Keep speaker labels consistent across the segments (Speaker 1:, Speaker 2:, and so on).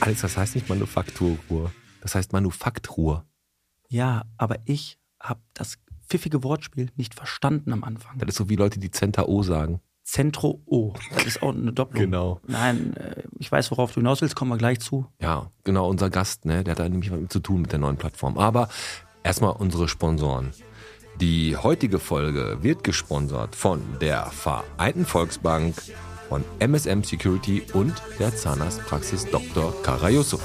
Speaker 1: Alex, das heißt nicht Manufaktur. Das heißt Manufaktur.
Speaker 2: Ja, aber ich habe das pfiffige Wortspiel nicht verstanden am Anfang.
Speaker 1: Das ist so wie Leute, die Center O sagen.
Speaker 2: Centro O. Das ist auch eine Doppelung.
Speaker 1: Genau.
Speaker 2: Nein, äh, ich weiß, worauf du hinaus willst, kommen wir gleich zu.
Speaker 1: Ja, genau, unser Gast, ne? Der hat da nämlich was mit zu tun mit der neuen Plattform. Aber erstmal unsere Sponsoren. Die heutige Folge wird gesponsert von der Vereinten Volksbank, von MSM Security und der Zahnarztpraxis Dr. Kara Yusuf.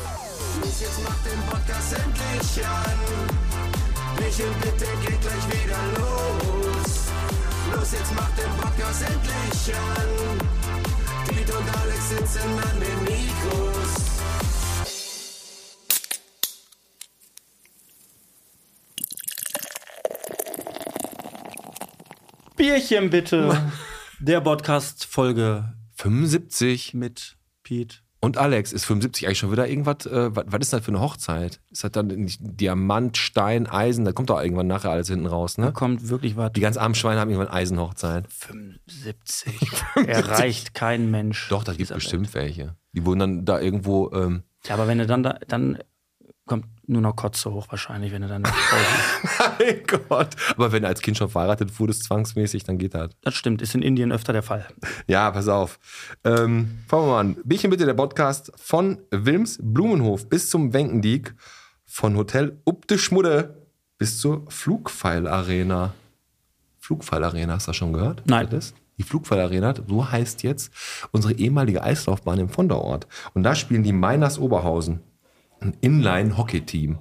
Speaker 2: Bierchen bitte. Der Podcast-Folge
Speaker 1: 75.
Speaker 2: mit Pete.
Speaker 1: Und Alex, ist 75 eigentlich schon wieder irgendwas? Äh, was, was ist das für eine Hochzeit? Ist das dann nicht Diamant, Stein, Eisen? Da kommt doch irgendwann nachher alles hinten raus,
Speaker 2: Da
Speaker 1: ne?
Speaker 2: kommt wirklich was.
Speaker 1: Die ganz armen Schweine haben irgendwann Eisenhochzeit.
Speaker 2: 75. Erreicht kein Mensch.
Speaker 1: Doch, da gibt
Speaker 2: dieser
Speaker 1: bestimmt welche. Die wurden dann da irgendwo. Ähm,
Speaker 2: Welt. Ja, aber wenn du dann da, dann kommt nur noch Kotze hoch wahrscheinlich, wenn du dann.
Speaker 1: mein Gott. Aber wenn du als Kind schon verheiratet wurdest, zwangsmäßig, dann geht das.
Speaker 2: das stimmt, ist in Indien öfter der Fall.
Speaker 1: Ja, pass auf. Ähm, fangen wir mal an. Bierchen bitte, der Podcast von Wilms Blumenhof bis zum Wenkendiek, von Hotel Up de Schmudde bis zur Flugpfeilarena. Flugpfeilarena, hast du das schon gehört?
Speaker 2: Nein.
Speaker 1: Was Das? ist? Die Flugpfeilarena, so heißt jetzt unsere ehemalige Eislaufbahn im Vonderort. Und da spielen die Mainers Oberhausen, ein Inline-Hockey-Team.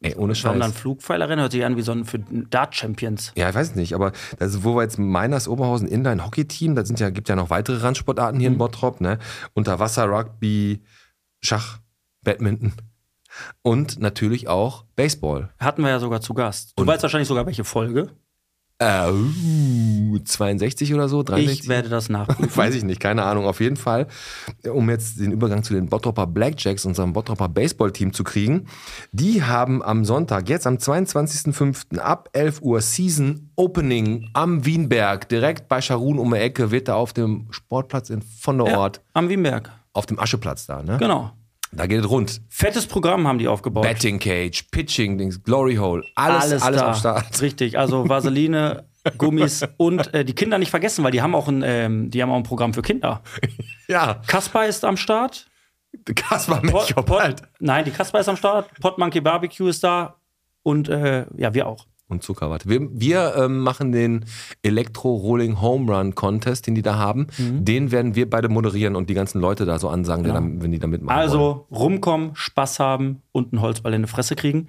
Speaker 1: Ey, ohne Scheiß.
Speaker 2: Warum dann Flugpfeilerin? Hört sich an wie so ein für Dart-Champions.
Speaker 1: Ja, ich weiß es nicht, aber das ist, wo wir jetzt Miners Oberhausen Inline Hockey Team, da sind ja gibt ja noch weitere Randsportarten hier in Bottrop, ne? Unterwasser Rugby, Schach, Badminton und natürlich auch Baseball.
Speaker 2: Hatten wir ja sogar zu Gast. Du weißt wahrscheinlich sogar, welche Folge.
Speaker 1: Äh, uh, 62 oder so, 63.
Speaker 2: Ich werde das nachprüfen.
Speaker 1: Weiß ich nicht, keine Ahnung. Auf jeden Fall, um jetzt den Übergang zu den Bottropper Blackjacks, unserem Bottropper Baseballteam zu kriegen, die haben am Sonntag, jetzt am 22.05. ab 11 Uhr Season Opening am Wienberg, direkt bei Scharun um die Ecke, wird da auf dem Sportplatz in Vonderort,
Speaker 2: Am Wienberg.
Speaker 1: auf dem Ascheplatz da, ne?
Speaker 2: Genau.
Speaker 1: Da geht es rund.
Speaker 2: Fettes Programm haben die aufgebaut.
Speaker 1: Batting Cage, Pitching, Dings, Glory Hole, alles, alles, am Start.
Speaker 2: Richtig, also Vaseline, Gummis und äh, die Kinder nicht vergessen, weil die haben auch ein, ähm, die haben auch ein Programm für Kinder.
Speaker 1: Ja,
Speaker 2: Kasper ist am Start.
Speaker 1: Kaspar
Speaker 2: Pot-
Speaker 1: Melchior
Speaker 2: Pot-
Speaker 1: bald.
Speaker 2: Nein, die Kasper ist am Start. Potmonkey Barbecue ist da und äh, ja, wir auch.
Speaker 1: und Zuckerwatte. Wir, wir ähm, machen den Elektro-Rolling Home Run Contest, den die da haben.
Speaker 2: Mhm.
Speaker 1: Den werden wir beide moderieren und die ganzen Leute da so ansagen, die da, wenn die da mitmachen. wollen.
Speaker 2: Genau. Also rumkommen, Spaß haben und einen Holzball in die Fresse kriegen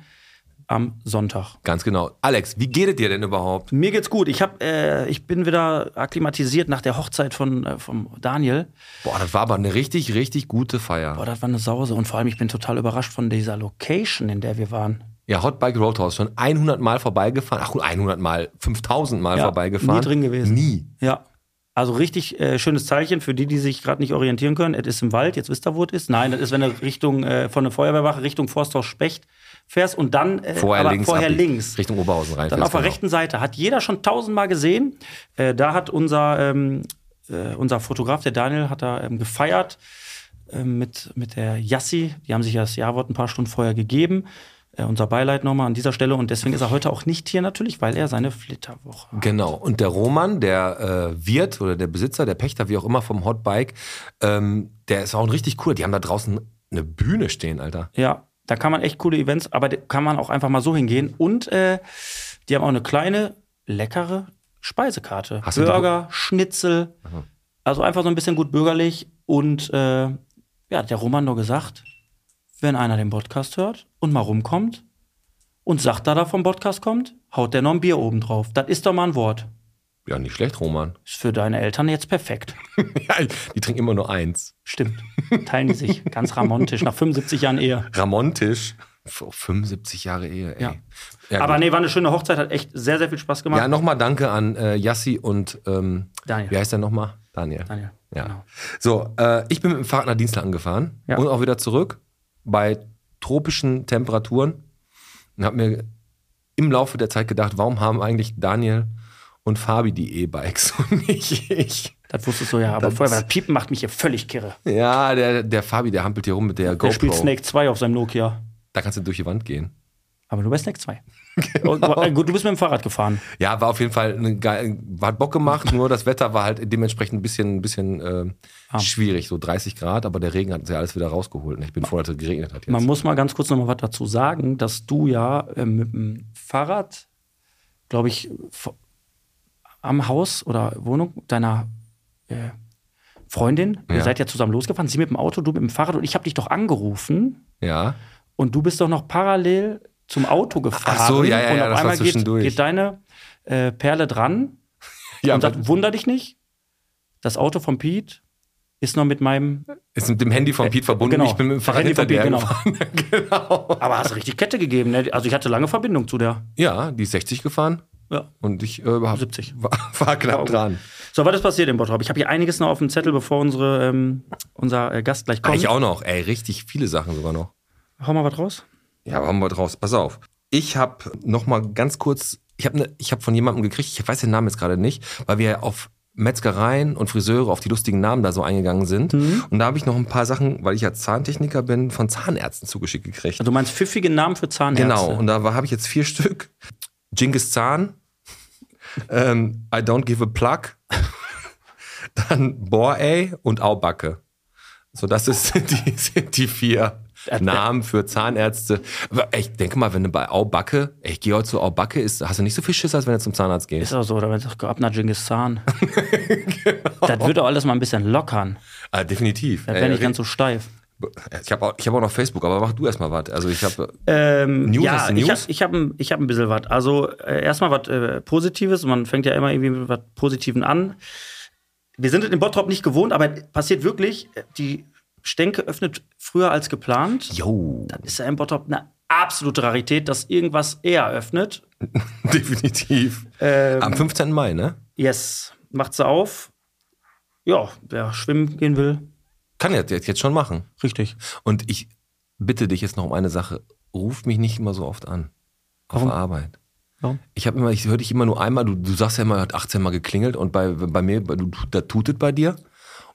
Speaker 2: am Sonntag.
Speaker 1: Ganz genau. Alex, wie geht es dir denn überhaupt?
Speaker 2: Mir geht's gut. Ich hab, äh, ich bin wieder akklimatisiert nach der Hochzeit von äh, vom Daniel.
Speaker 1: Boah, das war aber eine richtig, richtig gute Feier.
Speaker 2: Boah, das war eine Sause. Und vor allem, ich bin total überrascht von dieser Location, in der wir waren.
Speaker 1: Ja, Hotbike Roadhouse, schon 100 Mal vorbeigefahren. Ach gut, 100 Mal, 5000 Mal
Speaker 2: Ja,
Speaker 1: vorbeigefahren.
Speaker 2: nie drin gewesen.
Speaker 1: Nie.
Speaker 2: Ja. Also richtig äh, schönes Teilchen für die, die sich gerade nicht orientieren können. Es ist im Wald, jetzt wisst ihr, wo es ist. Nein, das ist, wenn du Richtung äh, von der Feuerwehrwache Richtung Forsthaus Specht fährst und dann äh,
Speaker 1: Vorher
Speaker 2: aber
Speaker 1: links.
Speaker 2: vorher
Speaker 1: ab-
Speaker 2: links.
Speaker 1: Richtung Oberhausen rein.
Speaker 2: Dann auf der rechten Seite hat jeder schon tausendmal gesehen. Äh, da hat unser, ähm, äh, unser Fotograf, der Daniel, hat da ähm, gefeiert ähm, mit, mit der Yassi. Die haben sich ja das Jawort ein paar Stunden vorher gegeben. Äh, unser Beileid nochmal an dieser Stelle. Und deswegen ist er heute auch nicht hier natürlich, weil er seine Flitterwoche hat.
Speaker 1: Genau. Und der Roman, der äh, Wirt oder der Besitzer, der Pächter, wie auch immer vom Hotbike, ähm, der ist auch ein richtig cooler. Die haben da draußen eine Bühne stehen, Alter.
Speaker 2: Ja, da kann man echt coole Events, aber da kann man auch einfach mal so hingehen. Und äh, die haben auch eine kleine, leckere Speisekarte.
Speaker 1: Hast du die
Speaker 2: Burger, Schnitzel. Also einfach so ein bisschen gut bürgerlich. Und äh, ja, hat der Roman doch gesagt, wenn einer den Podcast hört und mal rumkommt und sagt, da er vom Podcast kommt, haut der noch ein Bier oben drauf. Das ist doch mal ein Wort.
Speaker 1: Ja, nicht schlecht, Roman.
Speaker 2: Ist für deine Eltern jetzt perfekt.
Speaker 1: ja, die trinken immer nur eins.
Speaker 2: Stimmt. Teilen die sich ganz ramontisch nach 75 Jahren Ehe.
Speaker 1: Ramontisch. Oh, 75 Jahre Ehe, ey.
Speaker 2: Ja.
Speaker 1: Ja,
Speaker 2: Aber
Speaker 1: gut.
Speaker 2: nee, war eine schöne Hochzeit, hat echt sehr, sehr viel Spaß gemacht.
Speaker 1: ja nochmal danke an äh, Yassi und ähm,
Speaker 2: Daniel.
Speaker 1: wie heißt der nochmal? Daniel.
Speaker 2: Daniel.
Speaker 1: Ja.
Speaker 2: Genau.
Speaker 1: So, äh, ich bin mit dem Fahrrad nach Dienstag angefahren
Speaker 2: Ja.
Speaker 1: und auch wieder zurück bei tropischen Temperaturen und habe mir im Laufe der Zeit gedacht, warum haben eigentlich Daniel und Fabi die E-Bikes und nicht ich.
Speaker 2: Das wusstest du ja, aber
Speaker 1: Das-
Speaker 2: vorher, weil das Piepen macht mich hier völlig kirre.
Speaker 1: Ja, der, der Fabi, der hampelt hier rum mit der
Speaker 2: Der spielt
Speaker 1: GoPro.
Speaker 2: Snake 2 auf seinem Nokia.
Speaker 1: Da kannst du durch die Wand gehen.
Speaker 2: Aber du bist Snake 2. Und, äh, gut, du bist mit dem Fahrrad gefahren.
Speaker 1: Ja, war auf jeden Fall eine geil, hat Bock gemacht, nur das Wetter war halt dementsprechend ein bisschen, ein bisschen äh, schwierig, so 30 Grad, aber der Regen hat uns ja alles wieder rausgeholt. ne? Ich bin froh, dass es geregnet hat jetzt.
Speaker 2: Man muss mal ganz kurz noch mal was dazu sagen, dass du ja ähm, mit dem Fahrrad, glaube ich, vo- am Haus oder Wohnung deiner äh, Freundin, ihr
Speaker 1: Ja.
Speaker 2: seid ja zusammen losgefahren, sie mit dem Auto, du mit dem Fahrrad und ich habe dich doch angerufen
Speaker 1: ja.
Speaker 2: und du bist doch noch parallel zum Auto gefahren.
Speaker 1: Ach so, ja, ja,
Speaker 2: und
Speaker 1: ja,
Speaker 2: auf
Speaker 1: das war
Speaker 2: einmal geht,
Speaker 1: zwischendurch.
Speaker 2: geht deine äh, Perle dran
Speaker 1: ja
Speaker 2: und
Speaker 1: aber
Speaker 2: sagt, wunder dich nicht, das Auto von Pete ist noch mit meinem
Speaker 1: ist mit dem Handy von Pete verbunden.
Speaker 2: genau.
Speaker 1: Ich bin mit dem Fahrrad
Speaker 2: Handy
Speaker 1: hinter
Speaker 2: von Pete,
Speaker 1: dir
Speaker 2: genau.
Speaker 1: gefahren. genau.
Speaker 2: Aber hast richtig Kette gegeben, ne? Also ich hatte lange Verbindung zu der.
Speaker 1: Ja, die ist 60 gefahren
Speaker 2: Ja.
Speaker 1: und ich äh, war,
Speaker 2: 70.
Speaker 1: war, war knapp dran.
Speaker 2: So, was ist passiert im Bottrop? Ich habe hier einiges noch auf dem Zettel, bevor unsere, ähm, unser äh, Gast gleich kommt.
Speaker 1: Ah, Ich auch noch, ey, richtig viele Sachen sogar noch.
Speaker 2: Hau mal was raus.
Speaker 1: Ja, aber haben wir draus. Pass auf. Ich habe noch mal ganz kurz, ich habe ne, ich hab von jemandem gekriegt, ich weiß den Namen jetzt gerade nicht, weil wir auf Metzgereien und Friseure auf die lustigen Namen da so eingegangen sind.
Speaker 2: Mhm.
Speaker 1: Und da habe ich noch ein paar Sachen, weil ich ja Zahntechniker bin, von Zahnärzten zugeschickt gekriegt.
Speaker 2: Also du meinst pfiffige Namen für Zahnärzte.
Speaker 1: genau. Und da habe ich jetzt vier Stück. Genghis Zahn, ähm, I don't give a plug, dann Borey und Aubacke. So, das ist, die, sind die vier
Speaker 2: Äh,
Speaker 1: Namen für Zahnärzte. Aber Ich denke mal, wenn du bei Aubacke, ey, ich gehe heute zu Aubacke, ist, hast du nicht so viel Schiss, als wenn du zum Zahnarzt
Speaker 2: Ist
Speaker 1: gehst.
Speaker 2: auch so, oder wenn es ab nach Genghis Khan. Genau. Das wird doch alles mal ein bisschen lockern.
Speaker 1: Ah, definitiv.
Speaker 2: Das
Speaker 1: Ey,
Speaker 2: wäre nicht
Speaker 1: re-
Speaker 2: ganz so steif.
Speaker 1: ich habe auch, ich hab auch noch Facebook, aber mach du erstmal was. Also ich habe
Speaker 2: Ähm,
Speaker 1: News,
Speaker 2: ja,
Speaker 1: hast du
Speaker 2: ich habe
Speaker 1: News?
Speaker 2: ich hab ein, ich hab ein bisschen was. Also äh, erstmal was äh, Positives. Man fängt ja immer irgendwie mit was Positiven an. Wir sind in Bottrop nicht gewohnt, aber passiert wirklich. äh, Die Stänke öffnet früher als geplant.
Speaker 1: yo,
Speaker 2: Ist ja in Bottrop eine absolute Rarität, dass irgendwas eher öffnet.
Speaker 1: definitiv.
Speaker 2: Ähm.
Speaker 1: Am 15. Mai, ne?
Speaker 2: Yes, macht sie auf. Ja, wer schwimmen gehen will,
Speaker 1: Kann er jetzt jetzt schon machen.
Speaker 2: richtig.
Speaker 1: Und ich bitte dich jetzt noch um eine Sache. Ruf mich nicht immer so oft an. Auf
Speaker 2: Warum?
Speaker 1: der Arbeit.
Speaker 2: Warum?
Speaker 1: Ich habe immer, ich höre dich immer nur einmal, du, du sagst ja immer, hat 18 Mal geklingelt und bei, bei mir, bei- du, da tutet bei dir.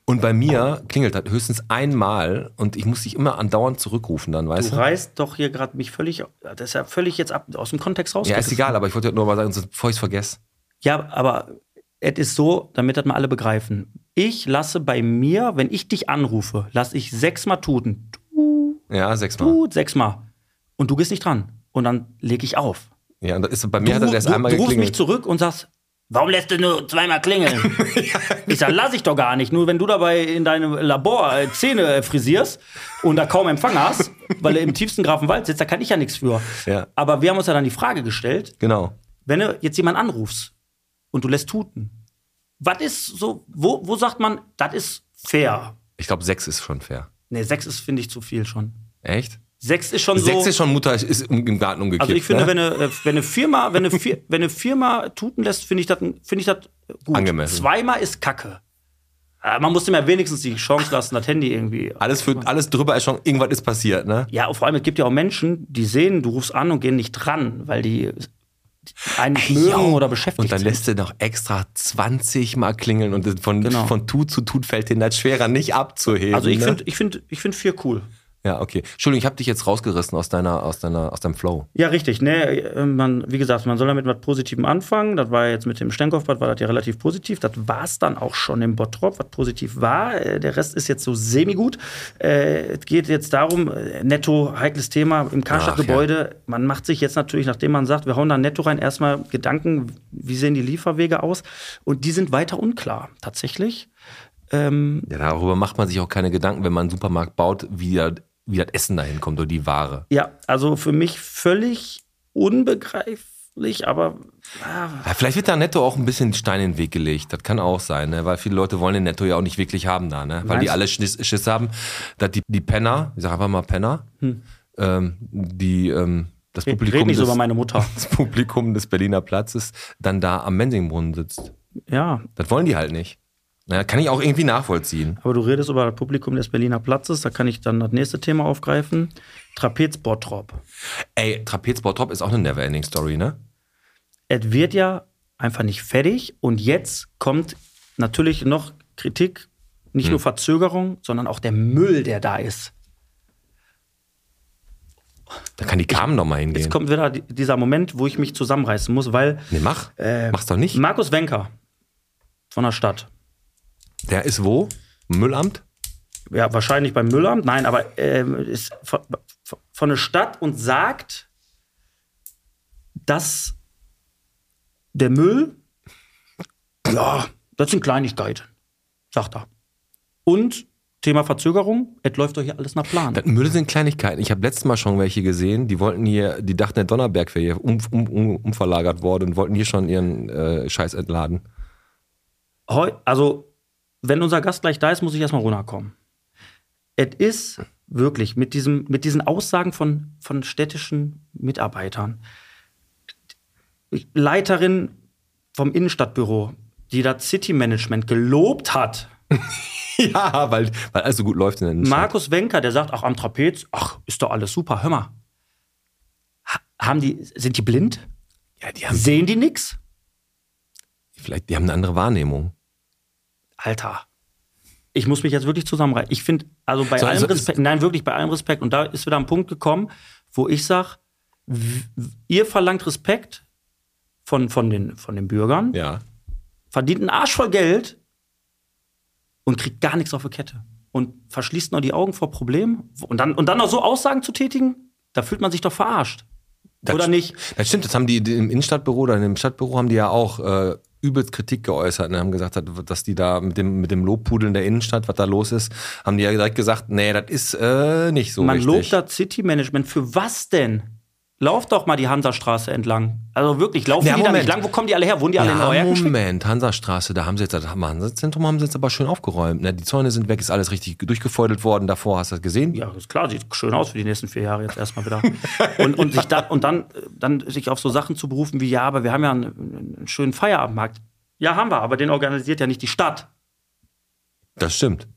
Speaker 1: Und bei mir klingelt halt höchstens einmal und ich muss dich immer andauernd zurückrufen dann, weißt
Speaker 2: Du
Speaker 1: du?
Speaker 2: reißt doch hier gerade mich völlig, das ist ja völlig jetzt ab, aus dem Kontext raus.
Speaker 1: Ja, ist egal, aber ich wollte nur mal sagen, sonst- bevor ich es vergesse.
Speaker 2: Ja, aber es ist so, damit das mal alle begreifen. Ich lasse bei mir, wenn ich dich anrufe, lasse ich sechsmal tuten.
Speaker 1: Ja, sechsmal.
Speaker 2: Tut, sechsmal. Und du gehst nicht dran. Und dann lege ich auf.
Speaker 1: Ja, und das ist, bei mir hat
Speaker 2: du,
Speaker 1: er erst
Speaker 2: du,
Speaker 1: einmal
Speaker 2: du rufst mich
Speaker 1: geklingelt.
Speaker 2: zurück und sagst, warum lässt du nur zweimal klingeln?
Speaker 1: genau.
Speaker 2: Ich sag, lass ich doch gar nicht. Nur wenn du dabei in deinem Labor äh, Zähne äh, frisierst und da kaum Empfang hast, weil du im tiefsten Grafenwald sitzt, da kann ich ja nichts für.
Speaker 1: Ja.
Speaker 2: Aber wir haben uns ja dann die Frage gestellt,
Speaker 1: genau.
Speaker 2: wenn du jetzt jemanden anrufst und du lässt tuten, was ist so, wo, wo sagt man, das ist fair?
Speaker 1: Ich glaube, sechs ist schon fair.
Speaker 2: Nee, sechs ist, finde ich, zu viel schon.
Speaker 1: Echt?
Speaker 2: Sechs ist schon so.
Speaker 1: Sechs ist schon Mutter, ist im Garten umgekippt.
Speaker 2: Also ich finde,
Speaker 1: ne?
Speaker 2: wenn eine, äh, wenn eine Firma, wenn eine, Fir wenn eine Firma tuten lässt, finde ich das finde ich das gut.
Speaker 1: Angemessen.
Speaker 2: Zweimal ist Kacke. Äh, Man muss dem ja wenigstens die Chance lassen, das Handy irgendwie.
Speaker 1: alles, für, alles drüber ist schon, irgendwas ist passiert, ne?
Speaker 2: Ja, und vor allem, es gibt ja auch Menschen, die sehen, du rufst an und gehen nicht dran, weil die einen nicht mögen
Speaker 1: Ja.
Speaker 2: oder beschäftigt
Speaker 1: Und dann
Speaker 2: sind.
Speaker 1: lässt er noch extra 20 Mal klingeln und von,
Speaker 2: Genau.
Speaker 1: von Tut zu Tut fällt denen das schwerer, nicht abzuheben.
Speaker 2: Also ich
Speaker 1: ne?
Speaker 2: finde ich find, ich find vier cool.
Speaker 1: Ja, okay. Entschuldigung, ich habe dich jetzt rausgerissen aus, deiner, aus, deiner, aus deinem Flow.
Speaker 2: Ja, richtig. Nee, äh, man, wie gesagt, man soll damit mit was Positivem anfangen. Das war jetzt mit dem Stenkow-Bad, war das ja relativ positiv. Das war's dann auch schon im Bottrop, was positiv war. Äh, Der Rest ist jetzt so semi-gut. Äh, es geht jetzt darum, äh, netto, heikles Thema im Karstadt-Gebäude. Man macht sich jetzt natürlich, nachdem man sagt, wir hauen da netto rein, erstmal Gedanken, wie sehen die Lieferwege aus? Und die sind weiter unklar, tatsächlich.
Speaker 1: Ja, darüber macht man sich auch keine Gedanken, wenn man einen Supermarkt baut, wie, da- wie das Essen dahin kommt oder die Ware.
Speaker 2: Ja, also für mich völlig unbegreiflich, aber ah,
Speaker 1: Ja, Ah, vielleicht wird da Netto auch ein bisschen Stein in den Weg gelegt. Das kann auch sein, ne? weil viele Leute wollen den Netto ja auch nicht wirklich haben da, ne? weil
Speaker 2: Meinst
Speaker 1: die
Speaker 2: du?
Speaker 1: alle Schiss, Schiss haben, dass die, die Penner, ich sag einfach mal Penner, ähm, die ähm, das
Speaker 2: red
Speaker 1: Publikum
Speaker 2: Hm. nicht so
Speaker 1: des-
Speaker 2: über meine Mutter.
Speaker 1: das Publikum des Berliner Platzes dann da am Mensingbrunnen sitzt.
Speaker 2: Ja,
Speaker 1: Das wollen die halt nicht. Naja, kann ich auch irgendwie nachvollziehen.
Speaker 2: Aber du redest über das Publikum des Berliner Platzes, da kann ich dann das nächste Thema aufgreifen. Trapez Bottrop.
Speaker 1: Ey, Trapezbautrop ist auch eine Neverending-Story, ne?
Speaker 2: Es wird ja einfach nicht fertig. Und jetzt kommt natürlich noch Kritik, nicht nur Verzögerung, sondern auch der Müll, der da ist.
Speaker 1: Da kann die Kamen nochmal hingehen.
Speaker 2: Jetzt kommt wieder di- dieser Moment, wo ich mich zusammenreißen muss, weil
Speaker 1: Nee, mach.
Speaker 2: äh,
Speaker 1: Mach's doch nicht.
Speaker 2: Markus Wenker von der Stadt,
Speaker 1: Der ist wo? Im Müllamt?
Speaker 2: ja, wahrscheinlich beim Müllamt, nein, aber ähm, ist von, von- von der Stadt und sagt, dass der Müll, ja, das sind Kleinigkeiten, sagt er. Und Thema Verzögerung, es läuft doch hier alles nach Plan.
Speaker 1: Das Müll sind Kleinigkeiten. Ich habe letztes Mal schon welche gesehen, die wollten hier, die dachten, der Donnerberg wäre hier um, um, um, umverlagert worden und wollten hier schon ihren äh, Scheiß entladen.
Speaker 2: Heu, also, wenn unser Gast gleich da ist, muss ich erstmal runterkommen. Es ist wirklich mit, diesem, mit diesen Aussagen von, von städtischen Mitarbeitern, Leiterin vom Innenstadtbüro, die das City Management gelobt hat,
Speaker 1: ja, weil, weil alles so gut läuft in der Innenstadt.
Speaker 2: Markus Wenker, der sagt, ach, am Trapez, ach, ist doch alles super, hör mal. Ha- Haben die, sind die blind?
Speaker 1: Ja, die haben,
Speaker 2: Sehen die nix?
Speaker 1: vielleicht, die haben eine andere Wahrnehmung.
Speaker 2: Alter, ich muss mich jetzt wirklich zusammenreißen. Ich finde, also bei
Speaker 1: So,
Speaker 2: allem
Speaker 1: also-
Speaker 2: Respekt, nein, wirklich bei allem Respekt. Und da ist wieder ein Punkt gekommen, wo ich sage, ihr verlangt Respekt von, von, den, von den Bürgern,
Speaker 1: Ja.
Speaker 2: verdient einen Arsch voll Geld und kriegt gar nichts auf die Kette. Und verschließt noch die Augen vor Problemen. Und dann, und dann noch so Aussagen zu tätigen, da fühlt man sich doch verarscht.
Speaker 1: Das
Speaker 2: Oder
Speaker 1: st-
Speaker 2: nicht?
Speaker 1: Das stimmt, das haben die die im Innenstadtbüro oder im Stadtbüro haben die ja auch äh, übelst Kritik geäußert und haben gesagt, dass die da mit dem, mit dem Lobpudeln der Innenstadt, was da los ist, haben die ja direkt gesagt, nee, das ist äh, nicht so
Speaker 2: Man
Speaker 1: richtig.
Speaker 2: lobt das City-Management. Für was denn? Lauf doch mal die Hansastraße entlang. Also wirklich, laufen
Speaker 1: Ja,
Speaker 2: die da
Speaker 1: Moment.
Speaker 2: nicht lang? Wo kommen die alle her? Wohnen die alle in
Speaker 1: ja,
Speaker 2: euer Ecken?
Speaker 1: Moment, Hansastraße, da haben sie jetzt, das Hansa-Zentrum haben sie jetzt aber schön aufgeräumt. Ne? Die Zäune sind weg, ist alles richtig durchgefeudelt worden. Davor hast du das gesehen?
Speaker 2: Ja, ist klar, sieht schön aus für die nächsten vier Jahre jetzt erstmal wieder. und und, sich da, und dann, äh, dann sich auf so Sachen zu berufen wie, ja, aber wir haben ja einen, einen schönen Feierabendmarkt. Ja, haben wir, aber den organisiert ja nicht die Stadt.
Speaker 1: Das stimmt.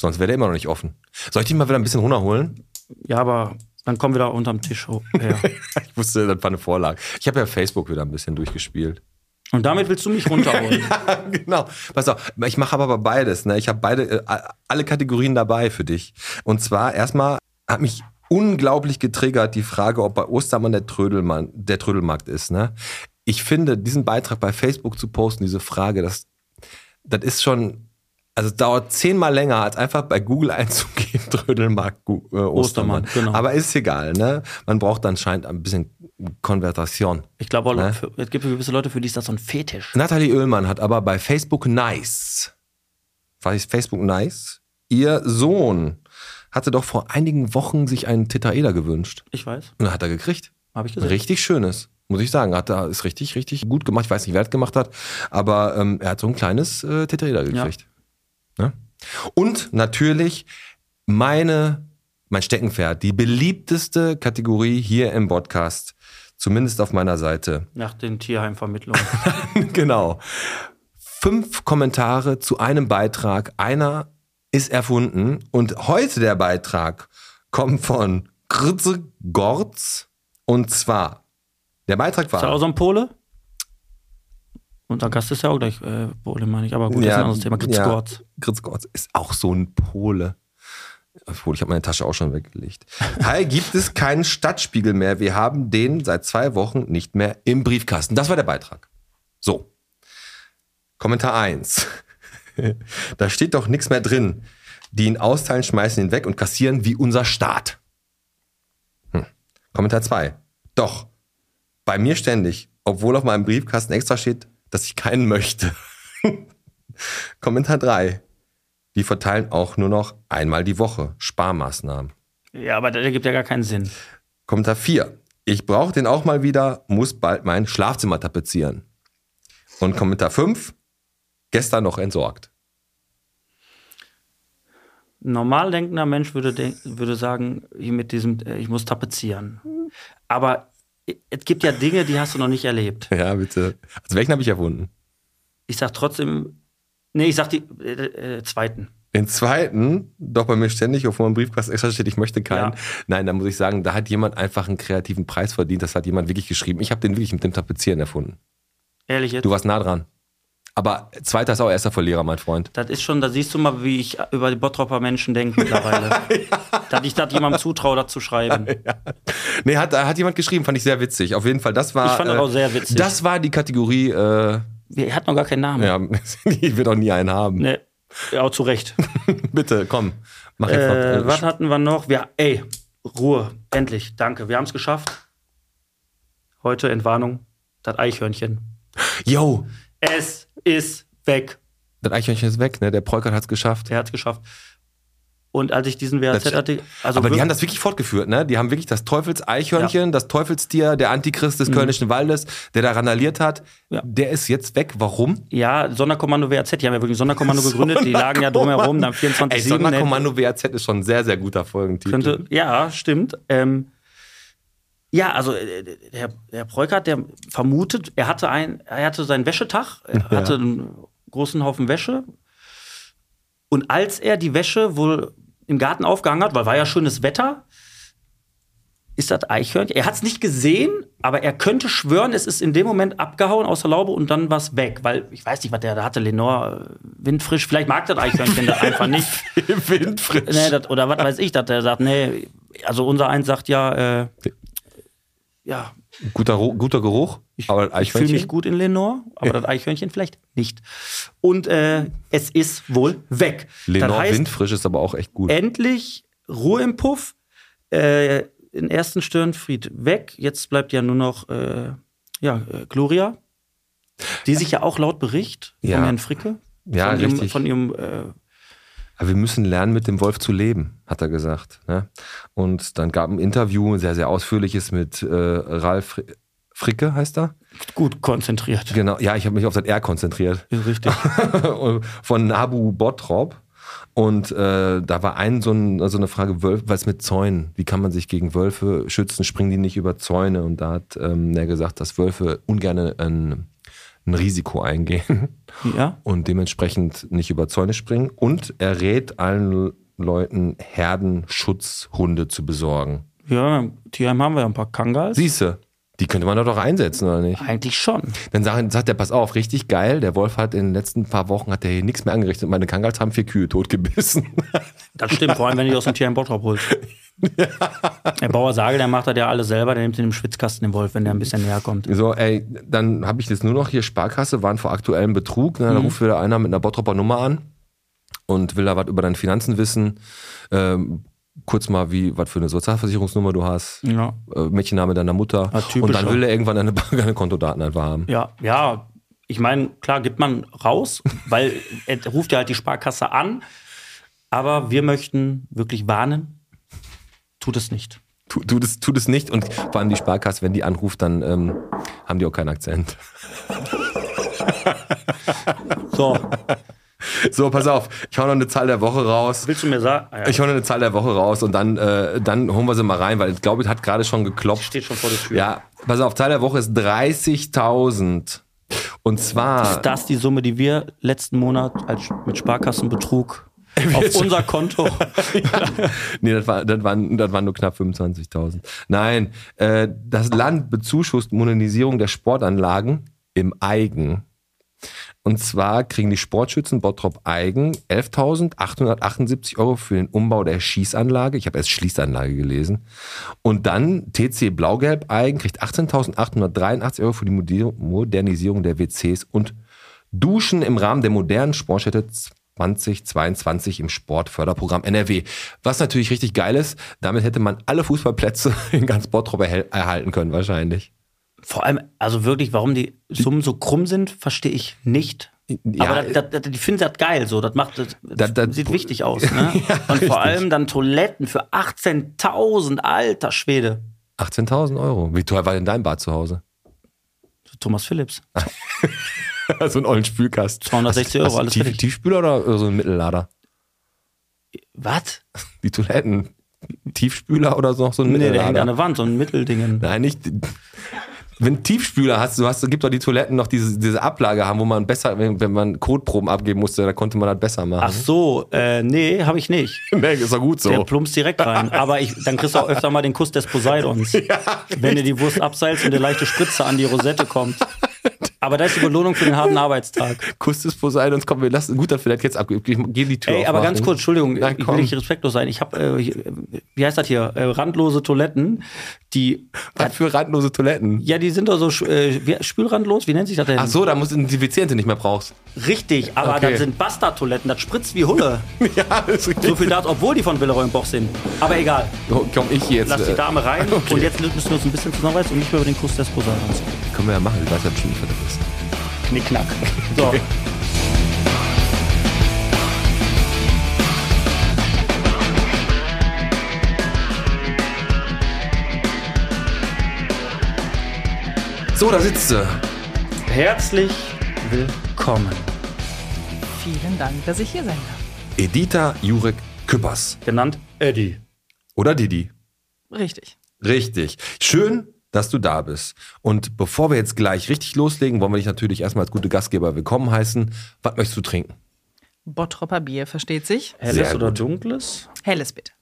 Speaker 1: Sonst wäre der immer noch nicht offen. Soll ich dich mal wieder ein bisschen runterholen?
Speaker 2: Ja, aber dann kommen wir da unterm Tisch ho- her.
Speaker 1: Ich wusste, das war eine Vorlage. Ich habe ja Facebook wieder ein bisschen durchgespielt.
Speaker 2: und damit willst du mich runterholen.
Speaker 1: genau. Pass auf, ich mache aber beides. Ne? Ich habe beide, äh, alle Kategorien dabei für dich. Und zwar erstmal hat mich unglaublich getriggert die Frage, ob bei Ostermann der, Trödelmann, der Trödelmarkt ist. Ne? Ich finde, diesen Beitrag bei Facebook zu posten, diese Frage, das, das ist schon, also es dauert zehnmal länger, als einfach bei Google einzugeben, Trödelmarkt Gu- äh, Ostermann.
Speaker 2: Ostermann, genau.
Speaker 1: Aber ist egal, ne? Man braucht dann scheint ein bisschen Konvertation.
Speaker 2: Ich glaube,
Speaker 1: Ne?
Speaker 2: auch für- es gibt gewisse Leute, für die ist das so ein Fetisch.
Speaker 1: Nathalie Oehlmann hat aber bei Facebook Nice, weiß Facebook Nice, ihr Sohn hatte doch vor einigen Wochen sich einen Tetaeder gewünscht.
Speaker 2: Ich weiß,
Speaker 1: Und hat er gekriegt.
Speaker 2: habe ich
Speaker 1: Ein
Speaker 2: gesehen.
Speaker 1: Richtig schönes, muss ich sagen. Hat er, ist richtig, richtig gut gemacht. Ich weiß nicht, wer das gemacht hat, aber ähm, er hat so ein kleines äh, Tetraeder gekriegt. Ne? Und natürlich meine, mein Steckenpferd, die beliebteste Kategorie hier im Podcast, zumindest auf meiner Seite
Speaker 2: Nach den Tierheimvermittlungen.
Speaker 1: genau. Fünf Kommentare zu einem Beitrag. Einer ist erfunden. Und heute der Beitrag kommt von Kritze Gortz. Und zwar, der Beitrag
Speaker 2: Ist er auch
Speaker 1: war.
Speaker 2: so ein Pole? Unser Gast ist ja auch gleich äh, Pole, meine ich. Aber gut, das ist ein anderes Thema. Gibt's
Speaker 1: ja,
Speaker 2: Gortz.
Speaker 1: Kritze Gortz ist auch so ein Pole. Obwohl, ich habe meine Tasche auch schon weggelegt. Hi, gibt es keinen Stadtspiegel mehr? Wir haben den seit zwei Wochen nicht mehr im Briefkasten. Das war der Beitrag. So. Kommentar 1. da steht doch nichts mehr drin. Die ihn austeilen, schmeißen ihn weg und kassieren wie unser Staat. Hm. Kommentar 2. Doch. Bei mir ständig, obwohl auf meinem Briefkasten extra steht, dass ich keinen möchte. Kommentar 3. Die verteilen auch nur noch einmal die Woche. Sparmaßnahmen.
Speaker 2: Ja, aber das ergibt ja gar keinen Sinn.
Speaker 1: Kommentar 4. Ich brauche den auch mal wieder, muss bald mein Schlafzimmer tapezieren. Und Kommentar 5. Gestern noch entsorgt.
Speaker 2: Ein normal denkender Mensch würde, denk, würde sagen, hier mit diesem, äh, ich muss tapezieren. Aber i- es gibt ja Dinge, die hast du noch nicht erlebt.
Speaker 1: Ja, bitte. Also welchen habe ich erfunden?
Speaker 2: Ich sag trotzdem, nee, ich sag die äh, äh, zweiten.
Speaker 1: Den zweiten, doch bei mir ständig auf meinem Briefkasten extra steht, ich möchte keinen.
Speaker 2: Ja.
Speaker 1: Nein, da muss ich sagen, da hat jemand einfach einen kreativen Preis verdient. Das hat jemand wirklich geschrieben. Ich habe den wirklich mit dem Tapezieren erfunden.
Speaker 2: Ehrlich jetzt?
Speaker 1: Du warst nah dran. Aber zweiter ist auch erster Verlierer, mein Freund.
Speaker 2: Das ist schon, da siehst du mal, wie ich äh, über die Bottropper Menschen denke mittlerweile. Dass ich das jemandem zutraue, das zu schreiben.
Speaker 1: Nee, hat, hat jemand geschrieben, fand ich sehr witzig. Auf jeden Fall, das war. äh,
Speaker 2: Ich fand das auch sehr witzig.
Speaker 1: Das war die Kategorie, äh,
Speaker 2: Er hat noch gar keinen Namen.
Speaker 1: ja, ich will doch nie einen haben.
Speaker 2: Nee. Ja, auch zu Recht.
Speaker 1: Bitte, komm, mach jetzt
Speaker 2: Äh,
Speaker 1: noch.
Speaker 2: was hatten wir noch? Wir, ey, Ruhe, endlich, danke. Wir haben es geschafft. Heute Entwarnung, das Eichhörnchen.
Speaker 1: Yo,
Speaker 2: Es ist weg.
Speaker 1: das Eichhörnchen ist weg, ne? Der Polkert hat's geschafft.
Speaker 2: Der hat es geschafft. Und als ich diesen WAZ-Artikel. Also
Speaker 1: Aber die
Speaker 2: wirklich-
Speaker 1: haben das wirklich fortgeführt, ne? Die haben wirklich das Teufelseichhörnchen, das Teufelstier, der Antichrist des Kölnischen Waldes, der da randaliert hat,
Speaker 2: Mhm. Ja.
Speaker 1: der ist jetzt weg. Warum?
Speaker 2: ja, Sonderkommando WAZ, die haben ja wirklich ein Sonderkommando gegründet, die lagen ja drumherum, dann
Speaker 1: Ey,
Speaker 2: 24-7. ne?
Speaker 1: Sonderkommando WAZ ist schon ein sehr, sehr guter Folgentitel.
Speaker 2: Könnte, ja, stimmt. Ähm, ja, also äh, der, der Preukert, der vermutet, er hatte, ein, er hatte seinen Wäschetag, er hatte einen großen Haufen Wäsche. Und als er die Wäsche wohl im Garten aufgehangen hat, weil war ja schönes Wetter, ist das Eichhörnchen. Er hat es nicht gesehen, aber er könnte schwören, es ist in dem Moment abgehauen aus der Laube und dann war es weg. Weil ich weiß nicht, was der da hatte, Lenore, äh, windfrisch, vielleicht mag das Eichhörnchen das einfach nicht.
Speaker 1: Windfrisch.
Speaker 2: Nee, dat, oder was weiß ich, dass der sagt, nee, also unser eins sagt ja, äh, ja,
Speaker 1: Guter, Ru- guter Geruch, aber
Speaker 2: ich fühle
Speaker 1: Eichhörnchen.
Speaker 2: mich gut in Lenore, aber das Eichhörnchen vielleicht nicht. Und äh, es ist wohl weg. das
Speaker 1: Lenore
Speaker 2: heißt, Äh-
Speaker 1: Windfrisch ist aber auch echt gut.
Speaker 2: endlich Ruhe im Puff, äh, den ersten Stirnfried weg, jetzt bleibt ja nur noch äh, ja, äh, Gloria, die sich ja auch laut Bericht
Speaker 1: Ja.
Speaker 2: von Herrn Fricke,
Speaker 1: Ja,
Speaker 2: von, ihrem,
Speaker 1: richtig.
Speaker 2: von ihrem äh,
Speaker 1: Aber wir müssen lernen, mit dem Wolf zu leben, hat er gesagt. Ne? Und dann gab ein Interview, ein sehr, sehr ausführliches mit äh, Ralf Fri- Fricke, heißt er.
Speaker 2: gut konzentriert.
Speaker 1: Genau, ja, ich habe mich auf das R konzentriert.
Speaker 2: Ist richtig.
Speaker 1: von Nabu Bottrop. Und äh, da war ein so, ein, so eine Frage, Wölf, was mit Zäunen? Wie kann man sich gegen Wölfe schützen? Springen die nicht über Zäune? Und da hat ähm, er gesagt, dass Wölfe ungern ein, ein Risiko eingehen
Speaker 2: Ja.
Speaker 1: und dementsprechend nicht über Zäune springen. Und er rät allen Leuten, Herdenschutzhunde zu besorgen.
Speaker 2: Ja, im Tierheim haben wir ja ein paar Kangas.
Speaker 1: Siehste, die könnte man doch doch einsetzen, oder nicht?
Speaker 2: Eigentlich schon.
Speaker 1: Dann sagt, sagt er, pass auf, richtig geil, der Wolf hat in den letzten paar Wochen hat der hier nichts mehr angerichtet. Meine Kangals haben vier Kühe totgebissen.
Speaker 2: Das stimmt, vor allem wenn du die aus dem Tierheim Bottrop holst. Der Bauer Sagel, der macht das ja alles selber, der nimmt den im Schwitzkasten den Wolf, wenn der ein bisschen näher kommt.
Speaker 1: So, ey, dann habe ich jetzt nur noch hier Sparkasse, waren vor aktuellem Betrug. Ne? Da ruft wieder einer mit einer Bottropper Nummer an und will da was über deine Finanzen wissen. Ähm, kurz mal, wie, was für eine Sozialversicherungsnummer du hast,
Speaker 2: Ja.
Speaker 1: äh, Mädchenname deiner Mutter.
Speaker 2: Ah, typisch
Speaker 1: und dann
Speaker 2: schon.
Speaker 1: will er irgendwann deine, deine Kontodaten einfach haben.
Speaker 2: Ja, ja. Ich meine, klar gibt man raus, weil er ruft ja halt die Sparkasse an. Aber wir möchten wirklich warnen, tut es nicht.
Speaker 1: Tu, tu, das, tu das nicht und vor allem die Sparkasse, wenn die anruft, dann ähm, haben die auch keinen Akzent.
Speaker 2: So,
Speaker 1: So, pass auf, ich hau noch eine Zahl der Woche raus.
Speaker 2: willst du mir sagen? Ah, ja,
Speaker 1: Ich hole eine Zahl der Woche raus und dann, äh, dann holen wir sie mal rein, weil ich glaube, es hat gerade schon geklopft.
Speaker 2: steht schon vor der Tür.
Speaker 1: Ja, pass auf, Zahl der Woche ist 30.000. Und zwar,
Speaker 2: Ist das die Summe, die wir letzten Monat als, mit Sparkassenbetrug auf unser Konto
Speaker 1: nee, das, war, das, waren, das waren nur knapp 25.000. Nein, äh, das Land bezuschusst Modernisierung der Sportanlagen im Eigen. Und zwar kriegen die Sportschützen Bottrop Eigen 11.878 Euro für den Umbau der Schießanlage. Ich habe erst Schließanlage gelesen. Und dann TC Blaugelb Eigen kriegt 18.883 Euro für die Modi- Modernisierung der WCs und Duschen im Rahmen der modernen Sportstätte 2022 im Sportförderprogramm NRW. Was natürlich richtig geil ist, damit hätte man alle Fußballplätze in ganz Bottrop erhel- erhalten können wahrscheinlich.
Speaker 2: Vor allem, also wirklich, warum die Summen so krumm sind, verstehe ich nicht.
Speaker 1: Ja, äh,
Speaker 2: Aber das, das, das, die finden das geil so. Das macht das,
Speaker 1: Das- das-
Speaker 2: sieht wichtig aus. Ne? Und vor allem dann Toiletten für 18.000, alter Schwede.
Speaker 1: 18.000 Euro. Wie teuer war denn dein Bad zu Hause?
Speaker 2: Thomas Phillips.
Speaker 1: so Also einen ollen Spülkasten.
Speaker 2: 260 Euro, alles
Speaker 1: Tief,
Speaker 2: fertig.
Speaker 1: Tiefspüler oder so ein Mittellader?
Speaker 2: Was?
Speaker 1: Die Toiletten. Tiefspüler oder so noch so ein
Speaker 2: Nee, der hängt
Speaker 1: Mittellader?
Speaker 2: an der Wand, so ein Mitteldingen.
Speaker 1: Nein, nicht. Wenn Tiefspüler hast, du hast, gibt doch die Toiletten noch diese, diese Ablage haben, wo man besser, wenn, wenn man Kotproben abgeben musste, da konnte man das besser
Speaker 2: Ach
Speaker 1: machen.
Speaker 2: so, äh, nee, habe ich nicht.
Speaker 1: nee, ist doch gut
Speaker 2: Der
Speaker 1: so.
Speaker 2: plumpst direkt rein. Aber ich, dann kriegst du auch öfter mal den Kuss des Poseidons. wenn du die Wurst abseilst und eine leichte Spritze an die Rosette kommt. Aber das ist die Belohnung für den harten Arbeitstag.
Speaker 1: Kuss des Poseidons, komm, wir lassen, gut, dann vielleicht jetzt ab, geh die Tür
Speaker 2: Ey, aber ganz
Speaker 1: aufmachen.
Speaker 2: kurz, Entschuldigung,
Speaker 1: Nein,
Speaker 2: ich will
Speaker 1: komm.
Speaker 2: nicht respektlos sein. Ich habe, äh, hier, äh, wie heißt das hier, äh, randlose Toiletten, die,
Speaker 1: Was für randlose Toiletten.
Speaker 2: ja, die sind doch so sch- äh, wie- spülrandlos, wie nennt sich das denn?
Speaker 1: Ach so, da musst du die Viziente nicht mehr brauchst.
Speaker 2: Richtig, aber
Speaker 1: Okay.
Speaker 2: das sind Bastardtoiletten, das spritzt wie Hulle.
Speaker 1: ja, ist richtig.
Speaker 2: So viel dazu, obwohl die von Villeroy und Boch sind. Aber egal,
Speaker 1: Oh, komm, ich jetzt.
Speaker 2: lass die
Speaker 1: äh,
Speaker 2: Dame rein
Speaker 1: okay.
Speaker 2: und jetzt müssen wir uns ein bisschen zusammenreißen und nicht mehr über den Kuss des Posaunens.
Speaker 1: Können wir ja machen, ich weiß ja bestimmt nicht, was das ist.
Speaker 2: Knickknack. So.
Speaker 1: So, da sitzt sie.
Speaker 2: Herzlich willkommen.
Speaker 3: Vielen Dank, dass ich hier sein darf.
Speaker 1: Edita Jurek Küppers.
Speaker 2: Genannt Eddie.
Speaker 1: Oder Didi?
Speaker 3: Richtig.
Speaker 1: Richtig. Schön, dass du da bist. Und bevor wir jetzt gleich richtig loslegen, wollen wir dich natürlich erstmal als gute Gastgeber willkommen heißen. Was möchtest du trinken?
Speaker 3: Bottropper Bier, versteht sich?
Speaker 2: Helles
Speaker 1: Sehr
Speaker 2: oder
Speaker 1: gut.
Speaker 2: dunkles?
Speaker 3: Helles bitte.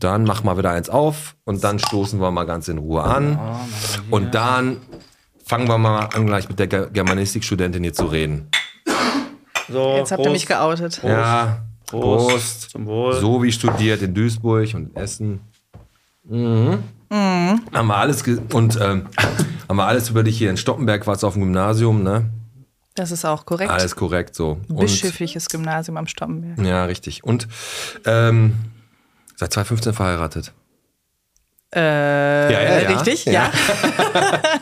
Speaker 1: Dann mach mal wieder eins auf und dann stoßen wir mal ganz in Ruhe an. Und dann fangen wir mal an, gleich mit der Ge- Germanistikstudentin hier zu reden.
Speaker 2: So,
Speaker 3: Jetzt habt ihr mich
Speaker 2: Prost.
Speaker 3: geoutet.
Speaker 1: Ja,
Speaker 2: Prost.
Speaker 1: Prost.
Speaker 2: Zum Wohl.
Speaker 1: So wie studiert in Duisburg und Essen. Mhm. Haben wir alles ge und ähm, haben wir alles über dich hier in Stoppenberg warst du auf dem Gymnasium, ne?
Speaker 3: Das ist auch korrekt.
Speaker 1: Alles korrekt so. Und,
Speaker 3: Bischöfliches Gymnasium am Stoppenberg.
Speaker 1: ja, richtig. Und ähm, seit 2015 verheiratet.
Speaker 3: Äh,
Speaker 1: Ja, ja, ja.
Speaker 3: Richtig, ja.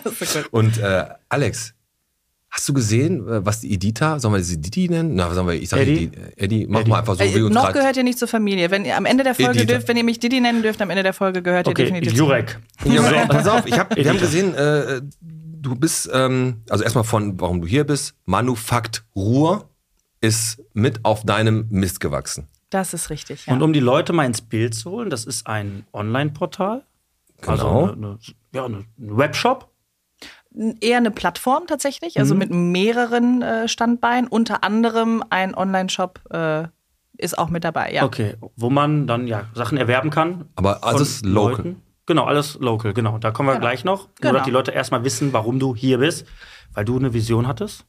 Speaker 3: so gut.
Speaker 1: Und äh, Alex, hast du gesehen, äh, was die Edita, sollen wir sie Didi nennen? Na, sollen wir, ich sag
Speaker 2: Eddie?
Speaker 1: Eddie, Eddie mach mal einfach so, wie
Speaker 3: Äh,
Speaker 1: uns
Speaker 3: noch
Speaker 1: grad-
Speaker 3: gehört ihr nicht zur Familie. Wenn ihr am Ende der Folge
Speaker 1: Edita.
Speaker 3: dürft, wenn ihr mich Didi nennen dürft, am Ende der Folge gehört ihr
Speaker 2: Okay,
Speaker 3: definitiv.
Speaker 2: Jurek.
Speaker 1: Ja, aber pass auf, ich hab, wir haben
Speaker 2: Edita.
Speaker 1: gesehen, äh, du bist, ähm, also erstmal von, warum du hier bist, Manufakt Ruhr ist mit auf deinem Mist gewachsen.
Speaker 3: Zu. Das ist richtig. Ja.
Speaker 2: Und um die Leute mal ins Bild zu holen, das ist ein Online-Portal.
Speaker 1: Genau.
Speaker 2: Also eine, eine, ja, eine, ein Webshop.
Speaker 3: Eher eine Plattform tatsächlich, also mit mehreren äh, Standbeinen. Unter anderem ein Online-Shop äh, ist auch mit dabei. Ja.
Speaker 2: Okay, wo man dann ja Sachen erwerben kann.
Speaker 1: Aber alles
Speaker 2: von
Speaker 1: local.
Speaker 2: Genau, alles local, genau. Da kommen wir gleich noch. Nur,
Speaker 3: Genau.
Speaker 2: dass die Leute erstmal wissen, warum du hier bist, weil du eine Vision hattest.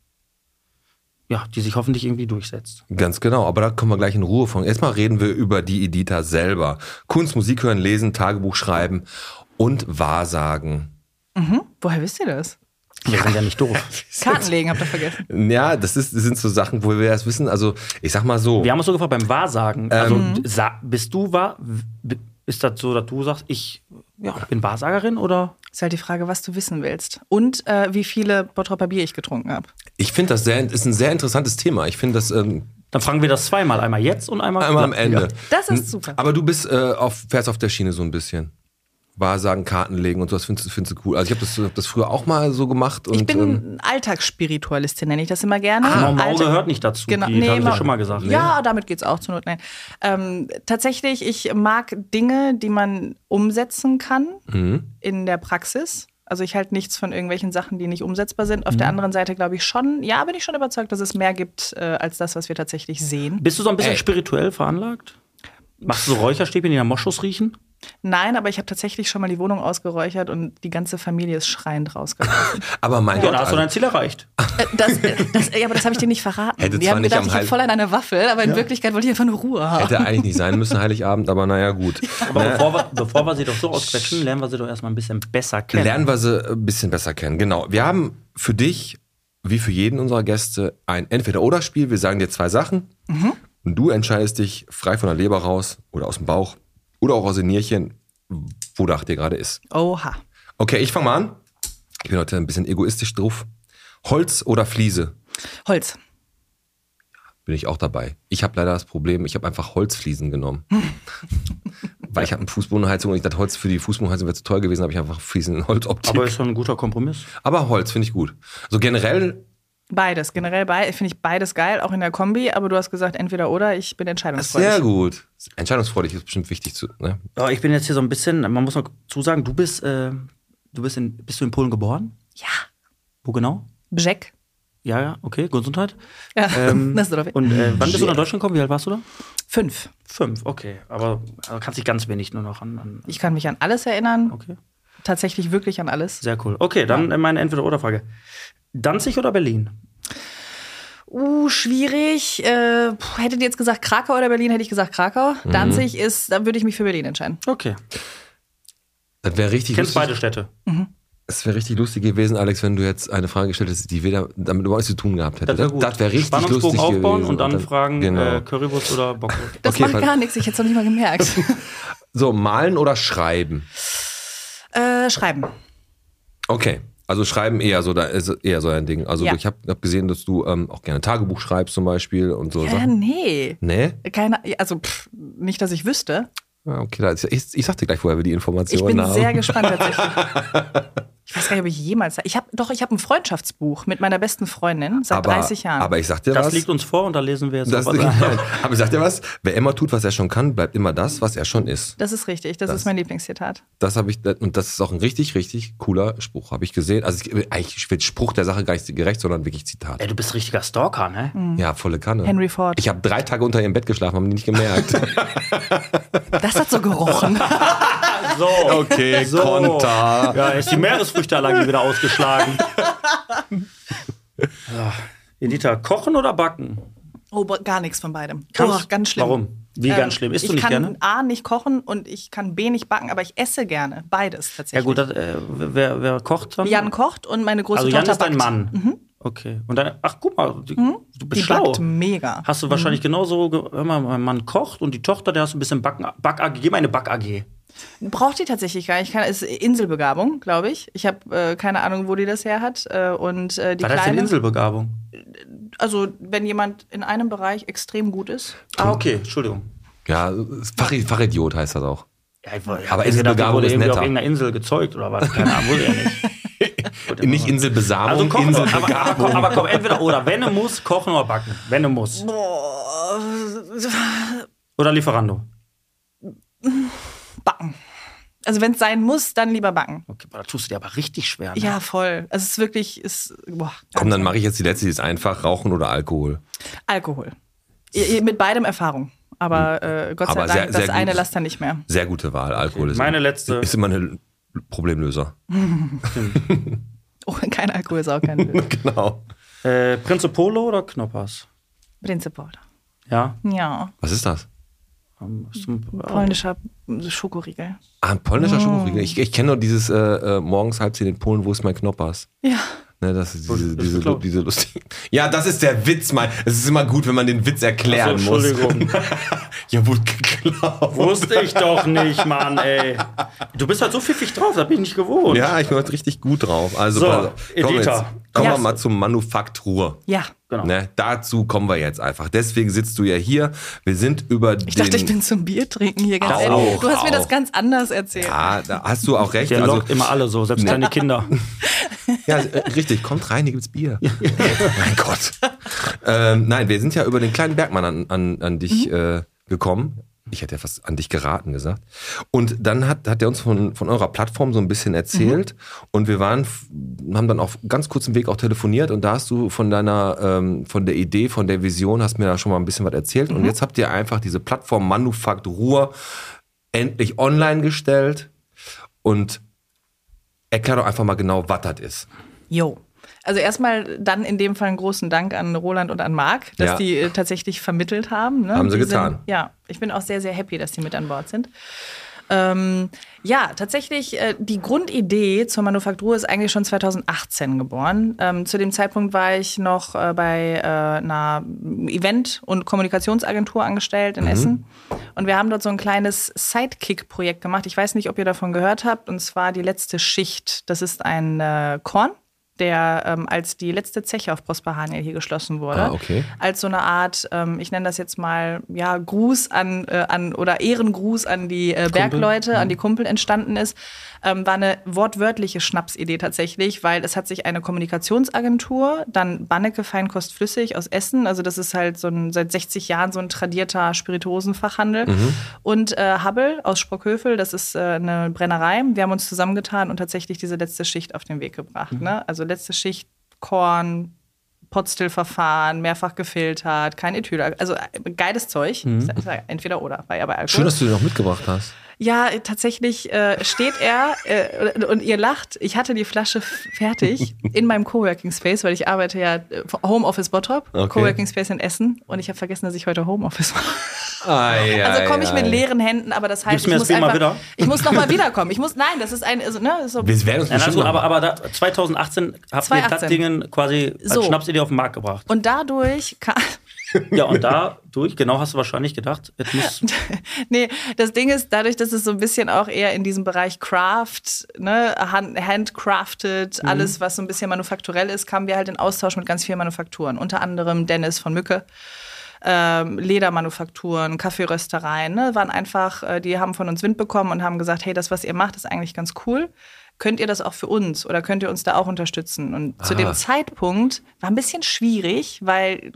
Speaker 2: Ja, die sich hoffentlich irgendwie durchsetzt.
Speaker 1: Ganz genau, aber da kommen wir gleich in Ruhe von. Erstmal reden wir über die Edita selber. Kunst, Musik hören, lesen, Tagebuch schreiben und Wahrsagen.
Speaker 3: Woher wisst ihr das?
Speaker 2: Wir sind ja nicht doof.
Speaker 3: Karten legen, habt ihr vergessen.
Speaker 1: Ja, das, ist, das sind so Sachen, wo wir das wissen. Also, ich sag mal so.
Speaker 2: Wir haben uns so gefragt beim Wahrsagen. Also, sa bist du wahr? W- Ist das so, dass du sagst, ich ja, bin Wahrsagerin oder?
Speaker 3: Ist halt die Frage, was du wissen willst. Und äh, wie viele Bottropper Bier ich getrunken habe.
Speaker 1: Ich finde, das sehr, ist ein sehr interessantes Thema. Ich finde das ähm,
Speaker 2: Dann fragen wir das zweimal. Einmal jetzt und einmal,
Speaker 1: einmal am Ende.
Speaker 3: Das ist super.
Speaker 1: Aber du bist äh, auf, fährst auf der Schiene so ein bisschen. Wahrsagen, Karten legen und sowas findest, du- findest du cool. Also ich habe das, hab das früher auch mal so gemacht. Und,
Speaker 3: Ich
Speaker 1: ähm,
Speaker 3: bin Alltagsspiritualistin, nenne ich das immer gerne.
Speaker 2: Ja. Mau Mau
Speaker 3: Alltag-
Speaker 2: gehört nicht dazu.
Speaker 3: Genau,
Speaker 2: die
Speaker 3: nee,
Speaker 2: haben wir
Speaker 3: Mau-
Speaker 2: schon mal gesagt. ne?
Speaker 3: Ja, damit geht's auch zur Not. Nein. Ähm, tatsächlich, ich mag Dinge, die man umsetzen kann
Speaker 2: Mhm.
Speaker 3: in der Praxis. Also ich halte nichts von irgendwelchen Sachen, die nicht umsetzbar sind. Auf der
Speaker 2: Mhm.
Speaker 3: anderen Seite glaube ich schon, ja, bin ich schon überzeugt, dass es mehr gibt äh, als das, was wir tatsächlich sehen.
Speaker 2: Bist du so ein bisschen
Speaker 1: Ey.
Speaker 2: spirituell veranlagt? Machst du so Räucherstäbchen, die nach Moschus riechen?
Speaker 3: Nein, aber ich habe tatsächlich schon mal die Wohnung ausgeräuchert und die ganze Familie ist schreiend rausgekommen.
Speaker 1: aber mein
Speaker 2: Ja,
Speaker 1: Gott,
Speaker 2: da hast du
Speaker 1: also,
Speaker 2: dein Ziel erreicht.
Speaker 3: Äh, das, äh, das, ja, aber das habe ich dir nicht verraten.
Speaker 1: Hätte
Speaker 3: die
Speaker 1: zwar
Speaker 3: haben
Speaker 1: nicht
Speaker 3: gedacht,
Speaker 1: am
Speaker 3: ich bin
Speaker 1: Hals-
Speaker 3: voll an einer Waffel, aber in Wirklichkeit wollte ich einfach nur Ruhe haben.
Speaker 1: hätte eigentlich nicht sein müssen, Heiligabend, aber naja, gut.
Speaker 2: Aber bevor, wir, bevor wir sie doch so ausquetschen, lernen wir sie doch erstmal ein bisschen besser kennen.
Speaker 1: Lernen wir sie ein bisschen besser kennen. Genau. Wir haben für dich, wie für jeden unserer Gäste, ein Entweder-Oder-Spiel. Wir sagen dir zwei Sachen.
Speaker 3: Mhm.
Speaker 1: Und du entscheidest dich frei von der Leber raus oder aus dem Bauch oder auch aus den Nierchen, wonach dir gerade ist.
Speaker 3: Oha.
Speaker 1: Okay, ich fange mal an. Ich bin heute ein bisschen egoistisch drauf. Holz oder Fliese?
Speaker 3: Holz.
Speaker 1: bin ich auch dabei. Ich habe leider das Problem, ich habe einfach Holzfliesen genommen. Weil ich habe eine Fußbodenheizung und ich dachte, Holz für die Fußbodenheizung wäre zu teuer gewesen, habe ich einfach Fliesen in Holzoptik.
Speaker 2: Aber
Speaker 1: Aber,
Speaker 2: ist schon ein guter Kompromiss.
Speaker 1: Holz finde ich gut. So generell,
Speaker 3: Beides, generell bei, finde ich beides geil, auch in der Kombi, aber du hast gesagt, entweder oder, ich bin entscheidungsfreudig.
Speaker 1: sehr gut. Entscheidungsfreudig ist bestimmt wichtig zu. Ne?
Speaker 2: Ja, Oh, ich bin jetzt hier so ein bisschen, man muss noch zusagen, du bist, äh, du bist in, bist du in Polen geboren?
Speaker 3: Ja.
Speaker 2: Wo genau?
Speaker 3: Jack.
Speaker 2: Ja, ja, okay, Gesundheit.
Speaker 3: Ja,
Speaker 2: Ähm,
Speaker 3: das ist doch
Speaker 2: Und äh, wann bist du nach Deutschland gekommen? Wie alt warst du da?
Speaker 3: Fünf.
Speaker 2: Fünf, okay. Aber also kannst dich ganz wenig nur noch an. an
Speaker 3: Ich kann mich an alles erinnern,
Speaker 2: okay.
Speaker 3: tatsächlich wirklich an alles.
Speaker 2: Sehr cool. Okay, dann äh, meine Entweder-Oder-Frage. Danzig oder Berlin?
Speaker 3: Uh, schwierig. Äh, puh, hättet ihr jetzt gesagt Krakau oder Berlin, hätte ich gesagt Krakau.
Speaker 1: Mhm.
Speaker 3: Danzig ist, dann würde ich mich für Berlin entscheiden.
Speaker 2: Okay.
Speaker 1: Das wäre richtig
Speaker 2: Kennst beide
Speaker 1: lustig.
Speaker 2: Städte.
Speaker 1: Es wäre richtig lustig gewesen, Alex, wenn du jetzt eine Frage gestellt hättest, die weder damit überhaupt nichts zu tun gehabt hätte. ne?
Speaker 2: Das wäre gut.
Speaker 1: Das wäre richtig
Speaker 2: Spannungsbogen
Speaker 1: lustig gewesen.
Speaker 2: aufbauen und dann fragen,
Speaker 1: Genau.
Speaker 2: äh, Currywurst oder Bockwurst.
Speaker 3: Das
Speaker 1: Okay,
Speaker 3: macht
Speaker 1: weil-
Speaker 3: gar nichts, ich hätte es noch nicht mal gemerkt.
Speaker 1: so, malen oder schreiben?
Speaker 3: äh, schreiben.
Speaker 1: Okay. Also schreiben eher so, da ist eher so ein Ding. Also
Speaker 3: Ja.
Speaker 1: ich habe hab gesehen, dass du ähm, auch gerne Tagebuch schreibst zum Beispiel und so
Speaker 3: Ja,
Speaker 1: Sachen.
Speaker 3: Äh, nee.
Speaker 1: Nee?
Speaker 3: Keine, also pff, nicht, dass ich wüsste.
Speaker 1: Ja, Ah, okay, da ist, ich, ich sag dir gleich, woher wir die
Speaker 3: Ich
Speaker 1: Informationen
Speaker 3: bin
Speaker 1: haben.
Speaker 3: sehr gespannt tatsächlich. Ich weiß gar nicht, ob ich jemals. Ich habe doch, ich habe ein Freundschaftsbuch mit meiner besten Freundin seit
Speaker 1: aber,
Speaker 3: 30 Jahren.
Speaker 1: Aber ich sag dir
Speaker 2: Das
Speaker 1: was.
Speaker 2: liegt uns vor und da lesen wir jetzt
Speaker 1: das
Speaker 2: noch was.
Speaker 1: nein, aber ich sag dir was, wer immer tut, was er schon kann, bleibt immer das, was er schon ist.
Speaker 3: das ist richtig. Das, ist mein Lieblingszitat.
Speaker 1: Das habe ich, und das ist auch ein richtig, richtig cooler Spruch, habe ich gesehen. Also ich, eigentlich wird Spruch der Sache gar nicht gerecht, sondern wirklich Zitat.
Speaker 2: Ey, du bist richtiger Stalker, ne?
Speaker 1: Ja, volle Kanne.
Speaker 3: Mhm. Henry Ford.
Speaker 1: Ich habe drei Tage unter ihrem Bett geschlafen, haben die nicht gemerkt.
Speaker 3: Das hat so gerochen.
Speaker 2: So.
Speaker 1: Okay,
Speaker 2: so.
Speaker 1: Konter.
Speaker 2: Ja, ist die Meeresfrüchteallergie wieder ausgeschlagen. Ja. Edita, Ah, kochen oder backen?
Speaker 3: Oh, bo- gar nichts von beidem.
Speaker 2: Kannst-
Speaker 3: oh, ganz schlimm.
Speaker 2: Warum? Wie ganz
Speaker 3: Ähm,
Speaker 2: schlimm? Isst
Speaker 3: ich
Speaker 2: du nicht
Speaker 3: kann
Speaker 2: gerne?
Speaker 3: A nicht kochen und ich kann B nicht backen, aber ich esse gerne. Beides
Speaker 2: Ja
Speaker 3: tatsächlich.
Speaker 2: gut, das, äh, wer, wer kocht dann?
Speaker 3: Jan kocht und meine große
Speaker 2: also
Speaker 3: Tochter
Speaker 2: Jan ist dein
Speaker 3: backt. Mhm.
Speaker 2: Mann. Okay. Und dann, ach guck mal, du, du
Speaker 3: Die
Speaker 2: bist schlau.
Speaker 3: backt Mhm. mega.
Speaker 2: Hast du wahrscheinlich genauso, ge- hör mal, mein Mann kocht und die Tochter, der hast du ein bisschen Backen, Back AG, gib mir eine Back AG.
Speaker 3: Braucht die tatsächlich gar nicht. Kann, ist Inselbegabung, glaube ich. Ich habe äh, keine Ahnung, wo die das her hat. Äh, und äh, die
Speaker 2: Was heißt denn
Speaker 3: kleine,
Speaker 2: Inselbegabung?
Speaker 3: also wenn jemand in einem Bereich extrem gut ist,
Speaker 2: Ah, okay, Entschuldigung.
Speaker 1: Ja, Fach, Fachidiot heißt das auch.
Speaker 2: Ja, ich, war-
Speaker 1: Aber
Speaker 2: ich hab gedacht,
Speaker 1: Inselbegabung
Speaker 2: die wurde
Speaker 1: ist
Speaker 2: irgendwie
Speaker 1: netter.
Speaker 2: auf irgendeiner Insel gezeugt oder was? Keine Ahnung, wurde ja nicht. Wurde
Speaker 1: Nicht
Speaker 2: immer- also
Speaker 1: Inselbesamung,
Speaker 2: kochen, aber, aber,
Speaker 1: Inselbegabung.
Speaker 2: komm, aber komm, entweder oder. Wenn du musst, kochen oder backen. Wenn du musst. Oder Lieferando.
Speaker 3: backen. Also wenn es sein muss, dann lieber backen.
Speaker 2: Okay, boah, da tust du dir aber richtig schwer. Ne?
Speaker 3: Ja, voll. Also es ist wirklich, ist, boah,
Speaker 1: Komm, dann mache ich jetzt die letzte, die ist einfach Rauchen oder Alkohol.
Speaker 3: Alkohol. Ihr- ihr- Mit beidem Erfahrung. Aber äh, Gott
Speaker 1: Hm. Aber
Speaker 3: sei Dank,
Speaker 1: sehr-
Speaker 3: das
Speaker 1: sehr
Speaker 3: eine
Speaker 1: gut.
Speaker 3: lasst er nicht mehr.
Speaker 1: Sehr gute Wahl. Alkohol ist
Speaker 2: meine letzte.
Speaker 1: Ist immer ein Problemlöser.
Speaker 3: Oh, kein Alkohol ist auch kein Öl.
Speaker 1: Genau.
Speaker 2: Äh, Prince Polo oder Knoppers?
Speaker 3: Prinzipal.
Speaker 2: Ja.
Speaker 3: Ja,
Speaker 1: Was ist das?
Speaker 2: ähm, ist ein-
Speaker 3: polnischer äh, Schokoriegel.
Speaker 1: Ah, ein polnischer Schokoriegel. Ich, ich kenne nur dieses äh, äh, morgens halb zehn in Polen, wo ist mein Knoppers?
Speaker 3: Ja.
Speaker 1: Ne, das ist diese,
Speaker 2: das ist
Speaker 1: diese,
Speaker 2: geklaut.
Speaker 1: diese lustigen. Ja, das ist der Witz, mein. Es ist immer gut, wenn man den Witz erklären
Speaker 2: Also,
Speaker 1: muss.
Speaker 2: Entschuldigung.
Speaker 1: ja, wurde geklaut.
Speaker 2: Wusste ich doch nicht, Mann, ey. Du bist halt so pfiffig drauf, das bin ich nicht gewohnt.
Speaker 1: Ja, ich bin heute richtig gut drauf. Also,
Speaker 2: So,
Speaker 1: pass auf. komm, jetzt,
Speaker 2: Edita.
Speaker 1: kommen
Speaker 3: Ja.
Speaker 1: wir mal zum Manufaktur.
Speaker 3: Ja.
Speaker 2: Genau.
Speaker 1: Ne, dazu kommen wir jetzt einfach. Deswegen sitzt du ja hier. Wir sind über
Speaker 3: Ich dachte, ich bin zum Bier trinken hier. Ganz ehrlich. Du hast mir
Speaker 1: auch.
Speaker 3: das ganz anders erzählt.
Speaker 1: Ja, Ah, da hast du auch recht.
Speaker 2: Der
Speaker 1: Also,
Speaker 2: lockt immer alle so, selbst kleine Kinder.
Speaker 1: ja, äh, richtig. Kommt rein, hier gibt's Bier. Oh mein Gott. Ähm, nein, wir sind ja über den kleinen Bergmann an, an, an dich äh, gekommen. Ich hätte ja fast an dich geraten gesagt. Und dann hat, hat er uns von, von eurer Plattform so ein bisschen erzählt. Und wir waren, f- haben dann auf ganz kurzem Weg auch telefoniert. Und da hast du von deiner, ähm, von der Idee, von der Vision, hast mir da schon mal ein bisschen was erzählt. Und jetzt habt ihr einfach diese Plattform Manufaktur endlich online gestellt. Und erklär doch einfach mal genau, was das ist.
Speaker 3: Jo. Also erstmal dann in dem Fall einen großen Dank an Roland und an Marc, dass
Speaker 1: Ja.
Speaker 3: die äh, tatsächlich vermittelt haben. Ne?
Speaker 1: Haben sie
Speaker 3: die
Speaker 1: getan.
Speaker 3: Sind, ja, ich bin auch sehr, sehr happy, dass die mit an Bord sind. Ähm, ja, tatsächlich, äh, die Grundidee zur Manufaktur ist eigentlich schon 2018 geboren. Ähm, zu dem Zeitpunkt war ich noch äh, bei äh, einer Event- und Kommunikationsagentur angestellt
Speaker 1: Mhm.
Speaker 3: in Essen. Und wir haben dort so ein kleines Sidekick-Projekt gemacht. Ich weiß nicht, ob ihr davon gehört habt. Und zwar die letzte Schicht. Das ist ein äh, Korn, der ähm, als die letzte Zeche auf Prosper Haniel hier geschlossen wurde.
Speaker 1: Ah, okay.
Speaker 3: Als so eine Art, ähm, ich nenne das jetzt mal, ja, Gruß an, äh, an oder Ehrengruß an die äh, Bergleute, an die Kumpel entstanden ist, ähm, war eine wortwörtliche Schnapsidee tatsächlich, weil es hat sich eine Kommunikationsagentur, dann Banneke Feinkost Flüssig aus Essen, also das ist halt so ein, seit 60 Jahren so ein tradierter Spirituosenfachhandel und äh, Hubble aus Sprockhövel, das ist äh, eine Brennerei. Wir haben uns zusammengetan und tatsächlich diese letzte Schicht auf den Weg gebracht. Ne? Also letzte Schicht, Korn, Potstill-Verfahren, mehrfach
Speaker 2: Mhm.
Speaker 3: gefiltert, kein Ethyl, also äh, geiles Zeug. Ist ja- ist ja Entweder oder, war ja bei Alkohol.
Speaker 1: Schön, dass du den noch mitgebracht hast.
Speaker 3: Ja, tatsächlich äh, steht er äh, und ihr lacht. Ich hatte die Flasche f- fertig in meinem Coworking Space, weil ich arbeite ja äh, Homeoffice Bottrop,
Speaker 1: Okay.
Speaker 3: Coworking Space in Essen und ich habe vergessen, dass ich heute Homeoffice mache.
Speaker 1: Ei,
Speaker 3: Also komme ich
Speaker 1: ei,
Speaker 3: mit
Speaker 1: ei.
Speaker 3: leeren Händen, aber das
Speaker 2: Gibst
Speaker 3: heißt,
Speaker 2: du mir
Speaker 3: ich
Speaker 2: das
Speaker 3: muss
Speaker 2: Bier mal
Speaker 3: einfach,
Speaker 2: wieder?
Speaker 3: ich muss nochmal wiederkommen. Ich muss, nein, das ist ein, also, ne, ist so,
Speaker 1: Wir werden uns
Speaker 2: Ja, na
Speaker 1: bestimmt
Speaker 2: gut,
Speaker 1: noch-
Speaker 2: aber, aber da, 2018 habt ihr
Speaker 3: 2018.
Speaker 2: das Ding quasi als
Speaker 3: So.
Speaker 2: Schnapsidee auf den Markt gebracht.
Speaker 3: und dadurch kann,
Speaker 2: Ja, und da durch, genau hast du wahrscheinlich gedacht, jetzt muss,
Speaker 3: nee, das Ding ist, dadurch, dass es so ein bisschen auch eher in diesem Bereich Craft, ne, hand, handcrafted, alles, was so ein bisschen manufakturell ist, kamen wir halt in Austausch mit ganz vielen Manufakturen. Unter anderem Dennis von Mücke, ähm, Ledermanufakturen, Kaffeeröstereien, ne, waren einfach, äh, die haben von uns Wind bekommen und haben gesagt, hey, das, was ihr macht, ist eigentlich ganz cool. Könnt ihr das auch für uns oder könnt ihr uns da auch unterstützen? Und zu dem Zeitpunkt war ein bisschen schwierig, weil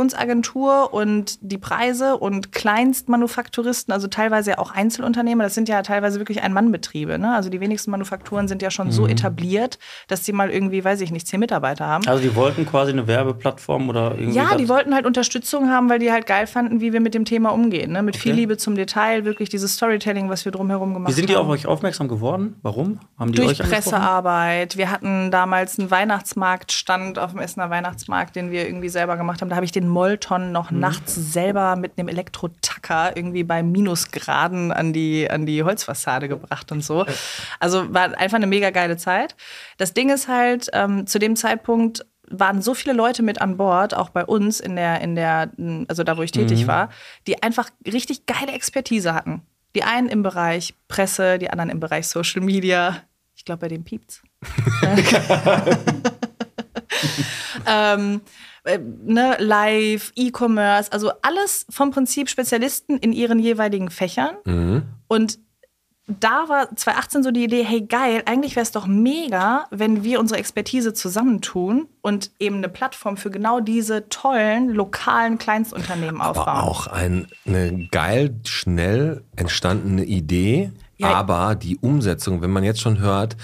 Speaker 3: Kommunikationsagentur und die Preise und Kleinstmanufakturisten, also teilweise ja auch Einzelunternehmer, das sind ja teilweise wirklich Ein-Mann-Betriebe. Ne? Also die wenigsten Manufakturen sind ja schon
Speaker 2: Mhm.
Speaker 3: so etabliert, dass sie mal irgendwie, weiß ich nicht, zehn Mitarbeiter haben.
Speaker 2: also die wollten quasi eine Werbeplattform oder irgendwie.
Speaker 3: Ja,
Speaker 2: was.
Speaker 3: die wollten halt Unterstützung haben, weil die halt geil fanden, wie wir mit dem Thema umgehen. Ne? Mit viel
Speaker 2: Okay.
Speaker 3: Liebe zum Detail, wirklich dieses Storytelling, was wir drumherum gemacht
Speaker 2: Wie sind die auf
Speaker 3: haben.
Speaker 2: euch aufmerksam geworden? Warum? Haben die
Speaker 3: Durch
Speaker 2: euch angesprochen?
Speaker 3: Pressearbeit. Wir hatten damals einen Weihnachtsmarktstand auf dem Essener Weihnachtsmarkt, den wir irgendwie selber gemacht haben. Da habe ich den Molton noch
Speaker 2: Hm.
Speaker 3: nachts selber mit einem Elektrotacker irgendwie bei Minusgraden an die, an die Holzfassade gebracht und so. Also war einfach eine mega geile Zeit. Das Ding ist halt, ähm, zu dem Zeitpunkt waren so viele Leute mit an Bord, auch bei uns in der, in der, also da, wo ich tätig
Speaker 2: Mhm.
Speaker 3: war, die einfach richtig geile Expertise hatten. Die einen im Bereich Presse, die anderen im Bereich Social Media. Ich glaube, bei dem piept's. ähm, äh, ne, Live, E-Commerce, also alles vom Prinzip Spezialisten in ihren jeweiligen Fächern.
Speaker 1: Mhm.
Speaker 3: Und da war 2018 so die Idee, hey geil, eigentlich wäre es doch mega, wenn wir unsere Expertise zusammentun und eben eine Plattform für genau diese tollen lokalen Kleinstunternehmen aufbauen.
Speaker 1: War auch ein, eine geil, schnell entstandene Idee,
Speaker 3: Ja.
Speaker 1: aber die Umsetzung, wenn man jetzt schon hört,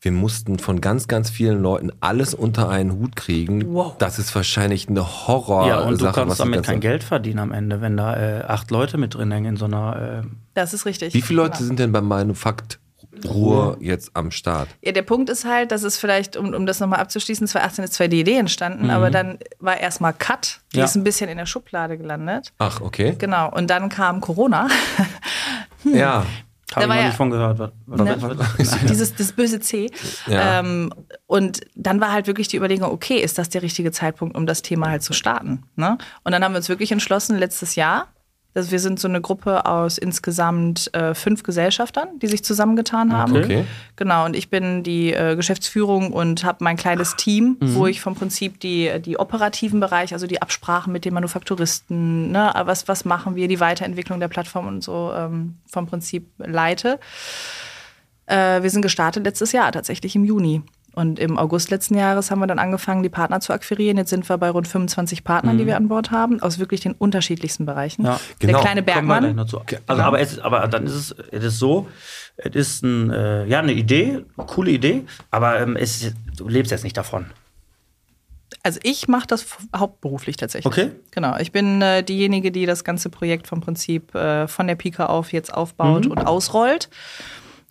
Speaker 1: wir mussten von ganz, ganz vielen Leuten alles unter einen Hut kriegen.
Speaker 3: Wow.
Speaker 1: Das ist wahrscheinlich eine Horror.
Speaker 2: Ja, und du
Speaker 1: Sache,
Speaker 2: kannst
Speaker 1: Ah, was die
Speaker 2: damit
Speaker 1: ganze-
Speaker 2: kein Geld verdienen am Ende, wenn da äh, acht Leute mit drin hängen in so einer. Äh,
Speaker 3: Das ist richtig.
Speaker 1: Wie viele Leute
Speaker 3: Genau.
Speaker 1: sind denn bei Manufakt Ruhr jetzt am Start?
Speaker 3: Ja, der Punkt ist halt, dass es vielleicht, um, um das nochmal abzuschließen, 2018 ist zwar die Idee entstanden, aber dann war erstmal Cut. Die
Speaker 2: Ja.
Speaker 3: ist ein bisschen in der Schublade gelandet.
Speaker 1: Ach, okay.
Speaker 3: Genau, und dann kam Corona.
Speaker 2: Genau.
Speaker 1: Ja.
Speaker 2: Habe ich
Speaker 3: war
Speaker 2: noch
Speaker 3: ja-
Speaker 2: nicht von gehört. Was, was,
Speaker 3: Ne?
Speaker 2: was,
Speaker 3: Dieses das böse C.
Speaker 1: Ja.
Speaker 3: Ähm, und dann war halt wirklich die Überlegung, okay, ist das der richtige Zeitpunkt, um das Thema halt zu starten? Ne? Und dann haben wir uns wirklich entschlossen, letztes Jahr, dass wir sind so eine Gruppe aus insgesamt äh, fünf Gesellschaftern, die sich zusammengetan haben.
Speaker 1: Okay. Okay.
Speaker 3: Genau, und ich bin die äh, Geschäftsführung und habe mein
Speaker 1: Ah.
Speaker 3: kleines Team,
Speaker 1: Mhm.
Speaker 3: wo ich vom Prinzip die, die operativen Bereich, also die Absprachen mit den Manufakturisten, ne, was, was machen wir, die Weiterentwicklung der Plattform und so ähm, vom Prinzip leite. Äh, wir sind gestartet letztes Jahr, tatsächlich im Juni. Und im August letzten Jahres haben wir dann angefangen, die Partner zu akquirieren. Jetzt sind wir bei rund 25 Partnern, die wir an Bord haben, aus wirklich den unterschiedlichsten Bereichen.
Speaker 2: Ja,
Speaker 1: genau.
Speaker 3: Der kleine
Speaker 2: Kommen wir gleich
Speaker 3: Bergmann.
Speaker 2: noch zu. Also, aber, es, ist- aber dann ist es, es ist so, es ist ein, äh, ja, eine Idee, eine coole Idee, aber ähm, es, ist- du lebst jetzt nicht davon.
Speaker 3: Also ich mache das f- hauptberuflich tatsächlich.
Speaker 2: Okay.
Speaker 3: Genau. Ich bin äh, diejenige, die das ganze Projekt vom Prinzip äh, von der Pika auf jetzt aufbaut
Speaker 2: Mhm.
Speaker 3: und ausrollt.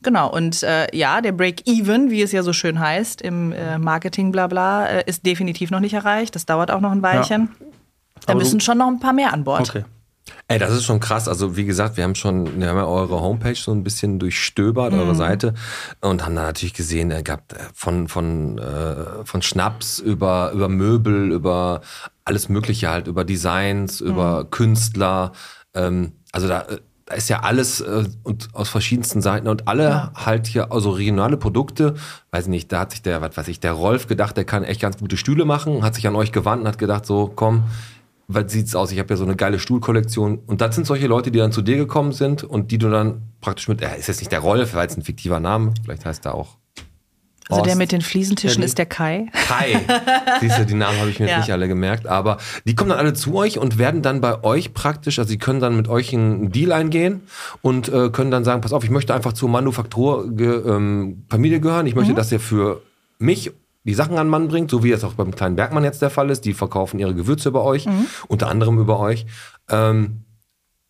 Speaker 3: Genau, und äh, ja, der Break-Even, wie es ja so schön heißt im äh, Marketing, bla bla, äh, ist definitiv noch nicht erreicht. Das dauert auch noch ein Weilchen. Da
Speaker 2: Aber du-
Speaker 3: müssen schon noch ein paar mehr an Bord.
Speaker 2: Okay.
Speaker 1: Ey, das ist schon krass. Also, wie gesagt, wir haben schon, wir haben ja eure Homepage so ein bisschen durchstöbert, eure Seite, und haben da natürlich gesehen, äh, gehabt, äh, von, von, äh, von Schnaps über, über Möbel, über alles Mögliche halt, über Designs, über Künstler. Ähm, also da, äh, da ist ja alles äh, und aus verschiedensten Seiten und alle halt hier, also regionale Produkte, weiß ich nicht, da hat sich der, was weiß ich, der Rolf gedacht, der kann echt ganz gute Stühle machen, hat sich an euch gewandt und hat gedacht, so, komm, weil sieht's aus, ich habe ja so eine geile Stuhlkollektion. Und das sind solche Leute, die dann zu dir gekommen sind und die du dann praktisch mit, äh, ist jetzt nicht der Rolf, weil es ein fiktiver Name, vielleicht heißt er auch
Speaker 3: Also der
Speaker 1: Horst.
Speaker 3: mit den Fliesentischen
Speaker 2: Ja, die-
Speaker 3: ist der Kai.
Speaker 1: Kai. Siehst du, die Namen habe ich mir jetzt
Speaker 3: Ja.
Speaker 1: nicht alle gemerkt, aber die kommen dann alle zu euch und werden dann bei euch praktisch, also sie können dann mit euch einen Deal eingehen und äh, können dann sagen, pass auf, ich möchte einfach zur Manufaktur ge, ähm, Familie gehören, ich möchte, dass ihr für mich die Sachen an den Mann bringt, so wie das auch beim kleinen Bergmann jetzt der Fall ist, die verkaufen ihre Gewürze bei euch, unter anderem über euch. Ähm,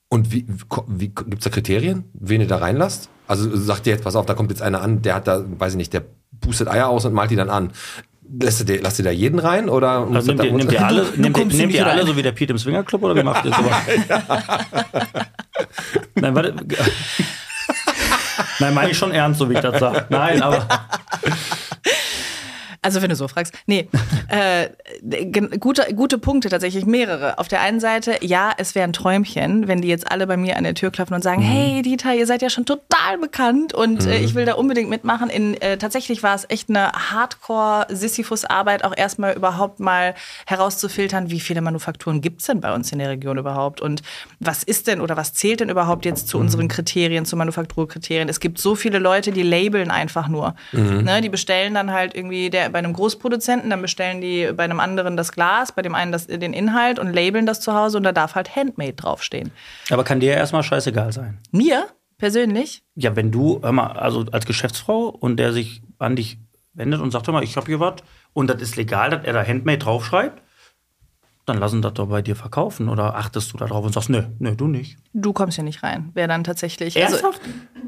Speaker 1: Und wie, wie gibt es da Kriterien, wen ihr da reinlasst? Also sagt ihr jetzt, pass auf, da kommt jetzt einer an, der hat da, weiß ich nicht, der pustet Eier aus und malt die dann an. Lässt ihr, dir- lasst ihr da jeden rein? Oder muss
Speaker 2: Also
Speaker 1: das
Speaker 2: nehmt ihr,
Speaker 1: da-
Speaker 2: nehmt ihr alle,
Speaker 3: Du- du
Speaker 2: nehmt ihr,
Speaker 3: kommst hier
Speaker 2: nehmt
Speaker 3: nicht
Speaker 2: ihr alle
Speaker 3: rein.
Speaker 2: so wie der Pete im Swingerclub oder wie macht ihr sowas? Nein, warte. Nein, meine ich schon ernst, so wie ich das sage. Nein, aber
Speaker 3: Also wenn du so fragst. Nee, äh, gen- gute, gute Punkte tatsächlich, mehrere. Auf der einen Seite, ja, es wäre ein Träumchen, wenn die jetzt alle bei mir an der Tür klopfen und sagen, hey Dieter, ihr seid ja schon total bekannt und äh, ich will da unbedingt mitmachen. In, äh, tatsächlich war es echt eine Hardcore-Sisyphus-Arbeit, auch erstmal überhaupt mal herauszufiltern, wie viele Manufakturen gibt es denn bei uns in der Region überhaupt und was ist denn oder was zählt denn überhaupt jetzt zu unseren Kriterien, zu Manufakturkriterien? Es gibt so viele Leute, die labeln einfach nur. Ne, die bestellen dann halt irgendwie der, bei einem Großproduzenten, dann bestellen die bei einem anderen das Glas, bei dem einen das, den Inhalt und labeln das zu Hause und da darf halt Handmade draufstehen.
Speaker 2: Aber kann dir ja erstmal scheißegal sein.
Speaker 3: Mir persönlich,
Speaker 2: Ja, wenn du, hör mal, also als Geschäftsfrau und der sich an dich wendet und sagt, hör mal, ich habe hier was und das ist legal, dass er da Handmade draufschreibt, dann lassen das doch bei dir verkaufen oder achtest du da drauf und sagst, nö, nö, du nicht.
Speaker 3: du kommst hier nicht rein. Wäre dann tatsächlich. also
Speaker 2: Ernsthaft?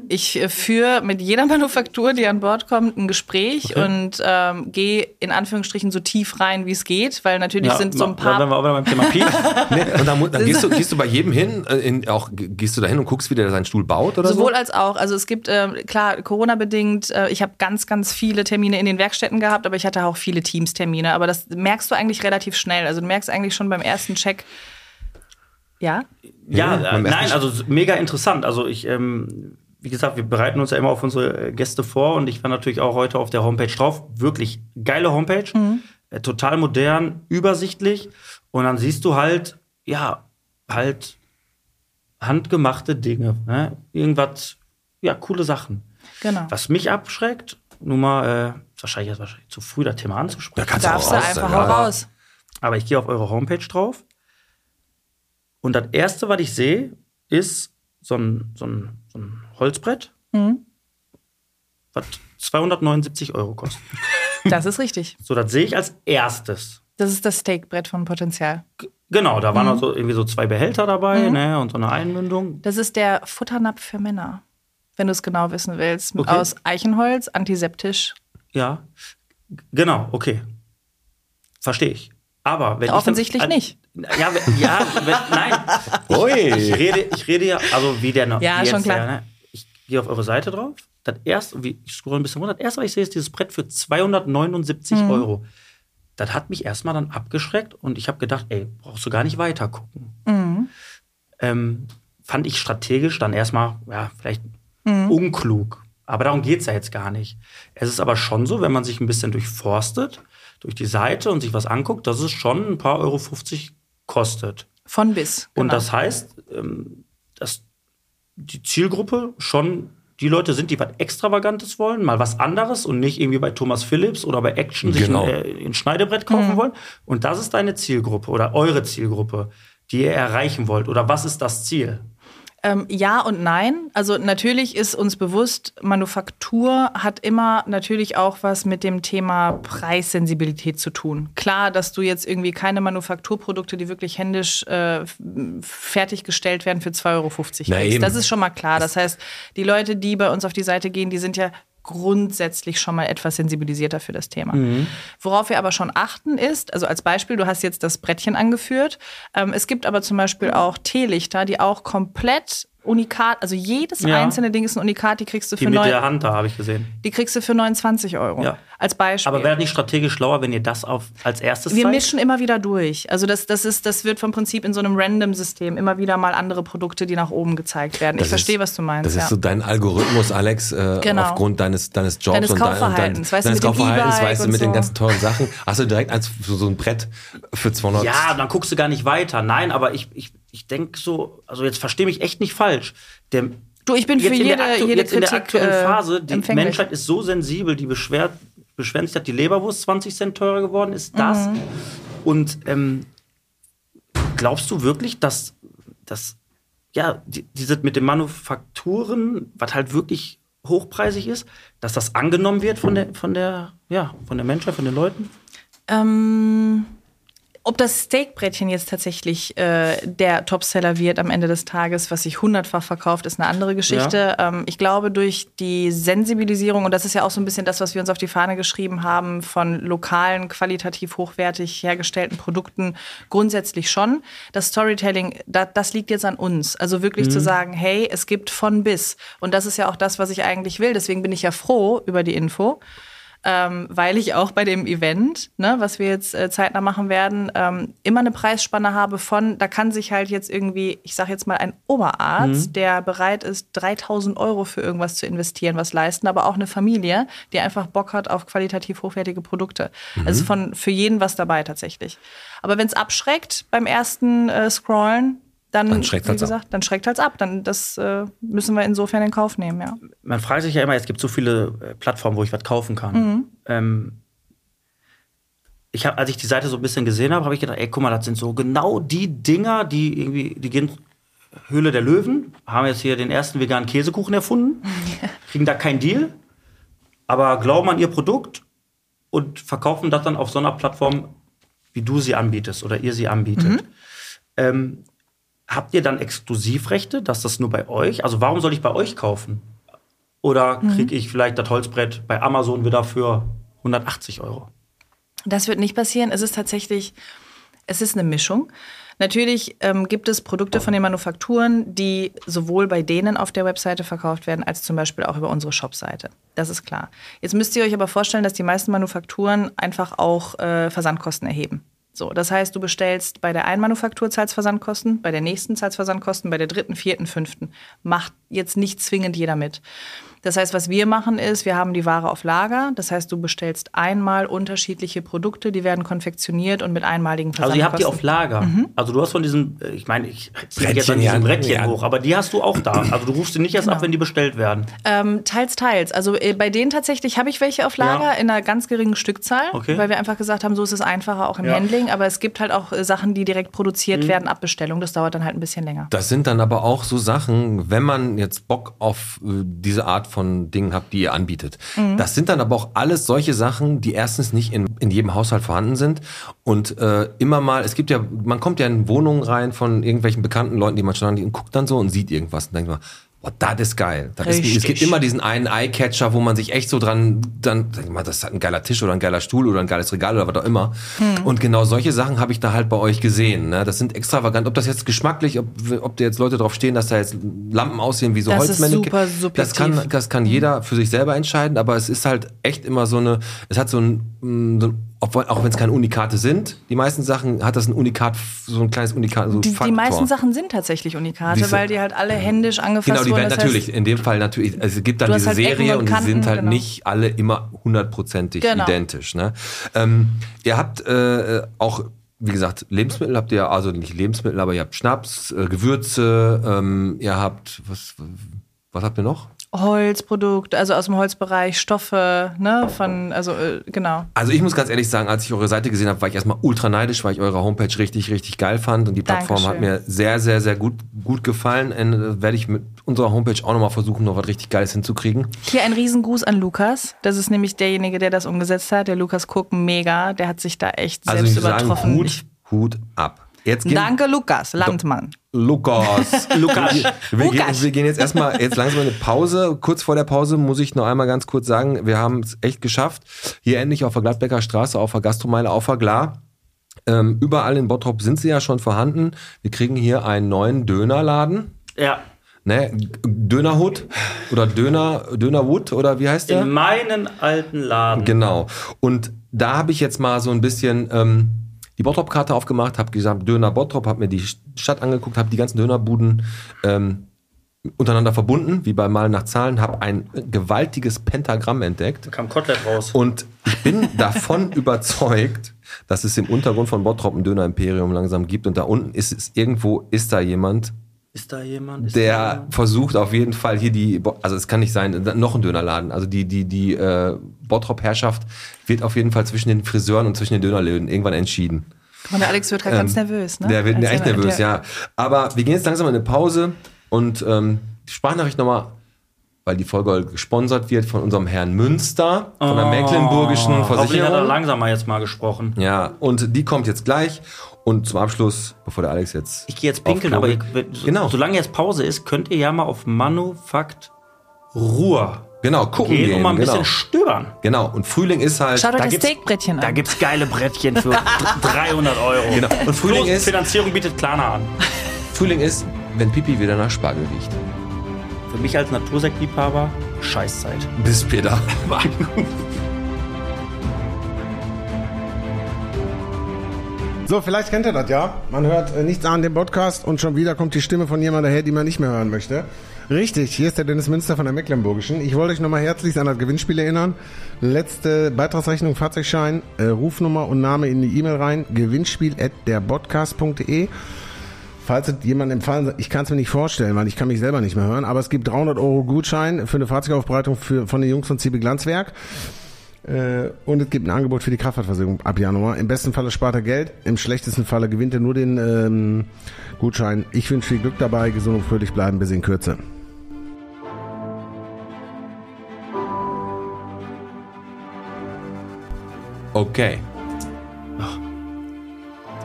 Speaker 3: ich äh, führe mit jeder Manufaktur, die an Bord kommt, ein Gespräch
Speaker 2: Okay.
Speaker 3: und ähm, gehe in Anführungsstrichen so tief rein, wie es geht, weil natürlich
Speaker 2: Ja,
Speaker 3: sind so ein
Speaker 2: ma- Da
Speaker 3: paar.
Speaker 2: wären wir auch wieder beim Thema Pete.
Speaker 1: Nee, und dann, mu- dann gehst, du, gehst du bei jedem hin, äh, in, auch, ge- gehst du da hin und guckst, wie der seinen Stuhl baut oder
Speaker 3: Sowohl
Speaker 1: so?
Speaker 3: als auch. Also es gibt, ähm, klar, Corona-bedingt, äh, ich habe ganz, ganz viele Termine in den Werkstätten gehabt, aber ich hatte auch viele Teams-Termine. Aber das merkst du eigentlich relativ schnell. Also du merkst eigentlich schon beim ersten Check, ja,
Speaker 2: Ja,
Speaker 1: Ja,
Speaker 2: äh,
Speaker 1: man merkt
Speaker 2: nein,
Speaker 1: nicht.
Speaker 2: also s- mega interessant. Also ich, ähm, wie gesagt, wir bereiten uns ja immer auf unsere äh, Gäste vor und ich war natürlich auch heute auf der Homepage drauf. Wirklich geile Homepage, äh, total modern, übersichtlich. Und dann siehst du halt, ja, halt handgemachte Dinge, ne? irgendwas, ja, coole Sachen.
Speaker 3: genau.
Speaker 2: Was mich abschreckt, nur mal, äh, ist wahrscheinlich ist wahrscheinlich zu früh, das Thema anzusprechen.
Speaker 1: kannst
Speaker 3: Darfst du
Speaker 1: raus,
Speaker 3: einfach
Speaker 1: ja.
Speaker 3: auch raus.
Speaker 2: Aber ich gehe auf eure Homepage drauf. Und das erste, was ich sehe, ist so ein, so ein, so ein Holzbrett,
Speaker 3: Mhm.
Speaker 2: was 279 Euro kostet.
Speaker 3: Das ist richtig.
Speaker 2: So, das sehe ich als erstes.
Speaker 3: Das ist das Steakbrett von Potenzial.
Speaker 2: Genau, da waren
Speaker 3: Mhm.
Speaker 2: also irgendwie so zwei Behälter dabei ne, und so eine Einmündung.
Speaker 3: Das ist der Futternapf für Männer, wenn du es genau wissen willst.
Speaker 2: Okay.
Speaker 3: Aus Eichenholz, antiseptisch.
Speaker 2: Ja, G- genau, okay. Verstehe ich. Aber wenn ich dann-
Speaker 3: Offensichtlich
Speaker 2: äh,
Speaker 3: nicht.
Speaker 2: Ja, wenn, ja wenn, nein, Ich
Speaker 1: Ui.
Speaker 2: rede, ich rede ja, also wie der noch.
Speaker 3: Ja,
Speaker 2: wie
Speaker 3: schon klar.
Speaker 2: ne? Ich gehe auf eure Seite drauf. Das erste, wie, ich scroll ein bisschen runter. Das erste, was ich sehe, ist dieses Brett für 279
Speaker 3: Mhm.
Speaker 2: Euro. Das hat mich erstmal dann abgeschreckt und ich habe gedacht, ey, brauchst du gar nicht weiter gucken.
Speaker 3: Mhm.
Speaker 2: Ähm, fand ich strategisch dann erstmal, ja, vielleicht
Speaker 3: Mhm.
Speaker 2: unklug. Aber darum geht es ja jetzt gar nicht. Es ist aber schon so, wenn man sich ein bisschen durchforstet, durch die Seite und sich was anguckt, dass es schon ein paar Euro 50 kostet.
Speaker 3: Von bis.
Speaker 2: Und
Speaker 3: genau.
Speaker 2: das heißt, ähm, dass die Zielgruppe schon die Leute sind, die was Extravagantes wollen, mal was anderes und nicht irgendwie bei Thomas Phillips oder bei Action sich
Speaker 1: Genau.
Speaker 2: ein, äh, ein Schneidebrett
Speaker 3: Mhm.
Speaker 2: kaufen wollen. Und das ist deine Zielgruppe oder eure Zielgruppe, die ihr erreichen wollt. Oder was ist das Ziel?
Speaker 3: Ähm, ja und nein. Also natürlich ist uns bewusst, Manufaktur hat immer natürlich auch was mit dem Thema Preissensibilität zu tun. Klar, dass du jetzt irgendwie keine Manufakturprodukte, die wirklich händisch äh, f- fertiggestellt werden, für 2,50 Euro kriegst.
Speaker 1: Na eben.
Speaker 3: Das ist schon mal klar. Das heißt, die Leute, die bei uns auf die Seite gehen, die sind ja grundsätzlich schon mal etwas sensibilisierter für das Thema.
Speaker 2: Mhm.
Speaker 3: Worauf wir aber schon achten ist, also als Beispiel, du hast jetzt das Brettchen angeführt. Ähm, es gibt aber zum Beispiel auch Teelichter, die auch komplett unikat, also jedes
Speaker 2: Ja.
Speaker 3: einzelne Ding ist ein Unikat, die kriegst du
Speaker 2: Die
Speaker 3: für,
Speaker 2: mit der
Speaker 3: neun,
Speaker 2: Hand da, habe ich gesehen.
Speaker 3: die kriegst du für 29 Euro.
Speaker 2: Ja.
Speaker 3: Als Beispiel.
Speaker 2: Aber wäre nicht strategisch schlauer, wenn ihr das auf, als erstes
Speaker 3: Wir
Speaker 2: zeigt?
Speaker 3: mischen immer wieder durch. Also das, das, ist, das wird vom Prinzip in so einem Random-System immer wieder mal andere Produkte, die nach oben gezeigt werden.
Speaker 1: Das
Speaker 3: ich
Speaker 1: ist-
Speaker 3: verstehe, was du meinst.
Speaker 1: Das ist
Speaker 3: ja.
Speaker 1: so dein Algorithmus, Alex, äh,
Speaker 3: Genau.
Speaker 1: aufgrund deines, deines Jobs
Speaker 3: Deines
Speaker 1: und dein- und dein,
Speaker 3: Kaufverhaltens, weißt du,
Speaker 1: deines
Speaker 3: mit dem
Speaker 1: Kaufverhaltens,
Speaker 3: E-Bike
Speaker 1: weißt du,
Speaker 3: und
Speaker 1: mit den
Speaker 3: so.
Speaker 1: ganzen teuren Sachen. Hast du direkt eins, so so ein Brett für 200
Speaker 2: Ja, dann guckst du gar nicht weiter. Nein, aber ich, ich, ich denke so, also jetzt verstehe mich echt nicht falsch. Der,
Speaker 3: Du, ich bin für
Speaker 2: in
Speaker 3: jede-
Speaker 2: der aktu-
Speaker 3: jede
Speaker 2: jetzt in der
Speaker 3: Kritik,
Speaker 2: aktuellen
Speaker 3: äh,
Speaker 2: Phase, die
Speaker 3: empfänglich.
Speaker 2: Menschheit ist so sensibel, die beschwert, beschweren sich, dass die Leberwurst 20 Cent teurer geworden ist, das.
Speaker 3: Mhm.
Speaker 2: Und ähm, glaubst du wirklich, dass, dass ja, die, diese mit den Manufakturen, was halt wirklich hochpreisig ist, dass das angenommen wird von der, von der, ja, von der Menschheit, von den Leuten?
Speaker 3: Ähm, ob das Steakbrettchen jetzt tatsächlich äh, der Topseller wird am Ende des Tages, was sich hundertfach verkauft, ist eine andere Geschichte. Ähm, ich glaube, durch die Sensibilisierung, und das ist ja auch so ein bisschen das, was wir uns auf die Fahne geschrieben haben, von lokalen, qualitativ hochwertig hergestellten Produkten, grundsätzlich schon. Das Storytelling, da, das liegt jetzt an uns. Also wirklich zu sagen, hey, es gibt von bis. Und das ist ja auch das, was ich eigentlich will. Deswegen bin ich ja froh über die Info ähm, weil ich auch bei dem Event, ne, was wir jetzt äh, zeitnah machen werden, ähm, immer eine Preisspanne habe von, da kann sich halt jetzt irgendwie, ich sage jetzt mal, ein Oberarzt,
Speaker 1: Mhm.
Speaker 3: der bereit ist, 3000 Euro für irgendwas zu investieren, was leisten, aber auch eine Familie, die einfach Bock hat auf qualitativ hochwertige Produkte.
Speaker 1: Mhm.
Speaker 3: Also von für jeden was dabei tatsächlich. Aber wenn es abschreckt beim ersten äh, Scrollen, dann,
Speaker 1: Dann schreckt's
Speaker 3: wie
Speaker 1: halt ab.
Speaker 3: gesagt, dann schreckt halt's ab. Dann das äh, müssen wir insofern in Kauf nehmen, ja.
Speaker 2: man fragt sich ja immer, es gibt so viele äh, Plattformen, wo ich was kaufen kann. Ähm, ich hab, als ich die Seite so ein bisschen gesehen habe, habe ich gedacht, ey, guck mal, das sind so genau die Dinger, die irgendwie, die gehen Höhle der Löwen, haben jetzt hier den ersten veganen Käsekuchen erfunden, kriegen da keinen Deal, aber glauben an ihr Produkt und verkaufen das dann auf so einer Plattform, wie du sie anbietest oder ihr sie anbietet. Ähm, Habt ihr dann Exklusivrechte, dass das nur bei euch? Also warum soll ich bei euch kaufen? Oder kriege ich vielleicht das Holzbrett bei Amazon wieder für 180 Euro?
Speaker 3: Das wird nicht passieren. Es ist tatsächlich, es ist eine Mischung. Natürlich ähm, gibt es Produkte von den Manufakturen, die sowohl bei denen auf der Webseite verkauft werden, als zum Beispiel auch über unsere Shopseite. Das ist klar. Jetzt müsst ihr euch aber vorstellen, dass die meisten Manufakturen einfach auch äh, Versandkosten erheben. So, das heißt, du bestellst bei der einen Manufaktur zahlst Versandkosten, bei der nächsten zahlst Versandkosten, bei der dritten, vierten, fünften. Macht jetzt nicht zwingend jeder mit. Das heißt, was wir machen ist, wir haben die Ware auf Lager. Das heißt, du bestellst einmal unterschiedliche Produkte, die werden konfektioniert und mit einmaligen
Speaker 2: Also ihr habt die
Speaker 3: Versandkosten.
Speaker 2: auf Lager. Also du hast von diesem, äh, ich meine, ich kriege jetzt
Speaker 1: Brettchen,
Speaker 2: an diesem
Speaker 1: ja.
Speaker 2: Brettchen
Speaker 1: Ja.
Speaker 2: hoch, aber die hast du auch da. Also du rufst sie nicht erst ab, wenn die bestellt werden.
Speaker 3: Ähm, teils, teils. Also äh, bei denen tatsächlich habe ich welche auf Lager
Speaker 2: Ja.
Speaker 3: in einer ganz geringen Stückzahl,
Speaker 2: Okay.
Speaker 3: weil wir einfach gesagt haben, so ist es einfacher auch im
Speaker 2: Ja.
Speaker 3: Handling. Aber es gibt halt auch äh, Sachen, die direkt produziert werden ab Bestellung. Das dauert dann halt ein bisschen länger.
Speaker 1: Das sind dann aber auch so Sachen, wenn man jetzt Bock auf äh, diese Art von Dingen hat, die ihr anbietet. Das sind dann aber auch alles solche Sachen, die erstens nicht in, in jedem Haushalt vorhanden sind und äh, immer mal, es gibt ja, man kommt ja in Wohnungen rein von irgendwelchen bekannten Leuten, die man schon anbietet und guckt dann so und sieht irgendwas und denkt mal, Boah, das ist geil. Das ist, es
Speaker 3: Richtig.
Speaker 1: gibt immer diesen einen Eye-Catcher, wo man sich echt so dran, dann, sag ich mal, das hat ein geiler Tisch oder ein geiler Stuhl oder ein geiles Regal oder was auch immer.
Speaker 3: Hm.
Speaker 1: Und genau solche Sachen habe ich da halt bei euch gesehen. Ne? Das sind extravagant, ob das jetzt geschmacklich, ob, ob da jetzt Leute drauf stehen, dass da jetzt Lampen aussehen wie so
Speaker 3: Das ist
Speaker 1: Holzmännchen.
Speaker 3: super
Speaker 1: das
Speaker 3: subjektiv. Hm.
Speaker 1: kann, das kann jeder für sich selber entscheiden, aber es ist halt echt immer so eine, es hat so ein, mm, so ein obwohl- auch wenn es keine Unikate sind, die meisten Sachen hat das ein Unikat, so ein kleines Unikat, so ein
Speaker 3: Die, die
Speaker 1: Faktor.
Speaker 3: meisten Sachen sind tatsächlich Unikate,
Speaker 1: Diese-
Speaker 3: weil die halt alle händisch angefasst
Speaker 1: Genau, die
Speaker 3: wurden.
Speaker 1: werden
Speaker 3: Das
Speaker 1: natürlich,
Speaker 3: heißt,
Speaker 1: in dem Fall natürlich, also es gibt dann
Speaker 3: Du hast
Speaker 1: diese
Speaker 3: halt Ecken
Speaker 1: Serie
Speaker 3: und
Speaker 1: und die sind
Speaker 3: Kanten,
Speaker 1: halt
Speaker 3: genau.
Speaker 1: nicht alle immer hundertprozentig
Speaker 3: Genau.
Speaker 1: identisch. Ne? Ähm, ihr habt äh, auch, wie gesagt, Lebensmittel habt ihr, also nicht Lebensmittel, aber ihr habt Schnaps, äh, Gewürze, ähm, ihr habt, was, was habt ihr noch?
Speaker 3: Holzprodukte, also aus dem Holzbereich, Stoffe, ne, von, also äh, genau.
Speaker 1: Also ich muss ganz ehrlich sagen, als ich eure Seite gesehen habe, war ich erstmal ultra neidisch, weil ich eure Homepage richtig, richtig geil fand und die Plattform
Speaker 3: Dankeschön.
Speaker 1: hat mir sehr, sehr, sehr gut, gut gefallen. Und, äh, werde ich mit unserer Homepage auch nochmal versuchen, noch was richtig Geiles hinzukriegen.
Speaker 3: Hier ein Riesengruß an Lukas. Das ist nämlich derjenige, der das umgesetzt hat. Der Lukas Cook, mega. Der hat sich da echt
Speaker 1: Also
Speaker 3: selbst
Speaker 1: ich würde
Speaker 3: übertroffen.
Speaker 1: sagen, Hut,
Speaker 3: Ich-
Speaker 1: Hut ab. Jetzt gehen
Speaker 3: Danke, Lukas, Landmann.
Speaker 1: Lukas. Lukas. Wir, gehen,
Speaker 3: Lukas.
Speaker 1: wir gehen jetzt erstmal jetzt langsam in eine Pause. Kurz vor der Pause muss ich noch einmal ganz kurz sagen, wir haben es echt geschafft. Hier endlich auf der Gladbecker Straße, auf der Gastromeile, auf der Glar. Ähm, überall in Bottrop sind sie ja schon vorhanden. Wir kriegen hier einen neuen Dönerladen.
Speaker 2: Ja.
Speaker 1: Ne? G- Dönerhut oder Döner, Dönerwood oder wie heißt
Speaker 2: In
Speaker 1: der?
Speaker 2: meinen alten Laden.
Speaker 1: Genau. Und da habe ich jetzt mal so ein bisschen ähm, die Bottrop-Karte aufgemacht, habe gesagt, Döner Bottrop, habe mir die Stadt angeguckt, habe die ganzen Dönerbuden ähm, untereinander verbunden, wie bei Malen nach Zahlen, habe ein gewaltiges Pentagramm entdeckt.
Speaker 2: Da kam Kotelett raus.
Speaker 1: Und ich bin davon überzeugt, dass es im Untergrund von Bottrop ein Döner-Imperium langsam gibt. Und da unten ist es irgendwo, ist da jemand,
Speaker 2: ist da jemand? Ist da
Speaker 1: der
Speaker 2: jemand?
Speaker 1: versucht auf jeden Fall hier die, Bo- also es kann nicht sein, noch ein Dönerladen. Also die, die, die äh, Bottrop-Herrschaft wird auf jeden Fall zwischen den Friseuren und zwischen den Dönerläden irgendwann entschieden. Ähm,
Speaker 3: Und der Alex wird gerade ganz nervös, ne?
Speaker 1: Der wird
Speaker 3: Als
Speaker 1: echt
Speaker 3: er-
Speaker 1: nervös,
Speaker 3: der-
Speaker 1: ja. Aber wir gehen jetzt langsam in eine Pause und ähm, die Sprachnachricht nochmal weil die Folge gesponsert wird von unserem Herrn Münster, von
Speaker 2: Oh.
Speaker 1: der Mecklenburgischen
Speaker 2: Hoffentlich hat er
Speaker 1: Versicherung.
Speaker 2: langsamer jetzt mal gesprochen.
Speaker 1: Ja, und die kommt jetzt gleich. Und zum Abschluss, bevor der Alex jetzt.
Speaker 2: Ich gehe jetzt pinkeln,
Speaker 1: auf
Speaker 2: aber
Speaker 1: Klo
Speaker 2: ich,
Speaker 1: geht-
Speaker 2: so,
Speaker 1: genau,
Speaker 2: solange jetzt Pause ist, könnt ihr ja mal auf Manufakt Ruhr
Speaker 1: genau, gucken
Speaker 2: gehen und
Speaker 1: gehen.
Speaker 2: mal ein
Speaker 1: Genau,
Speaker 2: bisschen stöbern.
Speaker 1: genau, und Frühling ist halt.
Speaker 3: Schaut euch
Speaker 2: Da
Speaker 3: das
Speaker 2: gibt's-
Speaker 3: Steakbrettchen
Speaker 2: Da
Speaker 3: an.
Speaker 2: gibt's geile Brettchen für 300 Euro.
Speaker 1: Genau. Und Frühling ist-
Speaker 2: Finanzierung bietet Klarna an.
Speaker 1: Frühling ist, wenn Pipi wieder nach Spargel riecht.
Speaker 2: Für mich als Natursektliebhaber, Scheißzeit.
Speaker 1: Bis später.
Speaker 4: So, vielleicht kennt ihr das ja. Man hört äh, nichts an dem Podcast und schon wieder kommt die Stimme von jemandem her, die man nicht mehr hören möchte. Richtig, hier ist der Dennis Münster von der Mecklenburgischen. Ich wollte euch nochmal herzlichst an das Gewinnspiel erinnern. Letzte Beitragsrechnung, Fahrzeugschein, äh, Rufnummer und Name in die E-Mail rein. Gewinnspiel at derpodcast.de. Falls es jemandem empfallen soll, ich kann es mir nicht vorstellen, weil ich kann mich selber nicht mehr hören, aber es gibt 300 Euro Gutschein für eine Fahrzeugaufbereitung für, von den Jungs von Ziebe Glanzwerk. Äh, Und es gibt ein Angebot für die Kraftfahrtversicherung ab Januar. Im besten Falle spart er Geld, im schlechtesten Falle gewinnt er nur den ähm, Gutschein. Ich wünsche viel Glück dabei, gesund und fröhlich bleiben, bis in Kürze.
Speaker 1: Okay.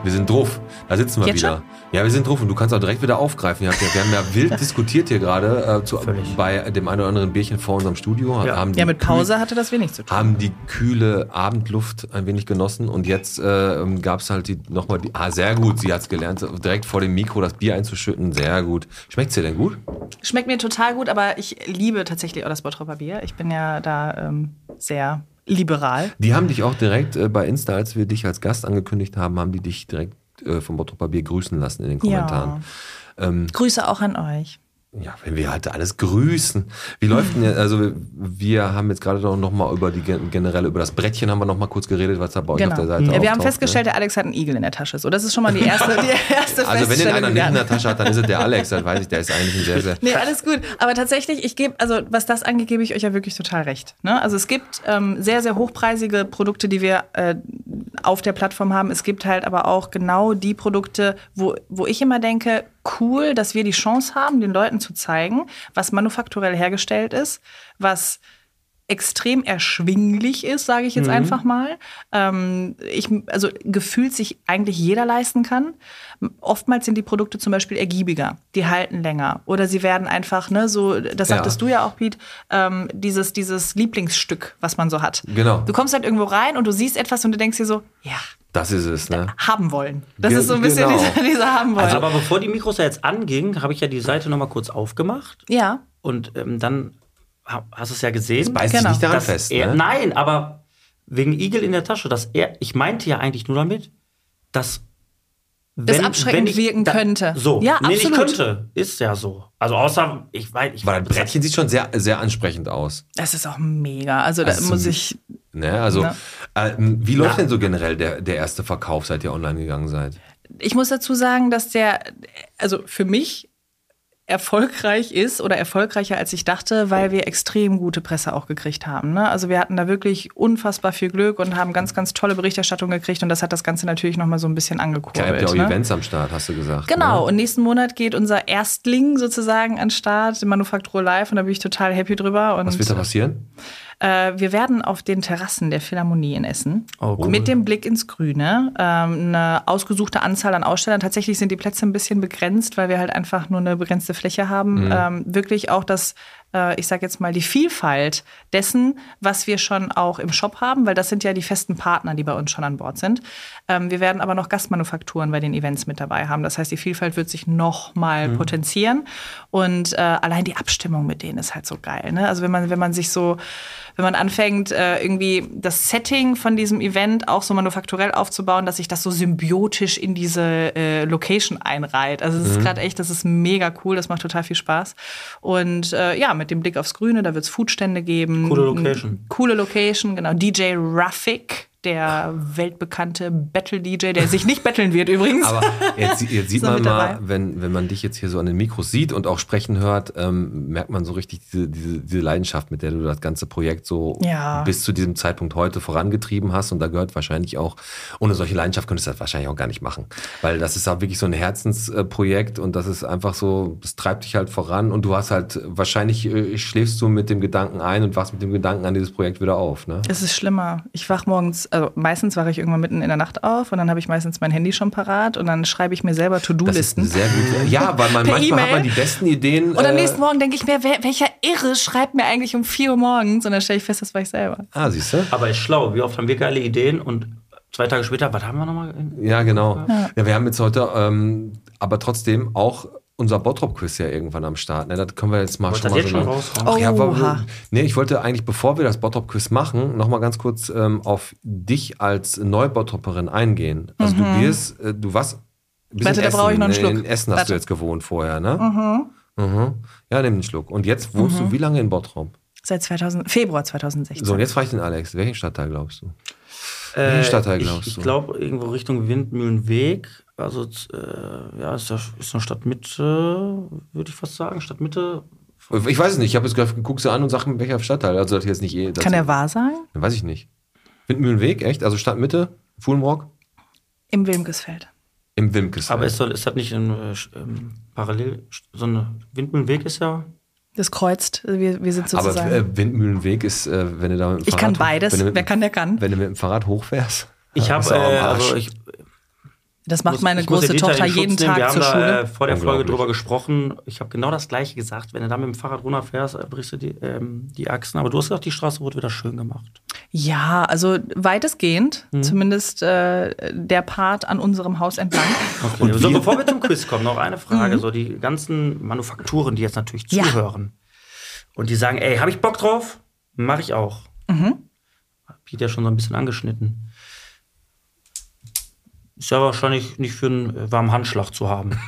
Speaker 1: Wir sind drauf. Da sitzen wir
Speaker 3: Jetzt
Speaker 1: wieder.
Speaker 3: schon?
Speaker 1: Ja, wir sind drauf und du kannst auch direkt wieder aufgreifen. Ihr habt ja- Wir haben ja wild diskutiert hier gerade äh, zu-
Speaker 2: Völlig.
Speaker 1: bei dem einen oder anderen Bierchen vor unserem Studio.
Speaker 2: Ja.
Speaker 1: Haben die
Speaker 3: Ja, mit
Speaker 1: Kühe-
Speaker 3: Pause hatte das wenig zu tun.
Speaker 1: haben die kühle Abendluft ein wenig genossen und jetzt äh, gab es halt die nochmal die. Ah, sehr gut, sie hat es gelernt, direkt vor dem Mikro das Bier einzuschütten. Sehr gut. Schmeckt's dir denn gut?
Speaker 3: Schmeckt mir total gut, aber ich liebe tatsächlich auch das Bottroper Bier. Ich bin ja da ähm, sehr liberal.
Speaker 1: Die haben dich auch direkt äh, bei Insta, als wir dich als Gast angekündigt haben, haben die dich direkt äh, vom Bottroper Bier grüßen lassen in den Kommentaren. Hm.
Speaker 3: Grüße auch an euch.
Speaker 1: Ja. wenn wir halt alles grüßen. Wie läuft denn jetzt, also wir, wir haben jetzt gerade noch, noch mal über die gen- generelle, über das Brettchen haben wir noch mal kurz geredet, was da bei euch
Speaker 3: Genau.
Speaker 1: auf Oh, der Seite
Speaker 3: Ja, wir haben
Speaker 1: auftaucht, ne?
Speaker 3: festgestellt, der Alex hat einen Igel in der Tasche. So, das ist schon mal die erste, die erste
Speaker 1: Ne? Also wenn den
Speaker 3: Feststellung,
Speaker 1: einer
Speaker 3: die
Speaker 1: nicht
Speaker 3: wir
Speaker 1: in der
Speaker 3: hatten.
Speaker 1: Tasche hat, dann ist es der Alex, dann weiß ich, der ist eigentlich ein sehr, sehr...
Speaker 3: Nee, alles gut. Aber tatsächlich, ich gebe, also was das angeht, gebe ich euch ja wirklich total recht. Ne? Also es gibt ähm, sehr, sehr hochpreisige Produkte, die wir äh, auf der Plattform haben. Es gibt halt aber auch genau die Produkte, wo, wo ich immer denke, cool, dass wir die Chance haben, den Leuten zu zeigen, was manufakturell hergestellt ist, was extrem erschwinglich ist, sage ich jetzt einfach mal. Ähm, ich, also gefühlt sich eigentlich jeder leisten kann. Oftmals sind die Produkte zum Beispiel ergiebiger, die halten länger oder sie werden einfach, ne, so, das
Speaker 1: Ja.
Speaker 3: sagtest du ja auch, Piet, ähm, dieses, dieses Lieblingsstück, was man so hat.
Speaker 1: Genau.
Speaker 3: Du kommst halt irgendwo rein und du siehst etwas und du denkst dir so, ja,
Speaker 1: Das ist es, ne?
Speaker 3: haben wollen. Das
Speaker 1: Ge-
Speaker 3: ist so ein bisschen
Speaker 1: genau.
Speaker 3: dieser, dieser haben wollen.
Speaker 2: Also, Aber bevor die Mikros ja jetzt angingen, habe ich ja die Seite nochmal kurz aufgemacht.
Speaker 3: ja.
Speaker 2: Und ähm, dann ha- hast du es ja gesehen.
Speaker 1: Beißt
Speaker 3: Genau.
Speaker 1: dich nicht daran
Speaker 2: dass
Speaker 1: fest,
Speaker 2: er,
Speaker 1: ne?
Speaker 2: Nein, aber wegen Igel in der Tasche, dass er, ich meinte ja eigentlich nur damit, dass
Speaker 3: Das abschreckend wirken könnte.
Speaker 2: So,
Speaker 3: Ja,
Speaker 2: nee,
Speaker 3: absolut.
Speaker 2: nicht könnte, ist ja so. Also außer, ich weiß, ich
Speaker 1: Weil das Brettchen sieht schon sehr, sehr ansprechend aus.
Speaker 3: Das ist auch mega. Also da
Speaker 1: Das ist
Speaker 3: muss
Speaker 1: ein-
Speaker 3: ich
Speaker 1: Ne? Also,
Speaker 3: Ja.
Speaker 1: ähm, wie läuft
Speaker 2: Ja.
Speaker 1: denn so generell der, der erste Verkauf, seit ihr online gegangen seid?
Speaker 3: ich muss dazu sagen, dass der, also für mich erfolgreich ist oder erfolgreicher als ich dachte, weil wir extrem gute Presse auch gekriegt haben. Ne? Also wir hatten da wirklich unfassbar viel Glück und haben ganz, ganz tolle Berichterstattung gekriegt und das hat das Ganze natürlich nochmal so ein bisschen
Speaker 1: Ihr habt
Speaker 3: angekurbelt.
Speaker 1: ja auch
Speaker 3: ne?
Speaker 1: Events am Start, hast du gesagt.
Speaker 3: Genau,
Speaker 1: Ne?
Speaker 3: und nächsten Monat geht unser Erstling sozusagen an den Start, Manufaktur Live, und da bin ich total happy drüber. Und
Speaker 1: Was wird da passieren?
Speaker 3: äh, wir werden auf den Terrassen der Philharmonie in Essen
Speaker 2: Oh, cool.
Speaker 3: mit dem Blick ins Grüne ähm, eine ausgesuchte Anzahl an Ausstellern. Tatsächlich sind die Plätze ein bisschen begrenzt, weil wir halt einfach nur eine begrenzte Fläche
Speaker 2: Mhm.
Speaker 3: haben. Ähm, wirklich auch das, äh, ich sage jetzt mal, die Vielfalt dessen, was wir schon auch im Shop haben, weil das sind ja die festen Partner, die bei uns schon an Bord sind. Ähm, wir werden aber noch Gastmanufakturen bei den Events mit dabei haben. Das heißt, die Vielfalt wird sich noch mal potenzieren. Und äh, allein die Abstimmung mit denen ist halt so geil. Ne? Also wenn man, wenn man sich so, wenn man anfängt, äh, irgendwie das Setting von diesem Event auch so manufakturell aufzubauen, dass sich das so symbiotisch in diese äh, Location einreiht. Also es ist gerade echt, das ist mega cool, das macht total viel Spaß. Und äh, ja, mit dem Blick aufs Grüne, da wird es Foodstände geben.
Speaker 2: Coole Location.
Speaker 3: Coole Location, genau. DJ Raffic. der weltbekannte Battle-DJ, der sich nicht betteln wird übrigens.
Speaker 1: Aber jetzt, jetzt sieht
Speaker 3: Sind
Speaker 1: man
Speaker 3: mit
Speaker 1: mal,
Speaker 3: dabei.
Speaker 1: wenn, wenn man dich jetzt hier so an den Mikros sieht und auch sprechen hört, ähm, merkt man so richtig diese, diese, diese Leidenschaft, mit der du das ganze Projekt so
Speaker 3: Ja.
Speaker 1: bis zu diesem Zeitpunkt heute vorangetrieben hast. Und da gehört wahrscheinlich auch, ohne solche Leidenschaft könntest du das wahrscheinlich auch gar nicht machen. Weil das ist auch wirklich so ein Herzensprojekt und das ist einfach so, das treibt dich halt voran und du hast halt, wahrscheinlich äh, schläfst du mit dem Gedanken ein und wachst mit dem Gedanken an dieses Projekt wieder auf. Ne?
Speaker 3: Es ist schlimmer. Ich wach morgens, also meistens wache ich irgendwann mitten in der Nacht auf und dann habe ich meistens mein Handy schon parat und dann schreibe ich mir selber
Speaker 1: Das ist eine
Speaker 3: To-Do-Listen.
Speaker 1: sehr gute. Ja, weil man, manchmal
Speaker 3: Per
Speaker 1: hat
Speaker 3: E-Mail.
Speaker 1: man die besten Ideen.
Speaker 3: Und am
Speaker 1: äh,
Speaker 3: nächsten Morgen denke ich mir, wer, welcher Irre schreibt mir eigentlich um 4 Uhr morgens? Und dann stelle ich fest, das war ich selber.
Speaker 1: Ah, siehst du?
Speaker 2: Aber ist schlau. Wie oft haben wir geile Ideen und zwei Tage später, was haben wir nochmal?
Speaker 1: Ja, genau. Ja. wir haben jetzt heute, ähm, aber trotzdem auch unser Bottrop-Quiz ja irgendwann am Start. Ne? Das können wir jetzt mal
Speaker 2: Wollt
Speaker 1: schon
Speaker 2: das
Speaker 1: mal
Speaker 2: jetzt
Speaker 1: so
Speaker 2: schon
Speaker 1: machen.
Speaker 2: raushauen?
Speaker 1: Ach, ja, aber,
Speaker 3: Oha.
Speaker 1: nee, ich wollte eigentlich, bevor wir das Bottrop-Quiz machen, nochmal ganz kurz ähm, auf dich als Neubottroperin eingehen. Also du wirst, äh, du warst, bist
Speaker 3: Mhm. Warte,
Speaker 1: in
Speaker 3: da
Speaker 1: Essen,
Speaker 3: brauche ich noch einen
Speaker 1: ne?
Speaker 3: Schluck.
Speaker 1: In Essen hast
Speaker 3: Warte.
Speaker 1: du jetzt gewohnt vorher, ne? Mhm. Ja, nimm den Schluck. Und jetzt wohnst
Speaker 3: Mhm.
Speaker 1: du wie lange in Bottrop?
Speaker 3: Seit 2000, Februar 2016.
Speaker 1: So, und jetzt frage ich den Alex, welchen Stadtteil glaubst du?
Speaker 2: Äh,
Speaker 1: Stadtteil
Speaker 2: ich-
Speaker 1: glaubst du?
Speaker 2: Ich glaube, irgendwo Richtung Windmühlenweg. Also, äh, ja, ist, ja, ist eine Stadtmitte, würde ich fast sagen. Stadtmitte.
Speaker 1: Ich weiß es nicht, ich habe jetzt gerade guckst du an und sag mir, welcher Stadtteil. Also das jetzt nicht eh. das-
Speaker 3: Kann er wahr sein?
Speaker 1: Ja, Weiß ich nicht. Windmühlenweg, echt? Also Stadtmitte, Fuhlenbrock,
Speaker 3: Im Wilmgesfeld.
Speaker 1: im Wimkes.
Speaker 2: Aber ist, das- ist das nicht in, äh, sch- ähm, parallel? So ein Windmühlenweg ist ja.
Speaker 3: Das kreuzt, wir, wir sind
Speaker 1: Aber
Speaker 3: sozusagen.
Speaker 1: äh, Windmühlenweg ist, äh, wenn du da mit dem
Speaker 3: ich kann
Speaker 1: hoch-
Speaker 3: beides,
Speaker 1: wenn du mit,
Speaker 3: wer kann, der kann.
Speaker 1: Wenn du mit dem Fahrrad hochfährst.
Speaker 2: Ich habe,
Speaker 1: bist du auch am
Speaker 2: äh,
Speaker 1: Arsch.
Speaker 2: also ich
Speaker 3: Das macht
Speaker 2: muss-
Speaker 3: meine
Speaker 2: ich muss
Speaker 3: große
Speaker 2: Editha in
Speaker 3: Tochter
Speaker 2: Schutz
Speaker 3: jeden
Speaker 2: nehmen. Wir
Speaker 3: Tag
Speaker 2: haben
Speaker 3: zur
Speaker 2: da,
Speaker 3: Schule.
Speaker 2: Äh, vor der Folge
Speaker 1: Unglaublich.
Speaker 2: drüber gesprochen. Ich habe genau das Gleiche gesagt. Wenn du da mit dem Fahrrad runterfährst, äh, brichst du die, ähm, die Achsen. Aber du hast gesagt, die Straße wurde wieder schön gemacht.
Speaker 3: Ja, also weitestgehend,
Speaker 1: Hm.
Speaker 3: zumindest äh, der Part an unserem Haus entlang.
Speaker 2: Okay. so, bevor wir zum Quiz kommen, noch eine Frage. So die ganzen Manufakturen, die jetzt natürlich
Speaker 3: Ja.
Speaker 2: zuhören und die sagen, ey, habe ich Bock drauf? Mache ich auch. Hab ich ja schon so ein bisschen angeschnitten. Ist ja wahrscheinlich nicht für einen äh, warmen Handschlag zu haben.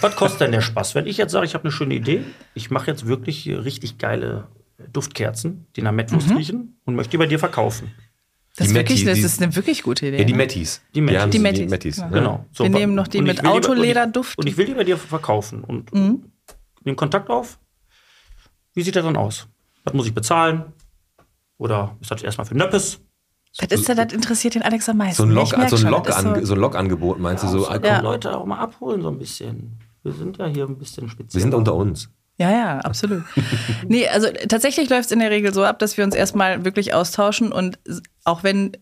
Speaker 2: Was kostet denn der Spaß? Wenn ich jetzt sage, ich habe eine schöne Idee, ich mache jetzt wirklich hier richtig geile Duftkerzen, die nach Mettwurst riechen und möchte die bei dir verkaufen.
Speaker 3: Das,
Speaker 1: Die
Speaker 3: ist wirklich,
Speaker 1: Metti,
Speaker 3: das
Speaker 1: die-
Speaker 3: ist eine wirklich gute Idee.
Speaker 1: Ja, die
Speaker 3: ne?
Speaker 1: Mettis.
Speaker 2: Die Mettis.
Speaker 1: haben
Speaker 3: Die
Speaker 1: sie-
Speaker 3: Mettis,
Speaker 1: ne?
Speaker 3: genau.
Speaker 2: Genau.
Speaker 3: Wir
Speaker 2: wa-
Speaker 3: nehmen noch die
Speaker 2: und ich
Speaker 3: mit
Speaker 2: will bei-
Speaker 3: Autolederduft. Mhm.
Speaker 2: Und ich, und ich will die bei dir verkaufen und nehme Kontakt auf. Wie sieht das dann aus? Was muss ich bezahlen? Oder ist das erstmal für Nöppes?
Speaker 3: das, ist ja, das interessiert den Alex am meisten.
Speaker 1: So ein
Speaker 3: Ich
Speaker 1: Lock,
Speaker 3: merk
Speaker 1: so ein
Speaker 3: schon,
Speaker 1: Lock,
Speaker 3: das ist
Speaker 1: so. ein Lockangebot meinst du so? ah, komm,
Speaker 2: ja.
Speaker 3: Ja.
Speaker 2: Leute auch mal abholen so ein bisschen. Wir sind ja hier ein bisschen speziell.
Speaker 1: Wir sind unter uns.
Speaker 3: Ja, ja, absolut. nee, also tatsächlich läuft es in der Regel so ab, dass wir uns erstmal wirklich austauschen und s- auch wenn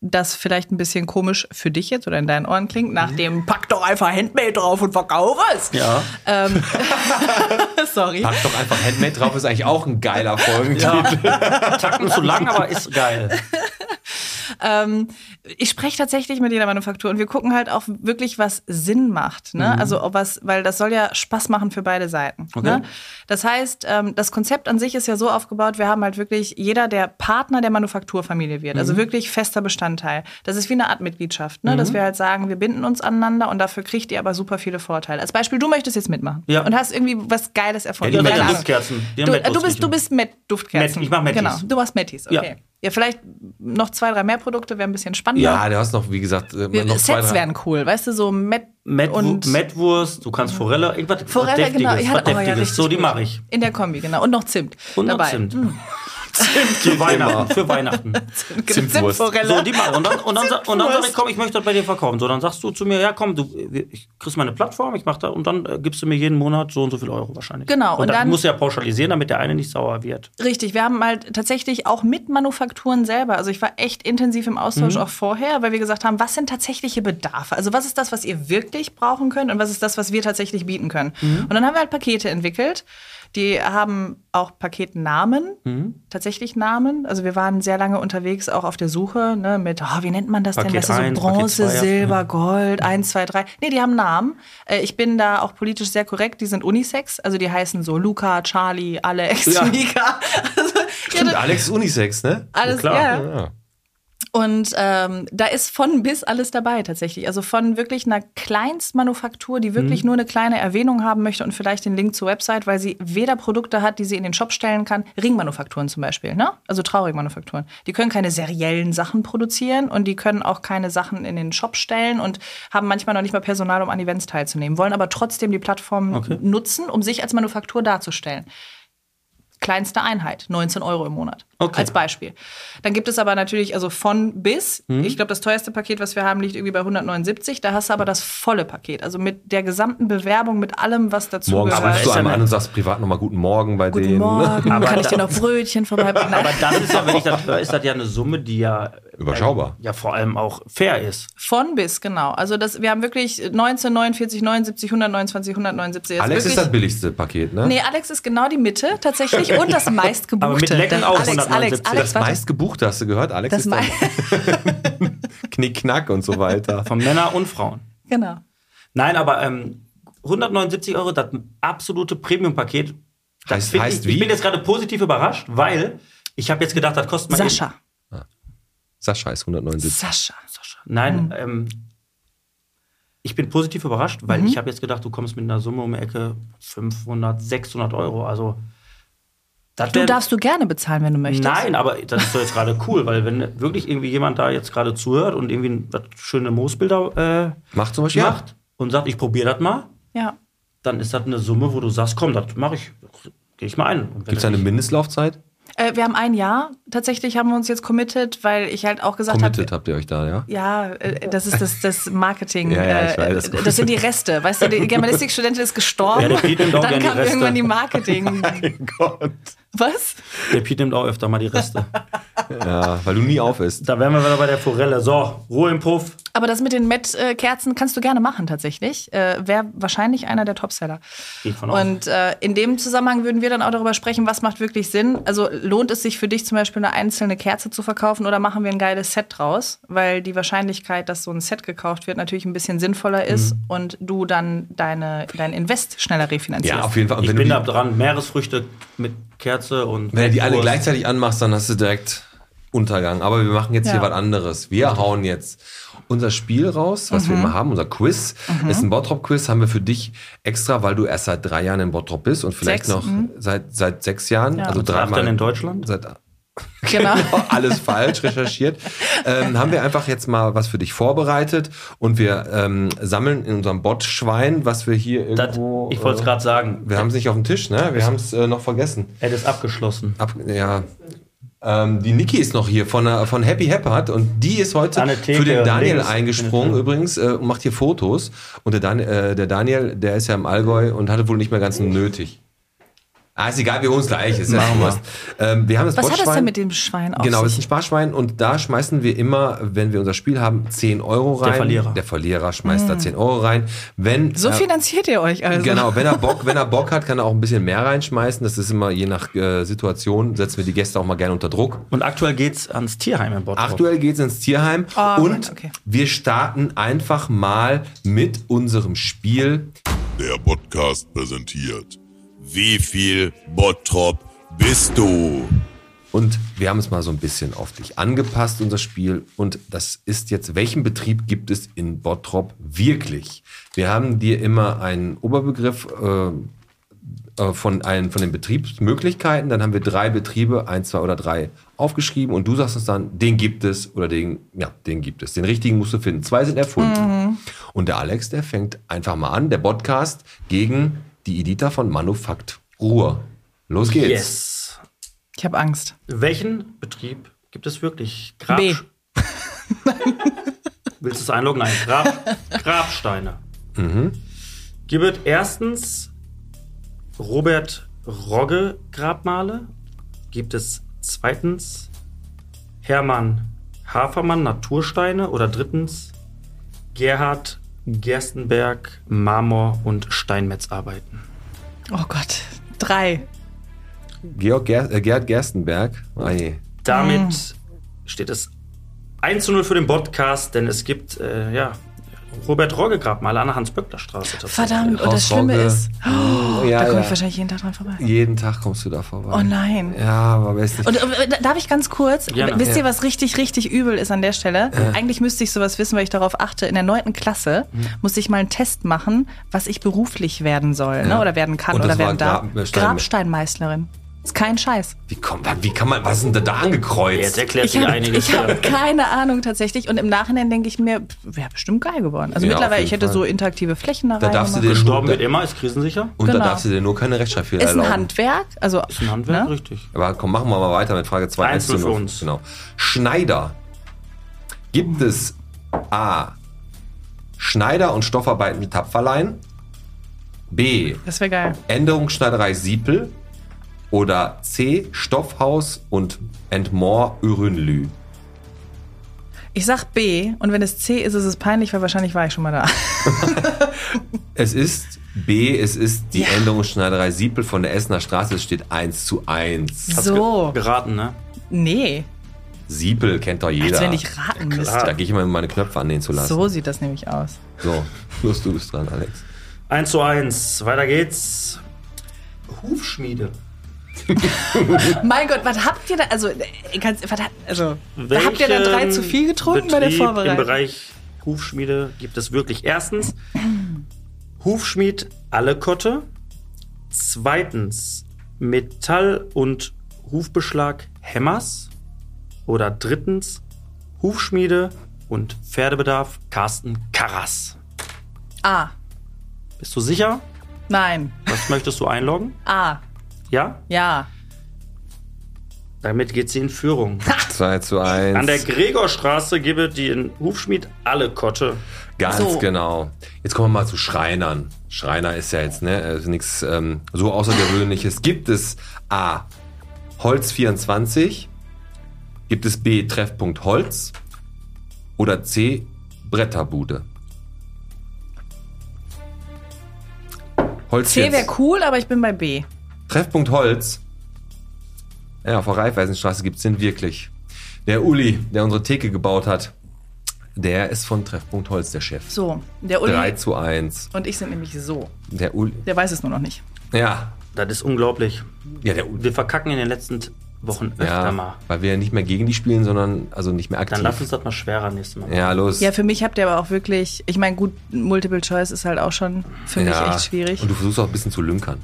Speaker 3: das vielleicht ein bisschen komisch für dich jetzt oder in deinen Ohren klingt, nach dem pack doch einfach Handmade drauf und verkauf es.
Speaker 2: Ja.
Speaker 3: Ähm, sorry.
Speaker 1: Pack doch einfach Handmade drauf, ist eigentlich auch ein geiler Folgentitel.
Speaker 2: Tacken zu lang, aber ist geil.
Speaker 3: Ähm, ich spreche tatsächlich mit jeder Manufaktur und wir gucken halt auch wirklich, was Sinn macht.
Speaker 2: Mhm.
Speaker 3: Ne? Also ob was, weil das soll ja Spaß machen für beide Seiten. Ne? Das heißt, ähm, das Konzept an sich ist ja so aufgebaut, wir haben halt wirklich jeder, der Partner der Manufakturfamilie wird,
Speaker 2: Mhm.
Speaker 3: also wirklich fester Bestandteil. Das ist wie eine Art Mitgliedschaft, ne? dass wir halt sagen, wir binden uns aneinander und dafür kriegt ihr aber super viele Vorteile. Als Beispiel, du möchtest jetzt mitmachen
Speaker 2: Ja.
Speaker 3: und hast irgendwie was Geiles erfunden.
Speaker 2: Ja, die
Speaker 3: Keine Ahnung.
Speaker 2: Duftkerzen. Die haben
Speaker 3: Du, äh,
Speaker 2: Mettus
Speaker 3: du bist, du
Speaker 2: riechen.
Speaker 3: bist Met-Duftkerzen.
Speaker 2: Met- ich mach Mettis.
Speaker 3: Genau, du machst Mettis, okay.
Speaker 2: Ja.
Speaker 3: Ja. vielleicht noch zwei, drei mehr Produkte wäre ein bisschen spannender.
Speaker 1: Ja, du hast noch, wie gesagt, äh,
Speaker 3: Wir,
Speaker 1: noch zwei,
Speaker 3: Sets
Speaker 1: drei-
Speaker 3: wären cool, weißt du, so Met,
Speaker 2: Met
Speaker 3: und
Speaker 2: Mettwurst, du kannst Forelle, irgendwas was
Speaker 3: Forelle,
Speaker 2: Deftiges,
Speaker 3: genau.
Speaker 2: was Deftiges.
Speaker 3: richtig
Speaker 2: so, die
Speaker 3: gut.
Speaker 2: mache ich.
Speaker 3: In der Kombi, genau. Und noch Zimt.
Speaker 2: Und noch
Speaker 3: dabei. Mhm.
Speaker 2: Zimt. Zimt für Weihnachten. Für Weihnachten.
Speaker 1: Zimtwurst.
Speaker 3: Genau, Zimtforelle.
Speaker 2: So, die machen. Und dann, und dann, sa- und dann sag ich,
Speaker 3: Zimtwurst.
Speaker 2: komm, ich möchte das bei dir verkaufen. So, dann sagst du zu mir, ja komm, du wir- ich kriegst meine Plattform, ich mach da und dann äh, gibst du mir jeden Monat so und so viel Euro wahrscheinlich.
Speaker 3: Genau,
Speaker 2: Und,
Speaker 3: und
Speaker 2: dann,
Speaker 3: dann-
Speaker 2: musst du ja pauschalisieren, damit der eine nicht sauer wird.
Speaker 3: Richtig, wir haben halt tatsächlich auch mit Manufakturen selber, also ich war echt intensiv im
Speaker 2: Mhm.
Speaker 3: Austausch auch vorher, weil wir gesagt haben, was sind tatsächliche Bedarfe? Also was ist das, was ihr wirklich brauchen könnt und was ist das, was wir tatsächlich bieten können?
Speaker 2: Mhm.
Speaker 3: Und dann haben wir halt Pakete entwickelt, die haben auch Paketnamen,
Speaker 2: Mhm.
Speaker 3: tatsächlich Namen. Also wir waren sehr lange unterwegs auch auf der Suche ne, mit, oh, wie nennt man das
Speaker 2: Paket
Speaker 3: denn? Weißt du, so
Speaker 2: eins, Paket
Speaker 3: Bronze,
Speaker 2: zwei, ja. Mhm.
Speaker 3: Silber, Gold, 1, 2, 3. Nee, die haben Namen. Äh, Ich bin da auch politisch sehr korrekt. Die sind Unisex. Also die heißen so Luca, Charlie, Alex,
Speaker 2: Ja.
Speaker 3: Mika. Also, ja,
Speaker 1: Stimmt,
Speaker 3: das-
Speaker 1: Alex Unisex, ne?
Speaker 3: alles,
Speaker 2: klar.
Speaker 3: ja.
Speaker 1: Ja.
Speaker 3: Und ähm, da ist von bis alles dabei tatsächlich. Also von wirklich einer Kleinstmanufaktur, die wirklich nur eine kleine Erwähnung haben möchte und vielleicht den Link zur Website, weil sie weder Produkte hat, die sie in den Shop stellen kann. Ringmanufakturen zum Beispiel, ne? Also Traurigmanufakturen. Die können keine seriellen Sachen produzieren und die können auch keine Sachen in den Shop stellen und haben manchmal noch nicht mal Personal, um an Events teilzunehmen, wollen aber trotzdem die Plattform nutzen, um sich als Manufaktur darzustellen kleinste Einheit, 19 Euro im Monat.
Speaker 2: Okay.
Speaker 3: Als Beispiel. Dann gibt es aber natürlich, also von bis, ich glaube, das teuerste Paket, was wir haben, liegt irgendwie bei 179. Da hast du aber das volle Paket. Also mit der gesamten Bewerbung, mit allem, was dazu
Speaker 1: Morgens
Speaker 3: gehört.
Speaker 1: rufst du
Speaker 2: ist ja
Speaker 1: einmal
Speaker 2: eine-
Speaker 1: an und sagst privat nochmal Guten Morgen bei
Speaker 3: Guten
Speaker 1: denen. ne?
Speaker 3: Morgen,
Speaker 2: Aber
Speaker 3: kann ich
Speaker 2: da-
Speaker 3: dir noch Brötchen vorbeibringen?
Speaker 2: Aber das ist ja, wenn ich das höre, ist das ja eine Summe, die ja äh,
Speaker 1: Überschaubar.
Speaker 2: ja vor allem auch fair ist.
Speaker 3: Von bis, genau. Also das, wir haben wirklich 19, 49, 79, 129, 179. Jetzt
Speaker 1: Alex ist
Speaker 3: wirklich-
Speaker 1: das billigste Paket, ne?
Speaker 3: Nee, Alex ist genau die Mitte tatsächlich und das meistgebuchte.
Speaker 2: Aber mit Lecken auch
Speaker 3: Alex, Alex,
Speaker 2: 179.
Speaker 3: Alex,
Speaker 1: das
Speaker 3: warte.
Speaker 1: meist gebuchte, hast du gehört, Alex?
Speaker 3: Das
Speaker 1: ist dann
Speaker 3: mei-
Speaker 1: Knickknack und so weiter.
Speaker 2: Von Männern und Frauen.
Speaker 3: genau.
Speaker 2: Nein, aber ähm, 179 Euro, das absolute Premium-Paket. Das
Speaker 1: Heißt-
Speaker 2: find
Speaker 1: heißt
Speaker 2: ich,
Speaker 1: wie?
Speaker 2: ich bin jetzt gerade positiv überrascht, weil ich habe jetzt gedacht, das kostet mal
Speaker 3: Sascha.
Speaker 1: Sascha ist 179.
Speaker 3: Sascha.
Speaker 2: Eben. Nein,
Speaker 3: Mhm.
Speaker 2: ähm, ich bin positiv überrascht, weil
Speaker 3: Mhm.
Speaker 2: ich habe jetzt gedacht, du kommst mit einer Summe um die Ecke 500, 600 Euro. Also das
Speaker 3: Du
Speaker 2: wär-
Speaker 3: darfst du gerne bezahlen, wenn du möchtest.
Speaker 2: Nein, aber das ist doch jetzt gerade cool, weil wenn wirklich irgendwie jemand da jetzt gerade zuhört und irgendwie ein- was schöne Moosbilder äh,
Speaker 1: Macht zum Beispiel?
Speaker 2: macht und sagt, ich probiere das mal,
Speaker 3: Ja.
Speaker 2: dann ist das eine Summe, wo du sagst, komm, das mache ich, gehe ich mal ein. Und wenn
Speaker 1: Gibt es
Speaker 2: das
Speaker 1: eine
Speaker 2: nicht-
Speaker 1: Mindestlaufzeit?
Speaker 3: Äh, wir haben ein Jahr. Tatsächlich haben wir uns jetzt committed, weil ich halt auch gesagt habe.
Speaker 1: Committed habt ihr euch da, ja?
Speaker 3: Ja, äh, das ist das, das Marketing.
Speaker 1: Ja, ja, ich
Speaker 3: äh,
Speaker 1: weiß.
Speaker 3: das, sind die Reste. Weißt du, die Germanistikstudentin ist
Speaker 2: Ja,
Speaker 3: gestorben.
Speaker 2: der Piet nimmt auch
Speaker 3: dann
Speaker 2: gerne die
Speaker 3: kam
Speaker 2: Reste.
Speaker 3: irgendwann die Marketing.
Speaker 1: Gott.
Speaker 3: Was?
Speaker 2: Der Piet nimmt auch öfter mal die Reste.
Speaker 1: Ja, weil du nie auf isst.
Speaker 2: da wären wir wieder bei der Forelle. So, Ruhe im Puff.
Speaker 3: Aber das mit den Met-Kerzen kannst du gerne machen, tatsächlich. Äh, Wäre wahrscheinlich einer der Topseller.
Speaker 1: Genau.
Speaker 2: Geht von aus.
Speaker 3: Und äh, in dem Zusammenhang würden wir dann auch darüber sprechen, was macht wirklich Sinn. Also lohnt es sich für dich zum Beispiel eine einzelne Kerze zu verkaufen oder machen wir ein geiles Set draus? Weil die Wahrscheinlichkeit, dass so ein Set gekauft wird, natürlich ein bisschen sinnvoller ist
Speaker 1: Mhm.
Speaker 3: und du dann deine, dein Invest schneller refinancierst.
Speaker 1: Ja, auf jeden Fall. Und
Speaker 2: Ich
Speaker 1: wenn
Speaker 2: bin
Speaker 1: du
Speaker 2: da
Speaker 1: die,
Speaker 2: dran. Meeresfrüchte mit Kerze und.
Speaker 1: wenn du die alle
Speaker 2: Wurst.
Speaker 1: gleichzeitig anmachst, dann hast du direkt Untergang. Aber wir machen jetzt
Speaker 3: Ja.
Speaker 1: hier was anderes. Wir hauen jetzt unser Spiel raus, was
Speaker 3: Mhm.
Speaker 1: wir immer haben, unser Quiz. Ist ein Bottrop-Quiz, haben wir für dich extra, weil du erst seit drei Jahren in Bottrop bist und vielleicht
Speaker 3: Sechs, Mhm.
Speaker 1: noch seit, seit sechs Jahren, also
Speaker 2: Was darf
Speaker 1: dreimal.
Speaker 2: denn in Deutschland?
Speaker 1: Seit
Speaker 3: Genau.
Speaker 1: alles falsch recherchiert. Ähm, haben wir einfach jetzt mal was für dich vorbereitet und wir ähm, sammeln in unserem Bot-Schwein, was wir hier
Speaker 2: Das,
Speaker 1: irgendwo.
Speaker 2: ich wollte es
Speaker 1: äh,
Speaker 2: gerade sagen.
Speaker 1: Wir haben es nicht auf dem Tisch, ne? Wir haben es äh, noch vergessen.
Speaker 2: Er ist abgeschlossen.
Speaker 1: Ab, ja. Ähm, die Niki ist noch hier von, der- von Happy Happard und die ist heute
Speaker 2: An der Theke
Speaker 1: für den Daniel
Speaker 2: links. Mhm.
Speaker 1: eingesprungen übrigens äh, und macht hier Fotos. Und der, Dan, äh, der Daniel, der ist ja im Allgäu und hatte wohl nicht mehr ganz nötig. Ah, ist egal, wir holen es gleich. Ist ja schon was. Ähm, wir haben das
Speaker 3: Was hat das
Speaker 1: Botschwein.
Speaker 3: denn mit dem Schwein auf
Speaker 1: Genau, das ist ein
Speaker 3: sich?
Speaker 1: Sparschwein und da schmeißen wir immer, wenn wir unser Spiel haben, 10 Euro rein.
Speaker 2: Verlierer.
Speaker 1: Der Verlierer schmeißt da 10 Euro rein. Wenn,
Speaker 3: Mhm. So
Speaker 1: äh,
Speaker 3: finanziert ihr euch also.
Speaker 1: Genau, wenn er, Bock, wenn er Bock hat, kann er auch ein bisschen mehr reinschmeißen. Das ist immer je nach äh, Situation, setzen wir die Gäste auch mal gerne unter Druck.
Speaker 2: Und aktuell geht's ans Tierheim in Bottrop.
Speaker 1: Aktuell geht's ins Tierheim
Speaker 3: Oh,
Speaker 1: und
Speaker 3: okay.
Speaker 1: wir starten einfach mal mit unserem Spiel.
Speaker 5: Der Podcast präsentiert. Wie viel Bottrop bist du?
Speaker 1: Und wir haben es mal so ein bisschen auf dich angepasst, unser Spiel. Und das ist jetzt, welchen Betrieb gibt es in Bottrop wirklich? Wir haben dir immer einen Oberbegriff äh, äh, von, einem, von den Betriebsmöglichkeiten. Dann haben wir drei Betriebe, ein, zwei oder drei aufgeschrieben. Und du sagst uns dann, den gibt es oder den, ja, den gibt es. Den richtigen musst du finden. Zwei sind erfunden. Und der Alex, der fängt einfach mal an. Der Podcast gegen die Edita von Manufakt Ruhr. Los geht's.
Speaker 2: Yes.
Speaker 3: Ich habe Angst.
Speaker 2: Welchen Betrieb gibt es wirklich? Grab
Speaker 3: B.
Speaker 2: Willst du es einloggen? Nein. Grab Grabsteine. Gibt es erstens Robert Rogge Grabmale? Gibt es zweitens Hermann Hafermann Natursteine? Oder drittens Gerhard Gerstenberg Marmor- und Steinmetzarbeiten?
Speaker 3: Oh Gott. Drei.
Speaker 1: Georg Ger äh, Gerd Gerstenberg. Ah, nee.
Speaker 3: Mm.
Speaker 2: Damit steht es 1 zu 0 für den Podcast, denn es gibt äh, ja, Robert Rogge Grabmal an der Hans-Böckler-Straße. tatsächlich.
Speaker 3: Verdammt, und das
Speaker 1: Haus
Speaker 3: Schlimme
Speaker 1: Rogge.
Speaker 3: ist, oh,
Speaker 1: Ja,
Speaker 3: da komme
Speaker 1: ja.
Speaker 3: ich wahrscheinlich jeden Tag dran vorbei.
Speaker 1: Jeden Tag kommst du da vorbei.
Speaker 3: Oh nein.
Speaker 1: Ja, aber weißt nicht.
Speaker 3: Und äh, da- darf ich ganz kurz,
Speaker 2: Gerne.
Speaker 3: wisst
Speaker 1: Ja. Äh.
Speaker 3: ihr, was richtig, richtig übel ist an der Stelle? Eigentlich müsste ich sowas wissen, weil ich darauf achte. In der neunten Klasse
Speaker 1: Hm.
Speaker 3: musste ich mal einen Test machen, was ich beruflich werden soll ne? oder werden kann
Speaker 1: Und das
Speaker 3: oder werden
Speaker 1: war äh,
Speaker 3: darf.
Speaker 1: Grabstein-
Speaker 3: Grabsteinmeißlerin. Ist kein Scheiß.
Speaker 1: wie, komm, wie kann man, was ist denn da- da
Speaker 2: Jetzt
Speaker 1: angekreuzt?
Speaker 2: erklärt
Speaker 3: Ich
Speaker 2: sich
Speaker 3: habe
Speaker 2: einiges.
Speaker 3: hab keine Ahnung tatsächlich. Und im Nachhinein denke ich mir, pff, wäre bestimmt geil geworden. Also
Speaker 1: Ja, auf
Speaker 3: mittlerweile,
Speaker 1: jeden
Speaker 3: ich hätte
Speaker 1: Fall.
Speaker 3: so interaktive Flächen da,
Speaker 1: Da darfst du
Speaker 3: reingemacht.
Speaker 1: dir
Speaker 2: Gestorben
Speaker 1: nur,
Speaker 2: wird immer, ist krisensicher.
Speaker 1: und da
Speaker 3: Genau.
Speaker 1: darfst du dir nur keine Rechtschreibfehler
Speaker 3: Ist ein
Speaker 1: erlauben.
Speaker 3: Handwerk. Also,
Speaker 2: Ist ein Handwerk, richtig.
Speaker 1: Aber komm, machen wir mal weiter mit Frage 2.
Speaker 2: Eins für uns.
Speaker 1: Genau. Schneider. Gibt es A. Schneider und Stoffarbeiten wie Tapferlein? B.
Speaker 3: Das wäre geil.
Speaker 1: Änderungsschneiderei Siepel? Oder C. Stoffhaus und Entmore Ürünlü?
Speaker 3: Ich sag B und wenn es C ist, ist es peinlich, weil wahrscheinlich war ich schon mal da.
Speaker 1: Es ist B. Es ist die Änderungsschneiderei Siepel von der Essener Straße. Es steht 1 zu 1.
Speaker 2: Hast
Speaker 3: So.
Speaker 2: ge- Geraten, ne?
Speaker 3: Nee.
Speaker 1: Siepel kennt doch
Speaker 3: Als
Speaker 1: jeder.
Speaker 3: wenn ich raten
Speaker 1: da
Speaker 3: müsste.
Speaker 1: gehe ich immer meine Knöpfe annehmen zu lassen.
Speaker 3: So sieht das nämlich aus.
Speaker 1: So, los, du bist dran, Alex.
Speaker 2: 1 zu 1. Weiter geht's. Hufschmiede.
Speaker 3: Mein Gott, was habt ihr da? Also, äh, ganz, was, hat- also da habt ihr da drei zu viel getrunken bei der
Speaker 2: Betrieb Im
Speaker 3: Vorbereitung?
Speaker 2: Bereich Hufschmiede gibt es wirklich erstens Hufschmied Allekotte, zweitens Metall- und Hufbeschlag Hemmers oder drittens Hufschmiede und Pferdebedarf Carsten Karras.
Speaker 3: A.
Speaker 2: Bist du sicher?
Speaker 3: Nein.
Speaker 2: Was möchtest du einloggen?
Speaker 3: A.
Speaker 2: Ja?
Speaker 3: Ja.
Speaker 2: Damit geht sie in Führung.
Speaker 1: 2 zu 1.
Speaker 2: An der Gregorstraße gebe die in Hufschmied Allekotte.
Speaker 1: Ganz
Speaker 3: So.
Speaker 1: genau. Jetzt kommen wir mal zu Schreinern. Schreiner ist ja jetzt ne, also nichts ähm, so Außergewöhnliches. Gibt es A. Holz 24? Gibt es B. Treffpunkt Holz? Oder C. Bretterbude? Holz
Speaker 3: C
Speaker 1: 24.
Speaker 3: wäre cool, aber ich bin bei B.
Speaker 1: Treffpunkt Holz. Ja, auf der Raiffeisenstraße gibt's den wirklich. Der Uli, der unsere Theke gebaut hat, der ist von Treffpunkt Holz der Chef.
Speaker 3: So. Der Uli
Speaker 1: 3 zu 1.
Speaker 3: und ich sind nämlich so.
Speaker 1: Der Uli.
Speaker 3: Der weiß es nur noch nicht.
Speaker 1: Ja.
Speaker 2: Das ist unglaublich.
Speaker 1: Ja, der Uli.
Speaker 2: Wir verkacken in den letzten Wochen öfter mal.
Speaker 1: Ja, weil wir ja nicht mehr gegen die spielen, sondern also nicht mehr aktiv.
Speaker 2: Dann lass uns das mal schwerer nächstes Mal.
Speaker 1: ja, los.
Speaker 3: Ja, für mich habt ihr aber auch wirklich, ich meine, gut, Multiple Choice ist halt auch schon für mich
Speaker 1: Ja.
Speaker 3: echt schwierig.
Speaker 1: Und du versuchst auch ein bisschen zu lünkern.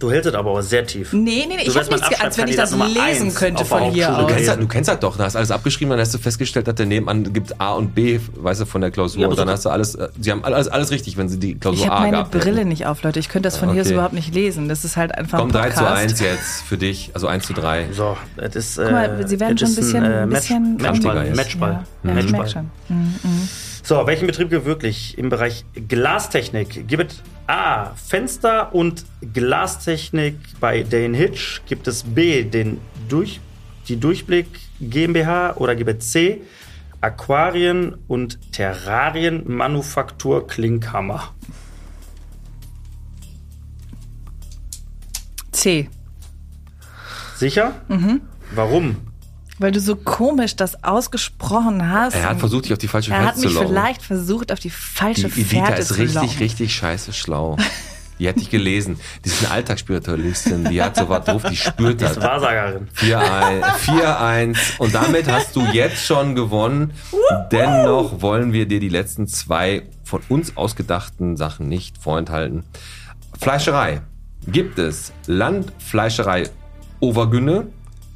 Speaker 2: Du hältst es aber auch sehr tief.
Speaker 3: Nee, nee, nee, ich
Speaker 2: wärst mein
Speaker 3: habe nichts, ge- als wenn ich
Speaker 2: Abschreibkandidat
Speaker 3: das
Speaker 2: Nummer
Speaker 3: lesen
Speaker 2: eins
Speaker 3: könnte
Speaker 2: auf der
Speaker 3: von hier
Speaker 2: Hauptschule
Speaker 1: Du
Speaker 3: aus.
Speaker 1: kennst, das- du kennst das doch, da hast du alles abgeschrieben, dann hast du festgestellt, dass der nebenan gibt A und B, weißt du, von der Klausur.
Speaker 2: Ja, aber
Speaker 1: und dann
Speaker 2: so-
Speaker 1: hast du alles, äh, sie haben alles, alles richtig, wenn sie die Klausur
Speaker 3: Ich habe
Speaker 1: A
Speaker 3: meine
Speaker 1: gehabt hätten.
Speaker 3: Brille nicht auf, Leute. Ich könnte das von hier aus
Speaker 1: Okay.
Speaker 3: überhaupt nicht lesen. Das ist halt einfach
Speaker 1: Komm,
Speaker 3: ein
Speaker 1: 3
Speaker 3: Podcast.
Speaker 1: zu 1 jetzt für dich, also 1 zu 3.
Speaker 2: So, das ist.
Speaker 3: Guck mal, sie werden
Speaker 2: das
Speaker 3: schon ein
Speaker 2: ist
Speaker 3: bisschen,
Speaker 2: äh,
Speaker 3: ein
Speaker 2: Match-
Speaker 3: bisschen
Speaker 1: Kantiger
Speaker 2: Matchball.
Speaker 1: jetzt.
Speaker 2: Matchball.
Speaker 3: Ja,
Speaker 1: Mhm.
Speaker 3: Mhm, ich merk
Speaker 2: Matchball.
Speaker 3: schon.
Speaker 2: So, welchen Betrieb gibt es wirklich? Im Bereich Glastechnik gibt es A. Fenster- und Glastechnik bei Dane Hitch. Gibt es B. Den Durch, die Durchblick GmbH oder gibt es C. Aquarien- und Terrarienmanufaktur Klinkhammer.
Speaker 3: C.
Speaker 2: Sicher? Warum?
Speaker 3: Weil du so komisch das ausgesprochen hast.
Speaker 1: Er hat versucht, dich auf die falsche
Speaker 3: Er hat
Speaker 1: Fährte zu
Speaker 3: mich
Speaker 1: locken.
Speaker 3: vielleicht versucht, auf die
Speaker 1: Die
Speaker 3: falsche
Speaker 1: Edita
Speaker 3: Fährte
Speaker 1: ist
Speaker 3: zu
Speaker 1: richtig,
Speaker 3: locken.
Speaker 1: richtig scheiße schlau. Die hat dich gelesen. Die ist eine Alltagsspiritualistin, die hat sowas drauf, die spürt das.
Speaker 2: Wahrsagerin.
Speaker 1: 4-1. Und damit hast du jetzt schon gewonnen. Dennoch wollen wir dir die letzten zwei von uns ausgedachten Sachen nicht vorenthalten. Fleischerei. Gibt es Landfleischerei Overgünne,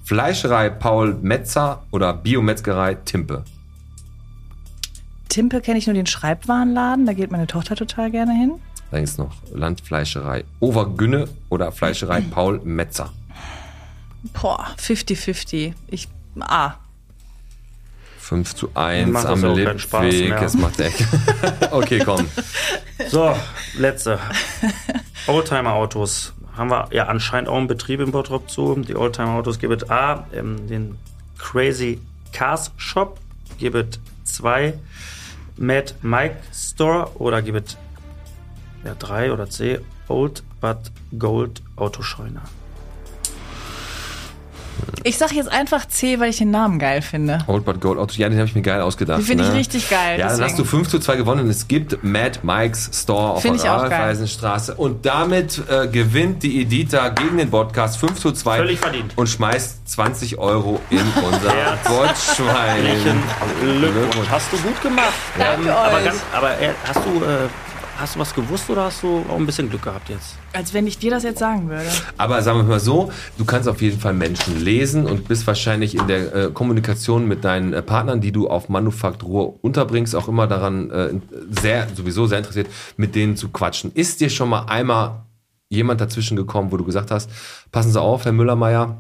Speaker 1: Fleischerei Paul Metzer oder Biometzgerei Timpe?
Speaker 3: Timpe kenne ich nur den Schreibwarenladen. Da geht meine Tochter total gerne hin.
Speaker 1: Dann ist noch Landfleischerei Overgünne oder Fleischerei Paul Metzer.
Speaker 3: Boah, 50-50. Ich. Ah.
Speaker 1: 5 zu 1
Speaker 2: Macht das
Speaker 1: am
Speaker 2: auch keinen Spaß
Speaker 1: Lippweg.
Speaker 2: mehr.
Speaker 1: Es macht echt. okay, komm.
Speaker 2: So, letzte. Oldtimer-Autos haben wir ja anscheinend auch einen Betrieb in Bottrop zu. Die Oldtimer-Autos gibt es A, ähm, den Crazy Cars Shop, gibt es 2, Mad Mike Store oder gibt es ja, 3 oder C, Old But Gold Autoscheune.
Speaker 3: Ich sag jetzt einfach C, weil ich den Namen geil finde.
Speaker 1: Old But Gold Autos. Ja, den habe ich mir geil ausgedacht. ne?
Speaker 3: Die finde ich richtig geil,
Speaker 1: Ja, dann
Speaker 3: deswegen.
Speaker 1: hast du 5 zu 2 gewonnen. Es gibt Mad Mike's Store auf
Speaker 3: Finde ich
Speaker 1: der
Speaker 3: auch geil.
Speaker 1: Raiffeisenstraße. Und damit äh, gewinnt die Edita gegen den Podcast 5 zu 2.
Speaker 2: Völlig verdient.
Speaker 1: Und schmeißt 20 Euro in unser Goldschwein.
Speaker 2: Herzlichen Glückwunsch. Hast du gut gemacht. Ähm,
Speaker 3: Danke euch.
Speaker 2: Aber, ganz, aber äh, hast, du, äh, hast du was gewusst oder hast du auch ein bisschen Glück gehabt jetzt?
Speaker 3: Als wenn ich dir das jetzt sagen würde.
Speaker 1: Aber sagen wir mal so, du kannst auf jeden Fall Menschen lesen und bist wahrscheinlich in der äh, Kommunikation mit deinen äh, Partnern, die du auf Manufaktur unterbringst, auch immer daran äh, sehr, sowieso sehr interessiert, mit denen zu quatschen. Ist dir schon mal einmal jemand dazwischen gekommen, wo du gesagt hast, passen Sie auf, Herr Müllermeier?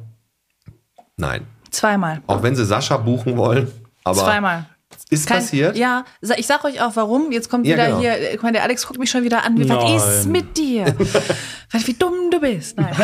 Speaker 1: Nein.
Speaker 3: Zweimal.
Speaker 1: Auch wenn Sie Sascha buchen wollen, aber
Speaker 3: Zweimal.
Speaker 1: ist
Speaker 3: Kein-
Speaker 1: passiert?
Speaker 3: Ja, sa- ich sag euch auch warum. Jetzt kommt
Speaker 1: Ja,
Speaker 3: wieder
Speaker 1: genau.
Speaker 3: hier, äh, guck mal, der Alex guckt mich schon wieder an. Wie,
Speaker 2: Nein.
Speaker 3: was ist mit dir? was, wie dumm du bist. Nein.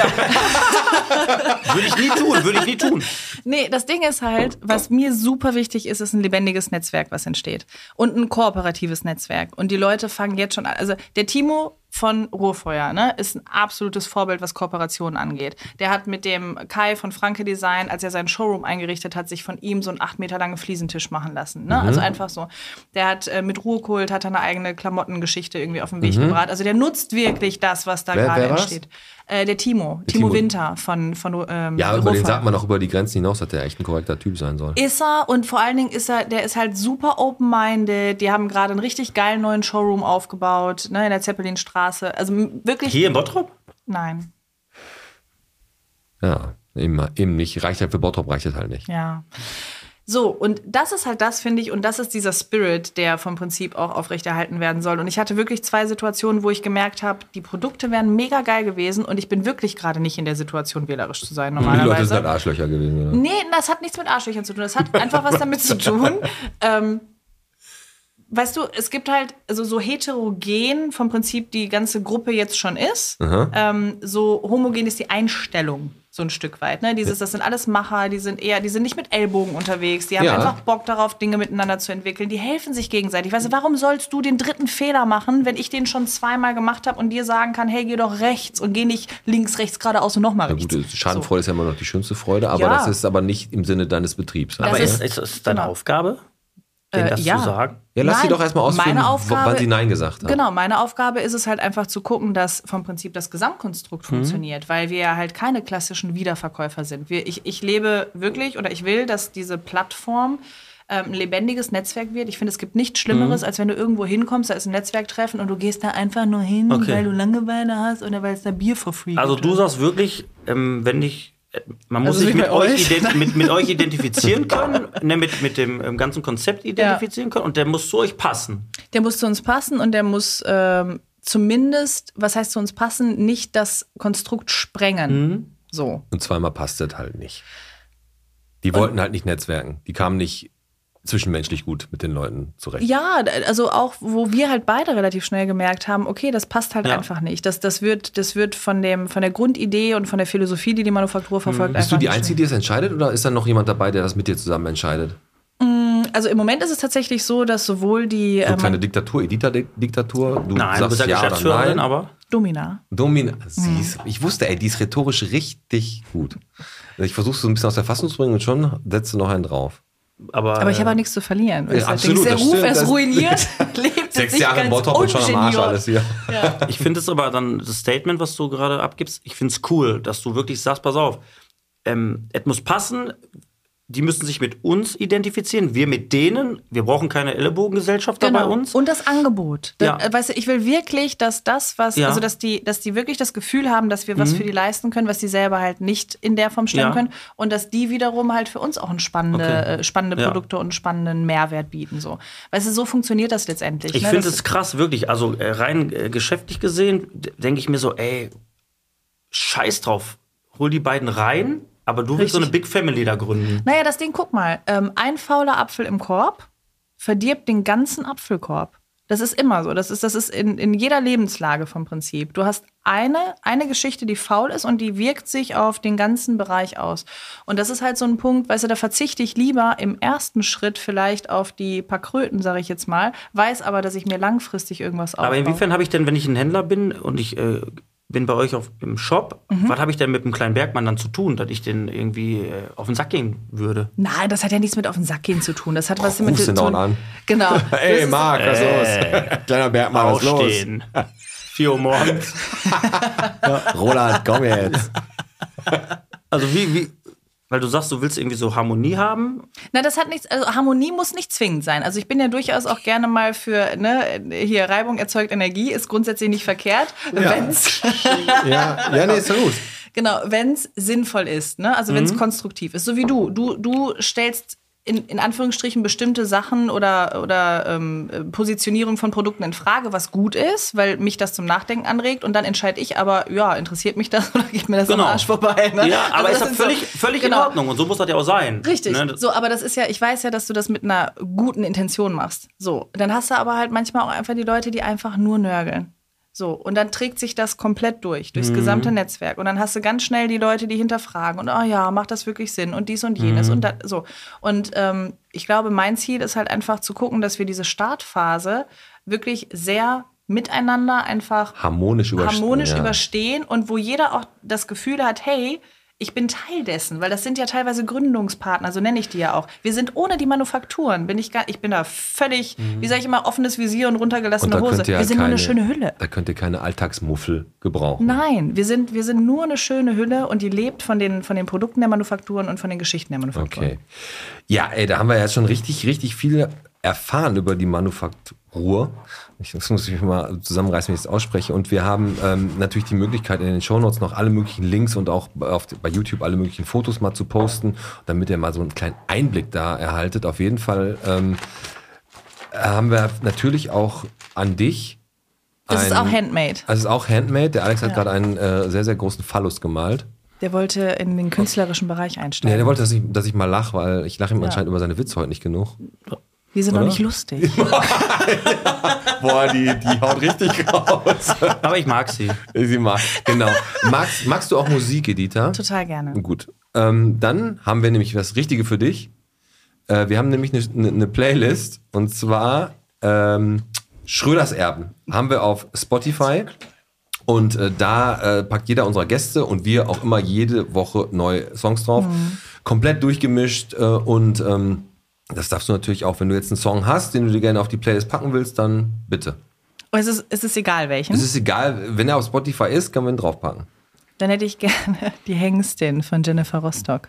Speaker 2: Würde ich nie tun, würde ich nie tun.
Speaker 3: Nee, das Ding ist halt, was mir super wichtig ist, ist ein lebendiges Netzwerk, was entsteht. Und ein kooperatives Netzwerk. Und die Leute fangen jetzt schon an. Also der Timo von Ruhrfeuer ne, ist ein absolutes Vorbild, was Kooperationen angeht. Der hat mit dem Kai von Franke Design, als er seinen Showroom eingerichtet hat, sich von ihm so einen acht Meter langen Fliesentisch machen lassen. Ne?
Speaker 1: Mhm.
Speaker 3: Also einfach so. Der hat äh, mit Ruhrkult hat er eine eigene Klamottengeschichte irgendwie auf den Weg gebracht. Also der nutzt wirklich das, was da
Speaker 1: Mhm. Wer-
Speaker 3: gerade
Speaker 1: wer war's?
Speaker 3: entsteht. Äh, der Timo, Timo,
Speaker 1: Timo.
Speaker 3: Winter von, von ähm,
Speaker 1: Ja, über den
Speaker 3: Ruhrfeuer.
Speaker 1: sagt man auch über die Grenzen hinaus, dass der echt ein korrekter Typ sein soll.
Speaker 3: Ist er und vor allen Dingen ist er, der ist halt super open-minded. Die haben gerade einen richtig geilen neuen Showroom aufgebaut, ne, in der Zeppelinstraße. Also m- wirklich.
Speaker 2: Hier in Bottrop?
Speaker 3: Nein.
Speaker 1: Ja, eben, eben nicht. Reicht halt für Bottrop, reicht das halt nicht.
Speaker 3: Ja. So, und das ist halt das, finde ich, und das ist dieser Spirit, der vom Prinzip auch aufrechterhalten werden soll. Und ich hatte wirklich zwei Situationen, wo ich gemerkt habe, die Produkte wären mega geil gewesen und ich bin wirklich gerade nicht in der Situation, wählerisch zu sein
Speaker 1: Die Leute sind
Speaker 3: normalerweise.
Speaker 1: halt Arschlöcher gewesen, oder?
Speaker 3: Nee, das hat nichts mit Arschlöchern zu tun. Das hat einfach was damit zu tun. Ähm, weißt du, es gibt halt also so heterogen vom Prinzip die ganze Gruppe jetzt schon ist. Ähm, so homogen ist die Einstellung so ein Stück weit. Ne? Dieses, das sind alles Macher, die sind eher, die sind nicht mit Ellbogen unterwegs. Die haben
Speaker 1: Ja.
Speaker 3: einfach Bock darauf, Dinge miteinander zu entwickeln. Die helfen sich gegenseitig. Weißt du, warum sollst du den dritten Fehler machen, wenn ich den schon zweimal gemacht habe und dir sagen kann, hey, geh doch rechts und geh nicht links, rechts, geradeaus und nochmal
Speaker 1: Na
Speaker 3: rechts.
Speaker 1: gut, Schadenfreude ist ja immer noch die schönste Freude, aber
Speaker 3: Ja.
Speaker 1: das ist aber nicht im Sinne deines Betriebs.
Speaker 3: Das
Speaker 2: Aber
Speaker 1: ja.
Speaker 2: ist, ist, ist deine
Speaker 3: genau.
Speaker 2: Aufgabe, denen
Speaker 3: Äh,
Speaker 2: das
Speaker 3: ja.
Speaker 2: zu sagen?
Speaker 1: ja, lass sie
Speaker 3: Nein,
Speaker 1: doch erstmal ausführen,
Speaker 3: meine
Speaker 1: wo-
Speaker 3: Aufgabe-
Speaker 1: wann sie Nein gesagt hat.
Speaker 3: Genau, meine Aufgabe ist es halt einfach zu gucken, dass vom Prinzip das Gesamtkonstrukt
Speaker 2: Mhm.
Speaker 3: funktioniert, weil wir ja halt keine klassischen Wiederverkäufer sind. Wir, ich, ich lebe wirklich oder ich will, dass diese Plattform ähm, ein lebendiges Netzwerk wird. Ich finde, es gibt nichts Schlimmeres,
Speaker 2: Mhm.
Speaker 3: als wenn du irgendwo hinkommst, da ist ein Netzwerktreffen und du gehst da einfach nur hin,
Speaker 2: Okay.
Speaker 3: weil du Langeweile hast oder weil es da Bier for free
Speaker 2: Also
Speaker 3: gibt.
Speaker 2: du sagst wirklich, ähm, wenn ich äh, man muss
Speaker 3: Also
Speaker 2: sich
Speaker 3: nicht
Speaker 2: mit
Speaker 3: bei
Speaker 2: euch,
Speaker 3: euch.
Speaker 2: ident mit, mit euch identifizieren können, ne, mit, mit dem ähm, ganzen Konzept identifizieren können und der muss zu euch passen.
Speaker 3: Der muss zu uns passen und der muss ähm, zumindest, was heißt zu uns passen, nicht das Konstrukt sprengen.
Speaker 2: Mhm.
Speaker 3: So.
Speaker 1: Und zweimal passt das halt nicht. Die wollten halt nicht netzwerken. Die kamen nicht zwischenmenschlich gut mit den Leuten zurecht.
Speaker 3: Ja, d- also auch, wo wir halt beide relativ schnell gemerkt haben, okay, das passt halt
Speaker 2: Ja.
Speaker 3: einfach nicht. Das, das wird, das wird von, dem, von der Grundidee und von der Philosophie, die die Manufaktur
Speaker 1: Hm.
Speaker 3: verfolgt,
Speaker 1: Bist du
Speaker 3: einfach
Speaker 1: die
Speaker 3: nicht
Speaker 1: Einzige, die das entscheidet oder ist da noch jemand dabei, der das mit dir zusammen entscheidet?
Speaker 3: stimmen. Also im Moment ist es tatsächlich so, dass sowohl die
Speaker 1: So
Speaker 3: ähm,
Speaker 1: kleine Diktatur, Edita-Diktatur, du
Speaker 2: Nein, du
Speaker 1: sagst
Speaker 2: bist ja
Speaker 1: ja oder
Speaker 2: Geschäftsführerin,
Speaker 1: nein.
Speaker 2: aber
Speaker 3: Domina, Mhm.
Speaker 1: Domin, sie ist, ich wusste, ey, die ist rhetorisch richtig gut. Ich versuche so ein bisschen aus der Fassung zu bringen und schon setzt du noch einen drauf.
Speaker 2: aber,
Speaker 3: aber ich habe
Speaker 2: äh,
Speaker 3: auch nichts zu verlieren.
Speaker 1: Ja, absolut,
Speaker 3: der
Speaker 1: das
Speaker 3: Ruf
Speaker 1: stimmt,
Speaker 3: ist
Speaker 1: das-
Speaker 3: ruiniert, lebt
Speaker 1: Sechs Jahre in Bottrop und schon am Arsch alles hier.
Speaker 2: Ich finde es aber dann, das Statement, was du gerade abgibst, ich finde es cool, dass du wirklich sagst, pass auf, ähm, es muss passen, die müssen sich mit uns identifizieren, wir mit denen, wir brauchen keine Ellenbogengesellschaft da bei uns.
Speaker 3: Genau. Und das Angebot. Da,
Speaker 2: Ja.
Speaker 3: äh, Weißt du, ich will wirklich, dass das, was,
Speaker 2: Ja. Mhm.
Speaker 3: also dass die, dass die wirklich das Gefühl haben, dass wir was für die leisten können, was die selber halt nicht in der Form stellen
Speaker 2: Ja.
Speaker 3: können. Und dass die wiederum halt für uns auch ein spannende,
Speaker 2: Okay.
Speaker 3: äh, spannende
Speaker 2: Ja.
Speaker 3: Produkte und einen spannenden Mehrwert bieten. So. Weißt du, so funktioniert das letztendlich.
Speaker 2: Ich
Speaker 3: ne?
Speaker 2: finde
Speaker 3: Das-
Speaker 2: es krass, wirklich. Also äh, rein äh, geschäftlich gesehen, d- denke ich mir so, ey, scheiß drauf. Hol die beiden rein, aber du willst so eine Big Family da gründen.
Speaker 3: Naja, das Ding, guck mal, ähm, ein fauler Apfel im Korb verdirbt den ganzen Apfelkorb. Das ist immer so. Das ist, das ist in, in jeder Lebenslage vom Prinzip. Du hast eine, eine Geschichte, die faul ist und die wirkt sich auf den ganzen Bereich aus. Und das ist halt so ein Punkt, weißt du, da verzichte ich lieber im ersten Schritt vielleicht auf die paar Kröten, sage ich jetzt mal, weiß aber, dass ich mir langfristig irgendwas aufbaue.
Speaker 2: Aber inwiefern habe ich denn, wenn ich ein Händler bin und ich äh, bin bei euch auf, im Shop.
Speaker 3: Mhm.
Speaker 2: Was habe ich denn mit dem kleinen Bergmann dann zu tun, dass ich den irgendwie äh, auf den Sack gehen würde?
Speaker 3: Nein, das hat ja nichts mit auf den Sack gehen zu tun. Das hat was
Speaker 1: Ruf
Speaker 3: mit
Speaker 1: den
Speaker 3: zu
Speaker 1: Down an.
Speaker 3: Genau. Das
Speaker 1: Ey,
Speaker 3: ist- Äh.
Speaker 1: Marc, was ist los? Kleiner Bergmann, was ist los?
Speaker 2: Aufstehen. 4 Uhr morgens.
Speaker 1: Roland, komm jetzt.
Speaker 2: Also wie, wie, weil du sagst, du willst irgendwie so Harmonie haben.
Speaker 3: Na, das hat nichts, also Harmonie muss nicht zwingend sein. Also ich bin ja durchaus auch gerne mal für, ne, hier Reibung erzeugt Energie, ist grundsätzlich nicht verkehrt, wenn's,
Speaker 1: Ja, ja, nee, ist ja gut.
Speaker 3: genau, wenn's sinnvoll ist, ne? Also wenn's konstruktiv ist. So wie du. Du, du stellst in, in Anführungsstrichen bestimmte Sachen oder, oder ähm, Positionierung von Produkten in Frage, was gut ist, weil mich das zum Nachdenken anregt und dann entscheide ich aber, ja, interessiert mich das oder geht mir das
Speaker 2: Genau.
Speaker 3: am Arsch vorbei. Ne?
Speaker 2: Ja, aber
Speaker 3: Also
Speaker 2: ist ja
Speaker 3: sind Genau.
Speaker 2: völlig, völlig in Ordnung. Und so muss das ja auch sein.
Speaker 3: Richtig.
Speaker 2: Ne? Das-
Speaker 3: So, aber das ist ja, ich weiß ja, dass du das mit einer guten Intention machst. So, dann hast du aber halt manchmal auch einfach die Leute, die einfach nur nörgeln. So, und dann trägt sich das komplett durch, durchs
Speaker 2: Mhm.
Speaker 3: gesamte Netzwerk. Und dann hast du ganz schnell die Leute, die hinterfragen und, oh ja, macht das wirklich Sinn und dies und
Speaker 2: Mhm.
Speaker 3: jenes und das, so. Und ähm, ich glaube, mein Ziel ist halt einfach zu gucken, dass wir diese Startphase wirklich sehr miteinander einfach
Speaker 1: Harmonisch überstehen.
Speaker 3: harmonisch
Speaker 1: ja.
Speaker 3: überstehen und wo jeder auch das Gefühl hat, hey, ich bin Teil dessen, weil das sind ja teilweise Gründungspartner, so nenne ich die ja auch. Wir sind ohne die Manufakturen, bin ich gar, ich bin da völlig, wie sage ich immer, offenes Visier und
Speaker 1: Mhm. Und
Speaker 3: runtergelassene
Speaker 1: da
Speaker 3: Hose.
Speaker 1: könnt ihr
Speaker 3: wir
Speaker 1: halt
Speaker 3: sind
Speaker 1: keine,
Speaker 3: nur eine schöne Hülle.
Speaker 1: Da könnt ihr keine Alltagsmuffel gebrauchen.
Speaker 3: Nein, wir sind, wir sind nur eine schöne Hülle und die lebt von den, von den Produkten der Manufakturen und von den Geschichten der Manufakturen.
Speaker 1: Okay. Ja, ey, da haben wir ja schon richtig, richtig viel erfahren über die Manufaktur. Ich, das muss ich mal zusammenreißen, wie ich das ausspreche. Und wir haben ähm, natürlich die Möglichkeit, in den Shownotes noch alle möglichen Links und auch auf, bei YouTube alle möglichen Fotos mal zu posten, damit ihr mal so einen kleinen Einblick da erhaltet. Auf jeden Fall ähm, haben wir natürlich auch an dich.
Speaker 3: Das ist
Speaker 1: ein-
Speaker 3: auch handmade.
Speaker 1: Also es ist auch Handmade. Der Alex hat gerade einen äh, sehr, sehr großen Phallus gemalt.
Speaker 3: Der wollte in den künstlerischen Bereich
Speaker 1: Ja,
Speaker 3: einsteigen.
Speaker 1: der wollte, dass ich, dass ich mal lache, weil ich lache ihm anscheinend über seine Witze heute nicht genug.
Speaker 3: wir sind
Speaker 1: oder?
Speaker 3: noch nicht lustig.
Speaker 1: Boah, die, die haut richtig raus.
Speaker 2: Aber ich mag sie.
Speaker 1: Sie mag, genau. Magst, magst du auch Musik, Edita?
Speaker 3: Total gerne.
Speaker 1: Gut. Ähm, dann haben wir nämlich das Richtige für dich. Äh, wir haben nämlich eine eine- eine Playlist und zwar ähm, Schröders Erben haben wir auf Spotify. Und äh, da äh, packt jeder unserer Gäste und wir auch immer jede Woche neue Songs drauf. Komplett durchgemischt äh, und ähm, das darfst du natürlich auch, wenn du jetzt einen Song hast, den du dir gerne auf die Playlist packen willst, dann bitte.
Speaker 3: Und es ist, es ist egal welchen.
Speaker 1: Es ist egal, wenn er auf Spotify ist, kann man ihn draufpacken.
Speaker 3: Dann hätte ich gerne die Hengstin von Jennifer Rostock.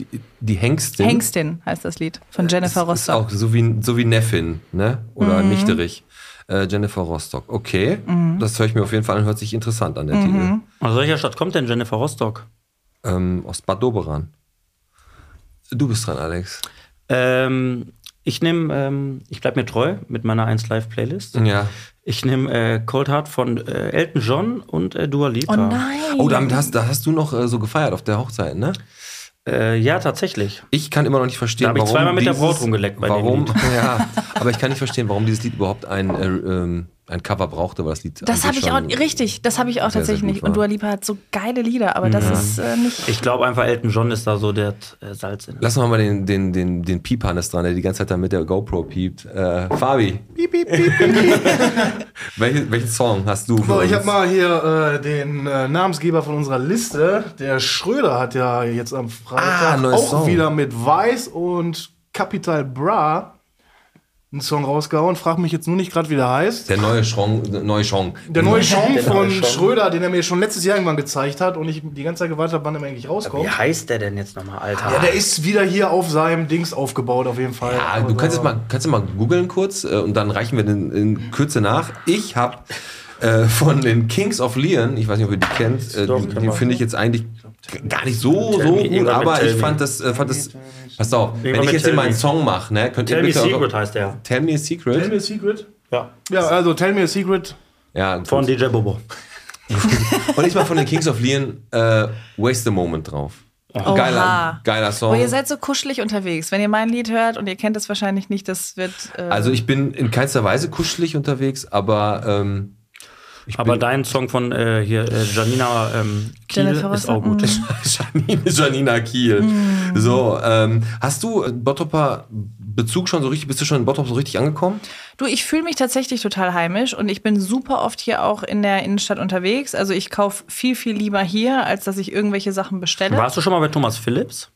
Speaker 1: Die, die Hengstin.
Speaker 3: Hengstin heißt das Lied von Jennifer
Speaker 1: ist, ist
Speaker 3: Rostock. Mhm.
Speaker 1: auch so wie, so wie Neffin, ne? Oder Nichterich. Äh, Jennifer Rostock. Okay, das höre ich mir auf jeden Fall an, hört sich interessant an, der
Speaker 3: Mhm.
Speaker 2: Aus welcher Stadt kommt denn Jennifer Rostock?
Speaker 1: Titel. Ähm, aus Bad Doberan. Du bist dran, Alex.
Speaker 2: Ähm, ich nehme, ähm, ich bleib mir treu mit meiner 1 Live Playlist.
Speaker 1: Ja.
Speaker 2: Ich nehme äh, Cold Heart von äh, Elton John und äh, Dua Lipa.
Speaker 3: oh nein!
Speaker 1: Oh, damit hast, da hast du noch äh, so gefeiert auf der Hochzeit, ne?
Speaker 2: Äh, ja, tatsächlich.
Speaker 1: Ich kann immer noch nicht verstehen,
Speaker 2: Da hab ich
Speaker 1: warum.
Speaker 2: zweimal mit der
Speaker 1: dieses,
Speaker 2: Braut rumgeleckt bei dem
Speaker 1: Warum?
Speaker 2: Lied.
Speaker 1: Ja, aber ich kann nicht verstehen, warum dieses Lied überhaupt ein, äh, ähm, ein Cover brauchte, weil das Lied. an
Speaker 3: das habe
Speaker 1: sich
Speaker 3: ich auch,
Speaker 1: also schon-
Speaker 3: richtig, das habe ich auch
Speaker 1: sehr,
Speaker 3: tatsächlich
Speaker 1: sehr gut Mhm.
Speaker 3: nicht.
Speaker 1: war.
Speaker 3: Und Dua Lipa hat so geile Lieder, aber das ist äh, nicht.
Speaker 2: Ich glaube einfach, Elton John ist da so der äh, Salz in.
Speaker 1: Lass mal mal den, den, den, den Piephannes dran, der die ganze Zeit da mit der GoPro piept. Äh, Fabi. Piep, piep, piep, piep. Welche, welchen Song hast du?
Speaker 6: So,
Speaker 1: für
Speaker 6: ich habe
Speaker 1: uns?
Speaker 6: mal hier äh, den äh, Namensgeber von unserer Liste. Der Schröder hat ja jetzt am
Speaker 1: Ah,
Speaker 6: Freitag
Speaker 1: neues
Speaker 6: auch
Speaker 1: Song.
Speaker 6: wieder mit Weiß und Capital Bra einen Song rausgehauen. Frag mich jetzt nur nicht gerade, wie der heißt.
Speaker 1: Der neue Song. Der neue Song.
Speaker 6: Der neue Song von
Speaker 2: neue Song.
Speaker 6: Schröder, den er mir schon letztes Jahr irgendwann gezeigt hat und ich die ganze Zeit gewartet habe, wann er eigentlich rauskommt.
Speaker 2: Wie heißt der denn jetzt nochmal, Alter?
Speaker 6: Ja, der ist wieder hier auf seinem Dings aufgebaut, auf jeden Fall.
Speaker 1: Ja, Ah, du
Speaker 6: Also,
Speaker 1: kannst jetzt mal, kannst du mal googeln kurz äh, und dann reichen wir den in Kürze nach. Ich habe äh, von den Kings of Leon, ich weiß nicht, ob ihr die kennt, äh,
Speaker 2: Doch,
Speaker 1: den,
Speaker 2: kenn
Speaker 1: den
Speaker 2: man.
Speaker 1: finde ich jetzt eigentlich gar nicht so,
Speaker 2: Tell
Speaker 1: so
Speaker 2: me,
Speaker 1: gut,
Speaker 2: irgendwann mit
Speaker 1: aber
Speaker 2: Tell
Speaker 1: ich
Speaker 2: me.
Speaker 1: fand das, äh, fand das, pass auf, wenn ich
Speaker 2: Irgendwann mit
Speaker 1: jetzt hier
Speaker 2: Tell
Speaker 1: mal einen
Speaker 2: me.
Speaker 1: Song mache, ne, könnt ihr
Speaker 2: Tell Me
Speaker 1: bitte auch-
Speaker 2: Secret heißt der.
Speaker 1: Tell me a secret.
Speaker 6: Tell me a secret.
Speaker 2: Ja.
Speaker 6: Ja, also Tell me a secret.
Speaker 1: Ja,
Speaker 2: Von
Speaker 1: gut.
Speaker 2: DJ Bobo.
Speaker 1: Und ich mal von den Kings of Leon äh, Waste the Moment drauf. Geiler,
Speaker 3: Oha.
Speaker 1: geiler Song.
Speaker 3: Oh, ihr seid so kuschelig unterwegs. Wenn ihr mein Lied hört und ihr kennt es wahrscheinlich nicht, das wird. Äh,
Speaker 1: also ich bin in keinster Weise kuschelig unterwegs, aber ähm,
Speaker 2: Aber dein Song von äh, hier, äh, Janina ähm, Kiel
Speaker 3: Jennifer mhm.
Speaker 2: ist auch gut.
Speaker 1: Janine, Janina Kiel.
Speaker 3: Hm.
Speaker 1: So, ähm, hast du äh, Bottroper Bezug schon so richtig, bist du schon in Bottrop so richtig angekommen?
Speaker 3: Du, ich fühle mich tatsächlich total heimisch und ich bin super oft hier auch in der Innenstadt unterwegs. Also ich kaufe viel, viel lieber hier, als dass ich irgendwelche Sachen bestelle.
Speaker 2: Warst du schon mal bei Thomas Phillips?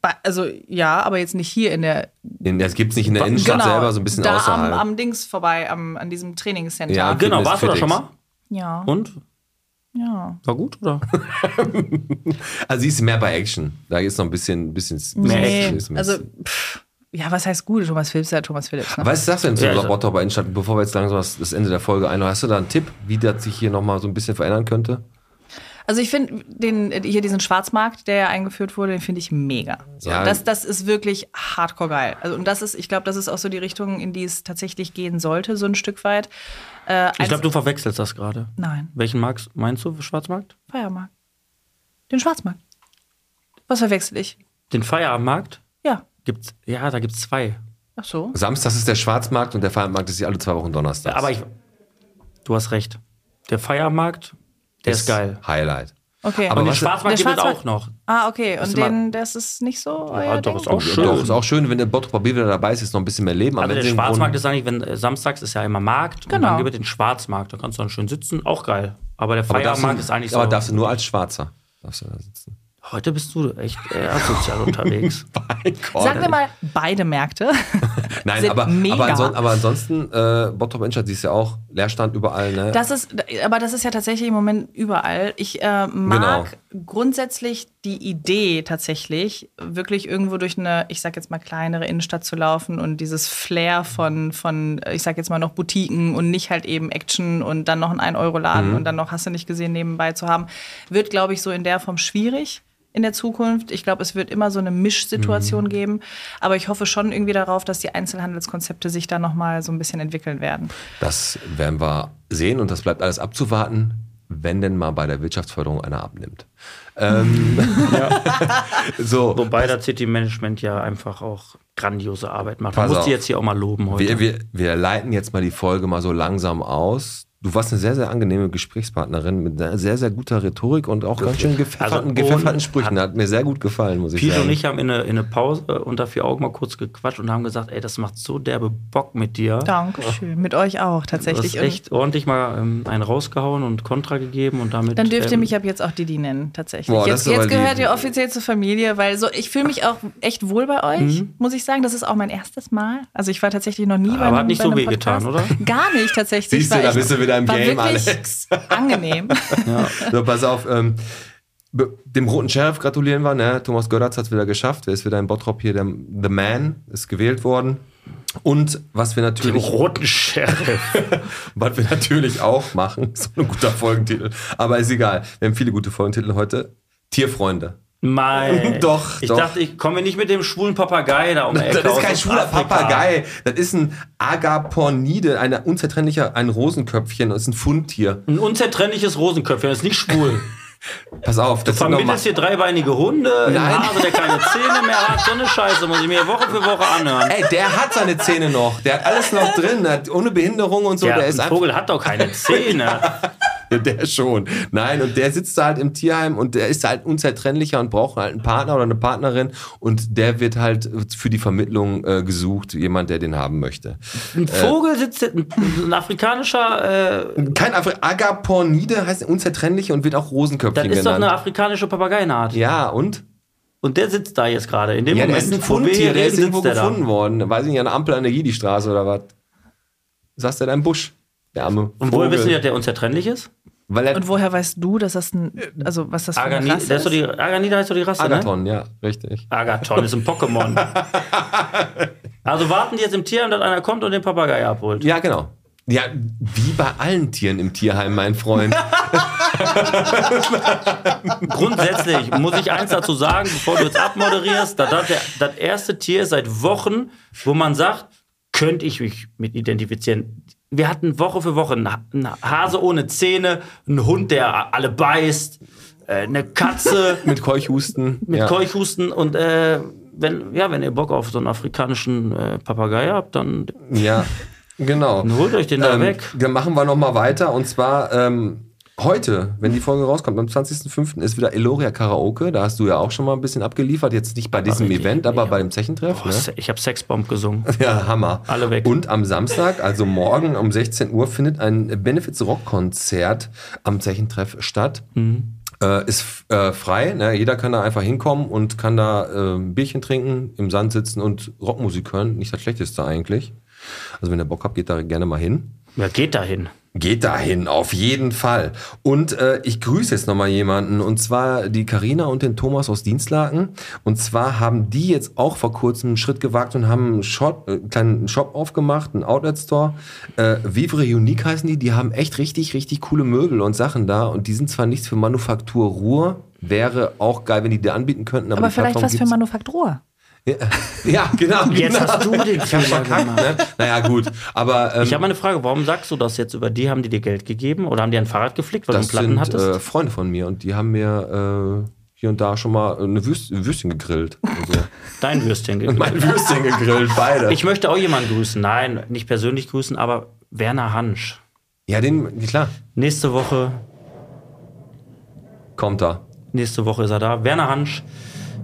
Speaker 3: Ba- Also ja, aber jetzt nicht hier in der
Speaker 1: In, das gibt's nicht in der Innenstadt selber, so ein bisschen
Speaker 3: Genau. da
Speaker 1: außerhalb.
Speaker 3: Am, am Dings vorbei, am, an diesem Trainingscenter.
Speaker 1: Ja,
Speaker 3: Ja,
Speaker 2: Genau,
Speaker 1: Fitness
Speaker 2: warst du da schon
Speaker 1: Felix.
Speaker 2: mal?
Speaker 3: ja.
Speaker 2: Und? War gut, oder?
Speaker 1: also sie ist mehr bei Action. Da ist noch ein bisschen, bisschen bisschen
Speaker 3: Nee,
Speaker 1: bisschen-
Speaker 3: also pff, ja, was heißt gut? Thomas Philips, ja, Thomas Philips. Ne?
Speaker 1: Was sagst du denn zu
Speaker 2: Ja,
Speaker 1: unserer
Speaker 2: also-
Speaker 1: Bottroper Innenstadt, bevor wir jetzt langsam das, das Ende der Folge einladen? Hast du da einen Tipp, wie das sich hier nochmal so ein bisschen verändern könnte?
Speaker 3: Also ich finde den hier diesen Schwarzmarkt, der ja eingeführt wurde, den finde ich mega. So,
Speaker 1: Ja.
Speaker 3: das, das ist wirklich hardcore geil. Also und das ist, ich glaube, das ist auch so die Richtung, in die es tatsächlich gehen sollte, so ein Stück weit. Äh,
Speaker 2: Ich
Speaker 3: eins-
Speaker 1: Also
Speaker 2: glaube, du verwechselst das gerade.
Speaker 3: Nein,
Speaker 2: Welchen magst, meinst du, Schwarzmarkt?
Speaker 3: Feiermarkt. Den Schwarzmarkt. Was verwechsel ich?
Speaker 2: Den Feierabendmarkt?
Speaker 3: Ja.
Speaker 2: Gibt's, ja, da gibt es zwei.
Speaker 3: Ach so.
Speaker 1: Samstags ist der Schwarzmarkt und der Feiermarkt ist hier alle zwei Wochen Donnerstag.
Speaker 2: Aber ich, du hast recht. Der Feiermarkt, der ist, geil.
Speaker 1: Highlight.
Speaker 3: Okay.
Speaker 1: Aber
Speaker 2: Und den
Speaker 1: was-
Speaker 2: Schwarzmarkt
Speaker 3: Der
Speaker 2: gibt es
Speaker 3: Schwarzmarkt-
Speaker 2: auch noch.
Speaker 3: ah, okay.
Speaker 2: Ist
Speaker 3: Und
Speaker 2: immer-
Speaker 3: den, das ist nicht so.
Speaker 2: Ja,
Speaker 3: euer
Speaker 2: doch,
Speaker 3: Ding? Oh,
Speaker 2: ist auch schön.
Speaker 1: Doch, ist auch schön, wenn der Bottroper B wieder dabei ist, ist noch ein bisschen mehr Leben. Am
Speaker 2: Also der
Speaker 1: Ende im
Speaker 2: Schwarzmarkt
Speaker 1: Grunde-
Speaker 2: ist eigentlich, wenn äh, samstags ist ja immer Markt und
Speaker 3: Genau.
Speaker 2: dann gibt es den Schwarzmarkt, da kannst du dann schön sitzen, auch geil. Aber der
Speaker 1: aber darfst
Speaker 2: Feiermarkt
Speaker 1: du,
Speaker 2: ist eigentlich
Speaker 1: Aber
Speaker 2: so.
Speaker 1: darfst du nur als Schwarzer. Darfst du da sitzen.
Speaker 2: Heute bist du echt äh, asozial unterwegs.
Speaker 1: Mein Gott.
Speaker 3: Sag mir mal, beide Märkte.
Speaker 1: Oh, Nein,
Speaker 3: sind
Speaker 1: aber,
Speaker 3: mega.
Speaker 1: aber, anson aber ansonsten, äh, Bottrop Innenstadt, siehst du ja auch, Leerstand überall, ne?
Speaker 3: Das ist, aber das ist ja tatsächlich im Moment überall. Ich äh, mag grundsätzlich die Idee tatsächlich, wirklich irgendwo durch eine, ich sag jetzt mal, kleinere Innenstadt zu laufen und dieses Flair von, von ich sag jetzt mal, noch Boutiquen und nicht halt eben Action und dann noch einen 1-Euro-Laden und dann noch hast du nicht gesehen nebenbei zu haben, wird, glaube ich, so in der Form schwierig. In der Zukunft. Ich glaube, es wird immer so eine Mischsituation geben. Aber ich hoffe schon irgendwie darauf, dass die Einzelhandelskonzepte sich da nochmal so ein bisschen entwickeln werden.
Speaker 1: Das werden wir sehen und das bleibt alles abzuwarten, wenn denn mal bei der Wirtschaftsförderung einer abnimmt. Ähm, so,
Speaker 2: Wobei das City Management ja einfach auch grandiose Arbeit macht. Man
Speaker 1: Pass
Speaker 2: muss die
Speaker 1: auf.
Speaker 2: jetzt hier auch mal loben heute.
Speaker 1: wir, wir, wir leiten jetzt mal die Folge mal so langsam aus. Du warst eine sehr, sehr angenehme Gesprächspartnerin mit einer sehr, sehr guter Rhetorik und auch ganz schön
Speaker 2: Also,
Speaker 1: gepfefferten,
Speaker 2: und-
Speaker 1: gepfefferten Sprüchen. Hat mir sehr gut gefallen, muss ich
Speaker 2: Pete
Speaker 1: sagen.
Speaker 2: und ich haben in eine, in eine Pause äh, unter vier Augen mal kurz gequatscht und haben gesagt, ey, das macht so derbe Bock mit dir.
Speaker 3: Dankeschön. Mit euch auch
Speaker 2: Du hast
Speaker 3: tatsächlich. Und
Speaker 2: echt ordentlich mal ähm, einen rausgehauen und Kontra gegeben und damit.
Speaker 3: dann dürft ihr
Speaker 2: ähm,
Speaker 3: mich ab jetzt auch Didi nennen, tatsächlich.
Speaker 1: Boah, das
Speaker 3: jetzt
Speaker 1: ist aber
Speaker 3: jetzt gehört
Speaker 1: lieb.
Speaker 3: ihr offiziell zur Familie, weil so, ich fühle mich auch echt wohl bei euch,
Speaker 1: Mhm.
Speaker 3: muss ich sagen. Das ist auch mein erstes Mal. Also ich war tatsächlich noch nie bei
Speaker 2: Aber
Speaker 3: einem
Speaker 2: hat nicht
Speaker 3: bei
Speaker 2: so
Speaker 3: einem
Speaker 2: weh getan,
Speaker 3: Podcast. Gar nicht tatsächlich.
Speaker 1: Siehst du,
Speaker 3: War
Speaker 1: da
Speaker 3: echt-
Speaker 1: bist du wieder im
Speaker 3: war
Speaker 1: Game,
Speaker 3: wirklich
Speaker 1: Alex.
Speaker 3: Angenehm.
Speaker 1: So, pass auf. Ähm, be- dem roten Sheriff gratulieren wir. Ne? Thomas Gödertz hat es wieder geschafft. Er ist wieder in Bottrop hier. Der The Man ist gewählt worden. Und was wir
Speaker 2: Im
Speaker 1: natürlich,
Speaker 2: roten Sheriff.
Speaker 1: was wir natürlich auch machen, ist so ein guter Folgentitel. Aber ist egal. Wir haben viele gute Folgentitel heute. Tierfreunde.
Speaker 2: Mein.
Speaker 1: Doch,
Speaker 2: Ich
Speaker 1: doch.
Speaker 2: dachte, ich komme nicht mit dem schwulen Papagei da um die
Speaker 1: Das
Speaker 2: Ecke.
Speaker 1: ist kein
Speaker 2: aus
Speaker 1: schwuler
Speaker 2: Afrika.
Speaker 1: Papagei. Das ist ein Agapornide, ein unzertrennlicher, ein Rosenköpfchen. Das ist ein Fundtier.
Speaker 2: Ein unzertrennliches Rosenköpfchen, das ist nicht schwul.
Speaker 1: Pass auf, das sind nochmal.
Speaker 2: Vermittelst dir dreibeinige Hunde, ein
Speaker 1: Nein.
Speaker 2: Hase, der keine Zähne mehr hat, so eine Scheiße, muss ich mir Woche für Woche anhören.
Speaker 1: Ey, der hat seine Zähne noch. Der hat alles noch drin. Der hat ohne Behinderung und so.
Speaker 2: ja,
Speaker 1: der ist
Speaker 2: ein
Speaker 1: einfach.
Speaker 2: Vogel hat doch keine Zähne.
Speaker 1: Ja, der schon. Nein, und der sitzt da halt im Tierheim und der ist halt unzertrennlicher und braucht halt einen Partner oder eine Partnerin und der wird halt für die Vermittlung äh, gesucht, jemand, der den haben möchte. Äh,
Speaker 2: Ein Vogel sitzt, ein, ein afrikanischer, äh,
Speaker 1: Kein Afri Agapornide heißt unzertrennlich und wird auch
Speaker 2: das
Speaker 1: Rosenköpfchen
Speaker 2: ist doch
Speaker 1: genannt.
Speaker 2: eine afrikanische Papageienart.
Speaker 1: ja, und?
Speaker 2: Und der sitzt da jetzt gerade. In dem
Speaker 1: Ja, der ist
Speaker 2: Moment,
Speaker 1: ein
Speaker 2: wo wir
Speaker 1: Fundtier,
Speaker 2: hier
Speaker 1: der
Speaker 2: reden,
Speaker 1: ist irgendwo
Speaker 2: sitzt der
Speaker 1: gefunden
Speaker 2: da.
Speaker 1: worden. Weiß ich nicht, an der Ampel an der Gidi-Straße oder was? Saß der da im Busch, der arme
Speaker 2: Und woher wissen wir, dass der unzertrennlich ist?
Speaker 1: Weil er
Speaker 3: Und woher weißt du, dass das ein, also was das für ein
Speaker 2: Aganida,
Speaker 3: Rasse
Speaker 2: ist doch die, Aganida heißt doch die Rasse, ne?
Speaker 1: Agathon, ja, richtig.
Speaker 2: Agathon ist ein Pokémon. also warten die jetzt im Tierheim, dass einer kommt und den Papagei abholt.
Speaker 1: Ja, genau. Ja, wie bei allen Tieren im Tierheim, mein Freund.
Speaker 2: Grundsätzlich muss ich eins dazu sagen, bevor du jetzt abmoderierst, dass das der, das erste Tier ist seit Wochen, wo man sagt, könnte ich mich mit identifizieren. Wir hatten Woche für Woche einen Ha- einen Hase ohne Zähne, einen Hund, der alle beißt, äh, eine Katze
Speaker 1: Mit Keuchhusten.
Speaker 2: mit
Speaker 1: ja.
Speaker 2: Keuchhusten und äh, wenn, ja, wenn ihr Bock auf so einen afrikanischen äh, Papagei habt, dann
Speaker 1: Ja. Genau.
Speaker 2: Dann holt euch den da
Speaker 1: ähm,
Speaker 2: weg.
Speaker 1: Dann machen wir nochmal weiter. Und zwar ähm, heute, wenn die Folge rauskommt, am 20.05. ist wieder Eloria Karaoke. Da hast du ja auch schon mal ein bisschen abgeliefert. Jetzt nicht bei diesem
Speaker 2: richtig,
Speaker 1: Event, aber
Speaker 2: ja.
Speaker 1: bei dem Zechentreff.
Speaker 2: Boah,
Speaker 1: ne?
Speaker 2: se- Ich habe Sexbomb gesungen.
Speaker 1: Ja, Hammer.
Speaker 2: Alle weg.
Speaker 1: Und am Samstag, also morgen um 16 Uhr, findet ein Benefits-Rock-Konzert am Zechentreff statt.
Speaker 2: Mhm.
Speaker 1: Äh, ist f- äh, frei, ne? jeder kann da einfach hinkommen und kann da äh, ein Bierchen trinken, im Sand sitzen und Rockmusik hören. Nicht das Schlechteste eigentlich. Also wenn ihr Bock habt, geht da gerne mal hin.
Speaker 2: Wer geht dahin?
Speaker 1: Geht dahin, auf jeden Fall. Und äh, ich grüße jetzt nochmal jemanden, und zwar die Karina und den Thomas aus Dienstlaken. Und zwar haben die jetzt auch vor kurzem einen Schritt gewagt und haben einen, Shop, äh, einen kleinen Shop aufgemacht, einen Outlet-Store. Äh, Vivre Unique heißen die, die haben echt richtig, richtig coole Möbel und Sachen da. Und die sind zwar nichts für Manufaktur Ruhr, wäre auch geil, wenn die dir anbieten könnten.
Speaker 3: Aber
Speaker 1: die
Speaker 3: vielleicht
Speaker 1: Plattform
Speaker 3: was für
Speaker 1: gibt's-
Speaker 3: Manufaktur.
Speaker 1: Ja, genau.
Speaker 2: Jetzt
Speaker 1: genau.
Speaker 2: hast du den
Speaker 1: Ich hab's
Speaker 2: Fehler
Speaker 1: verkackt,
Speaker 2: gemacht.
Speaker 1: ne? Naja, gut. Aber ähm,
Speaker 2: Ich habe mal eine Frage, warum sagst du das jetzt über die? Haben die dir Geld gegeben oder haben die ein Fahrrad geflickt, weil
Speaker 1: Das
Speaker 2: du einen Platten
Speaker 1: sind
Speaker 2: hattest?
Speaker 1: Äh, Freunde von mir und die haben mir äh, hier und da schon mal eine Würst Würstchen gegrillt. und so.
Speaker 2: Dein Würstchen gegeben.
Speaker 1: äh, mein Würstchen gegrillt, beide.
Speaker 2: Ich möchte auch jemanden grüßen. Nein, nicht persönlich grüßen, aber Werner Hansch.
Speaker 1: ja, den, klar,
Speaker 2: Nächste Woche,
Speaker 1: kommt da.
Speaker 2: nächste Woche ist er da. Werner Hansch,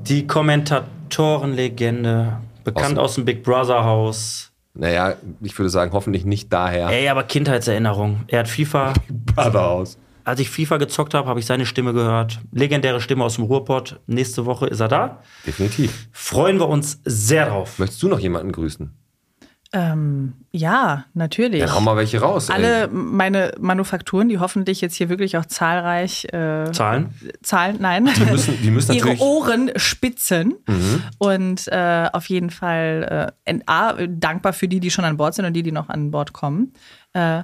Speaker 2: die Kommentatorenlegende, bekannt aus, dem Big Brother Haus.
Speaker 1: Naja, ich würde sagen, hoffentlich nicht daher.
Speaker 2: Ey, aber Kindheitserinnerung. Er hat FIFA,
Speaker 1: Badahaus.
Speaker 2: als ich FIFA gezockt habe, habe ich seine Stimme gehört. Legendäre Stimme aus dem Ruhrpott. Nächste Woche ist er da.
Speaker 1: Definitiv.
Speaker 2: Freuen wir uns sehr drauf.
Speaker 1: Möchtest du noch jemanden grüßen?
Speaker 3: Ähm, ja, natürlich.
Speaker 1: Dann hau mal welche raus.
Speaker 3: Alle
Speaker 1: Ey.
Speaker 3: meine Manufakturen, die hoffentlich jetzt hier wirklich auch zahlreich äh,
Speaker 2: Zahlen?
Speaker 3: Zahlen, nein,
Speaker 1: Die müssen, die müssen
Speaker 3: ihre
Speaker 1: natürlich. Mhm.
Speaker 3: Ohren spitzen. Und äh, auf jeden Fall äh, NA dankbar für die, die schon an Bord sind und die, die noch an Bord kommen. Äh,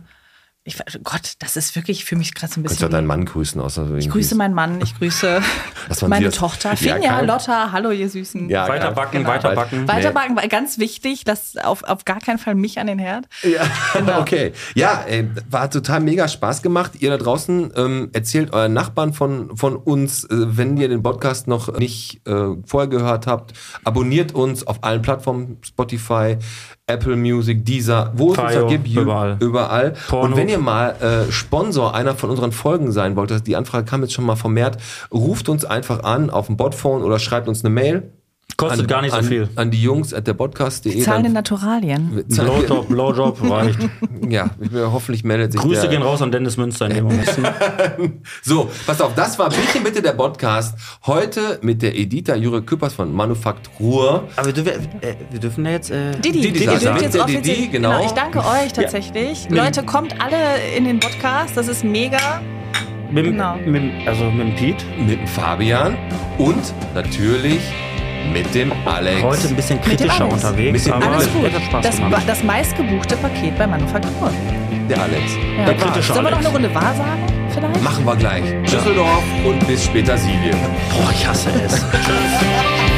Speaker 3: ich, Gott, das ist wirklich für mich gerade so ein
Speaker 1: Kannst du
Speaker 3: bisschen.
Speaker 1: auch deinen Mann grüßen, außer
Speaker 3: ich grüße meinen Mann, ich grüße
Speaker 1: Dass man
Speaker 3: meine
Speaker 1: sie das-
Speaker 3: Tochter.
Speaker 1: Ja,
Speaker 3: Finja,
Speaker 1: kann-
Speaker 3: Lotta, hallo ihr Süßen.
Speaker 1: Ja, klar.
Speaker 2: Weiter backen, weiter backen.
Speaker 3: Weiterbacken, weil ganz wichtig, dass auf, auf gar keinen Fall mich an den Herd.
Speaker 2: Genau.
Speaker 1: Okay, ja, ey, war total mega Spaß gemacht. Ihr da draußen ähm, erzählt euren Nachbarn von, von uns, äh, wenn ihr den Podcast noch nicht äh, vorher gehört habt. Abonniert uns auf allen Plattformen, Spotify, Apple Music, Deezer, wo es uns
Speaker 2: Fio,
Speaker 1: da gibt, You-
Speaker 2: überall.
Speaker 1: überall.
Speaker 2: Porno.
Speaker 1: Und wenn ihr mal äh, Sponsor einer von unseren Folgen sein wollt, das- die Anfrage kam jetzt schon mal vermehrt, ruft uns einfach an auf dem Botphone oder schreibt uns eine Mail.
Speaker 2: Kostet
Speaker 1: an,
Speaker 2: gar nicht so
Speaker 1: an,
Speaker 2: viel.
Speaker 1: An die Jungs at der Podcast.de.
Speaker 3: Zahlen in
Speaker 1: Dann-
Speaker 3: Naturalien.
Speaker 2: Blowjob, Blowjob reicht.
Speaker 1: Ja, ich- hoffentlich meldet sich
Speaker 2: Grüße
Speaker 1: der,
Speaker 2: gehen raus an Dennis Münster in dem Moment.
Speaker 1: So, pass auf, das war Bitte Bitte der Podcast. Heute mit der Edita Jure Küppers von Manufaktur.
Speaker 2: Aber wir, dürfen- äh, wir dürfen ja jetzt. Äh,
Speaker 3: Didi,
Speaker 1: Didi
Speaker 3: Didi,
Speaker 1: sagt
Speaker 3: dürft
Speaker 1: er.
Speaker 3: jetzt
Speaker 1: Didi,
Speaker 3: offiziell.
Speaker 1: Didi, genau.
Speaker 3: Ich danke euch tatsächlich. Leute, kommt alle in den Podcast. Das ist mega.
Speaker 2: mit, dem-
Speaker 3: Genau.
Speaker 2: mit, dem- also mit dem Piet.
Speaker 1: Mit dem Fabian und natürlich mit dem Alex.
Speaker 2: Heute ein bisschen
Speaker 3: dem
Speaker 2: kritischer
Speaker 3: Alex.
Speaker 2: unterwegs.
Speaker 1: Bisschen
Speaker 2: aber
Speaker 3: Alles
Speaker 2: es
Speaker 3: gut.
Speaker 2: hat Spaß
Speaker 3: Das,
Speaker 2: gemacht.
Speaker 3: war das meistgebuchte Paket bei Manufaktur.
Speaker 1: der Alex.
Speaker 3: Ja.
Speaker 2: Der kritische
Speaker 3: Sollen wir noch
Speaker 2: Alex.
Speaker 3: eine Runde wahr sagen? Vielleicht?
Speaker 1: Machen wir gleich. Düsseldorf und bis später, Silje.
Speaker 2: Boah, ich hasse es.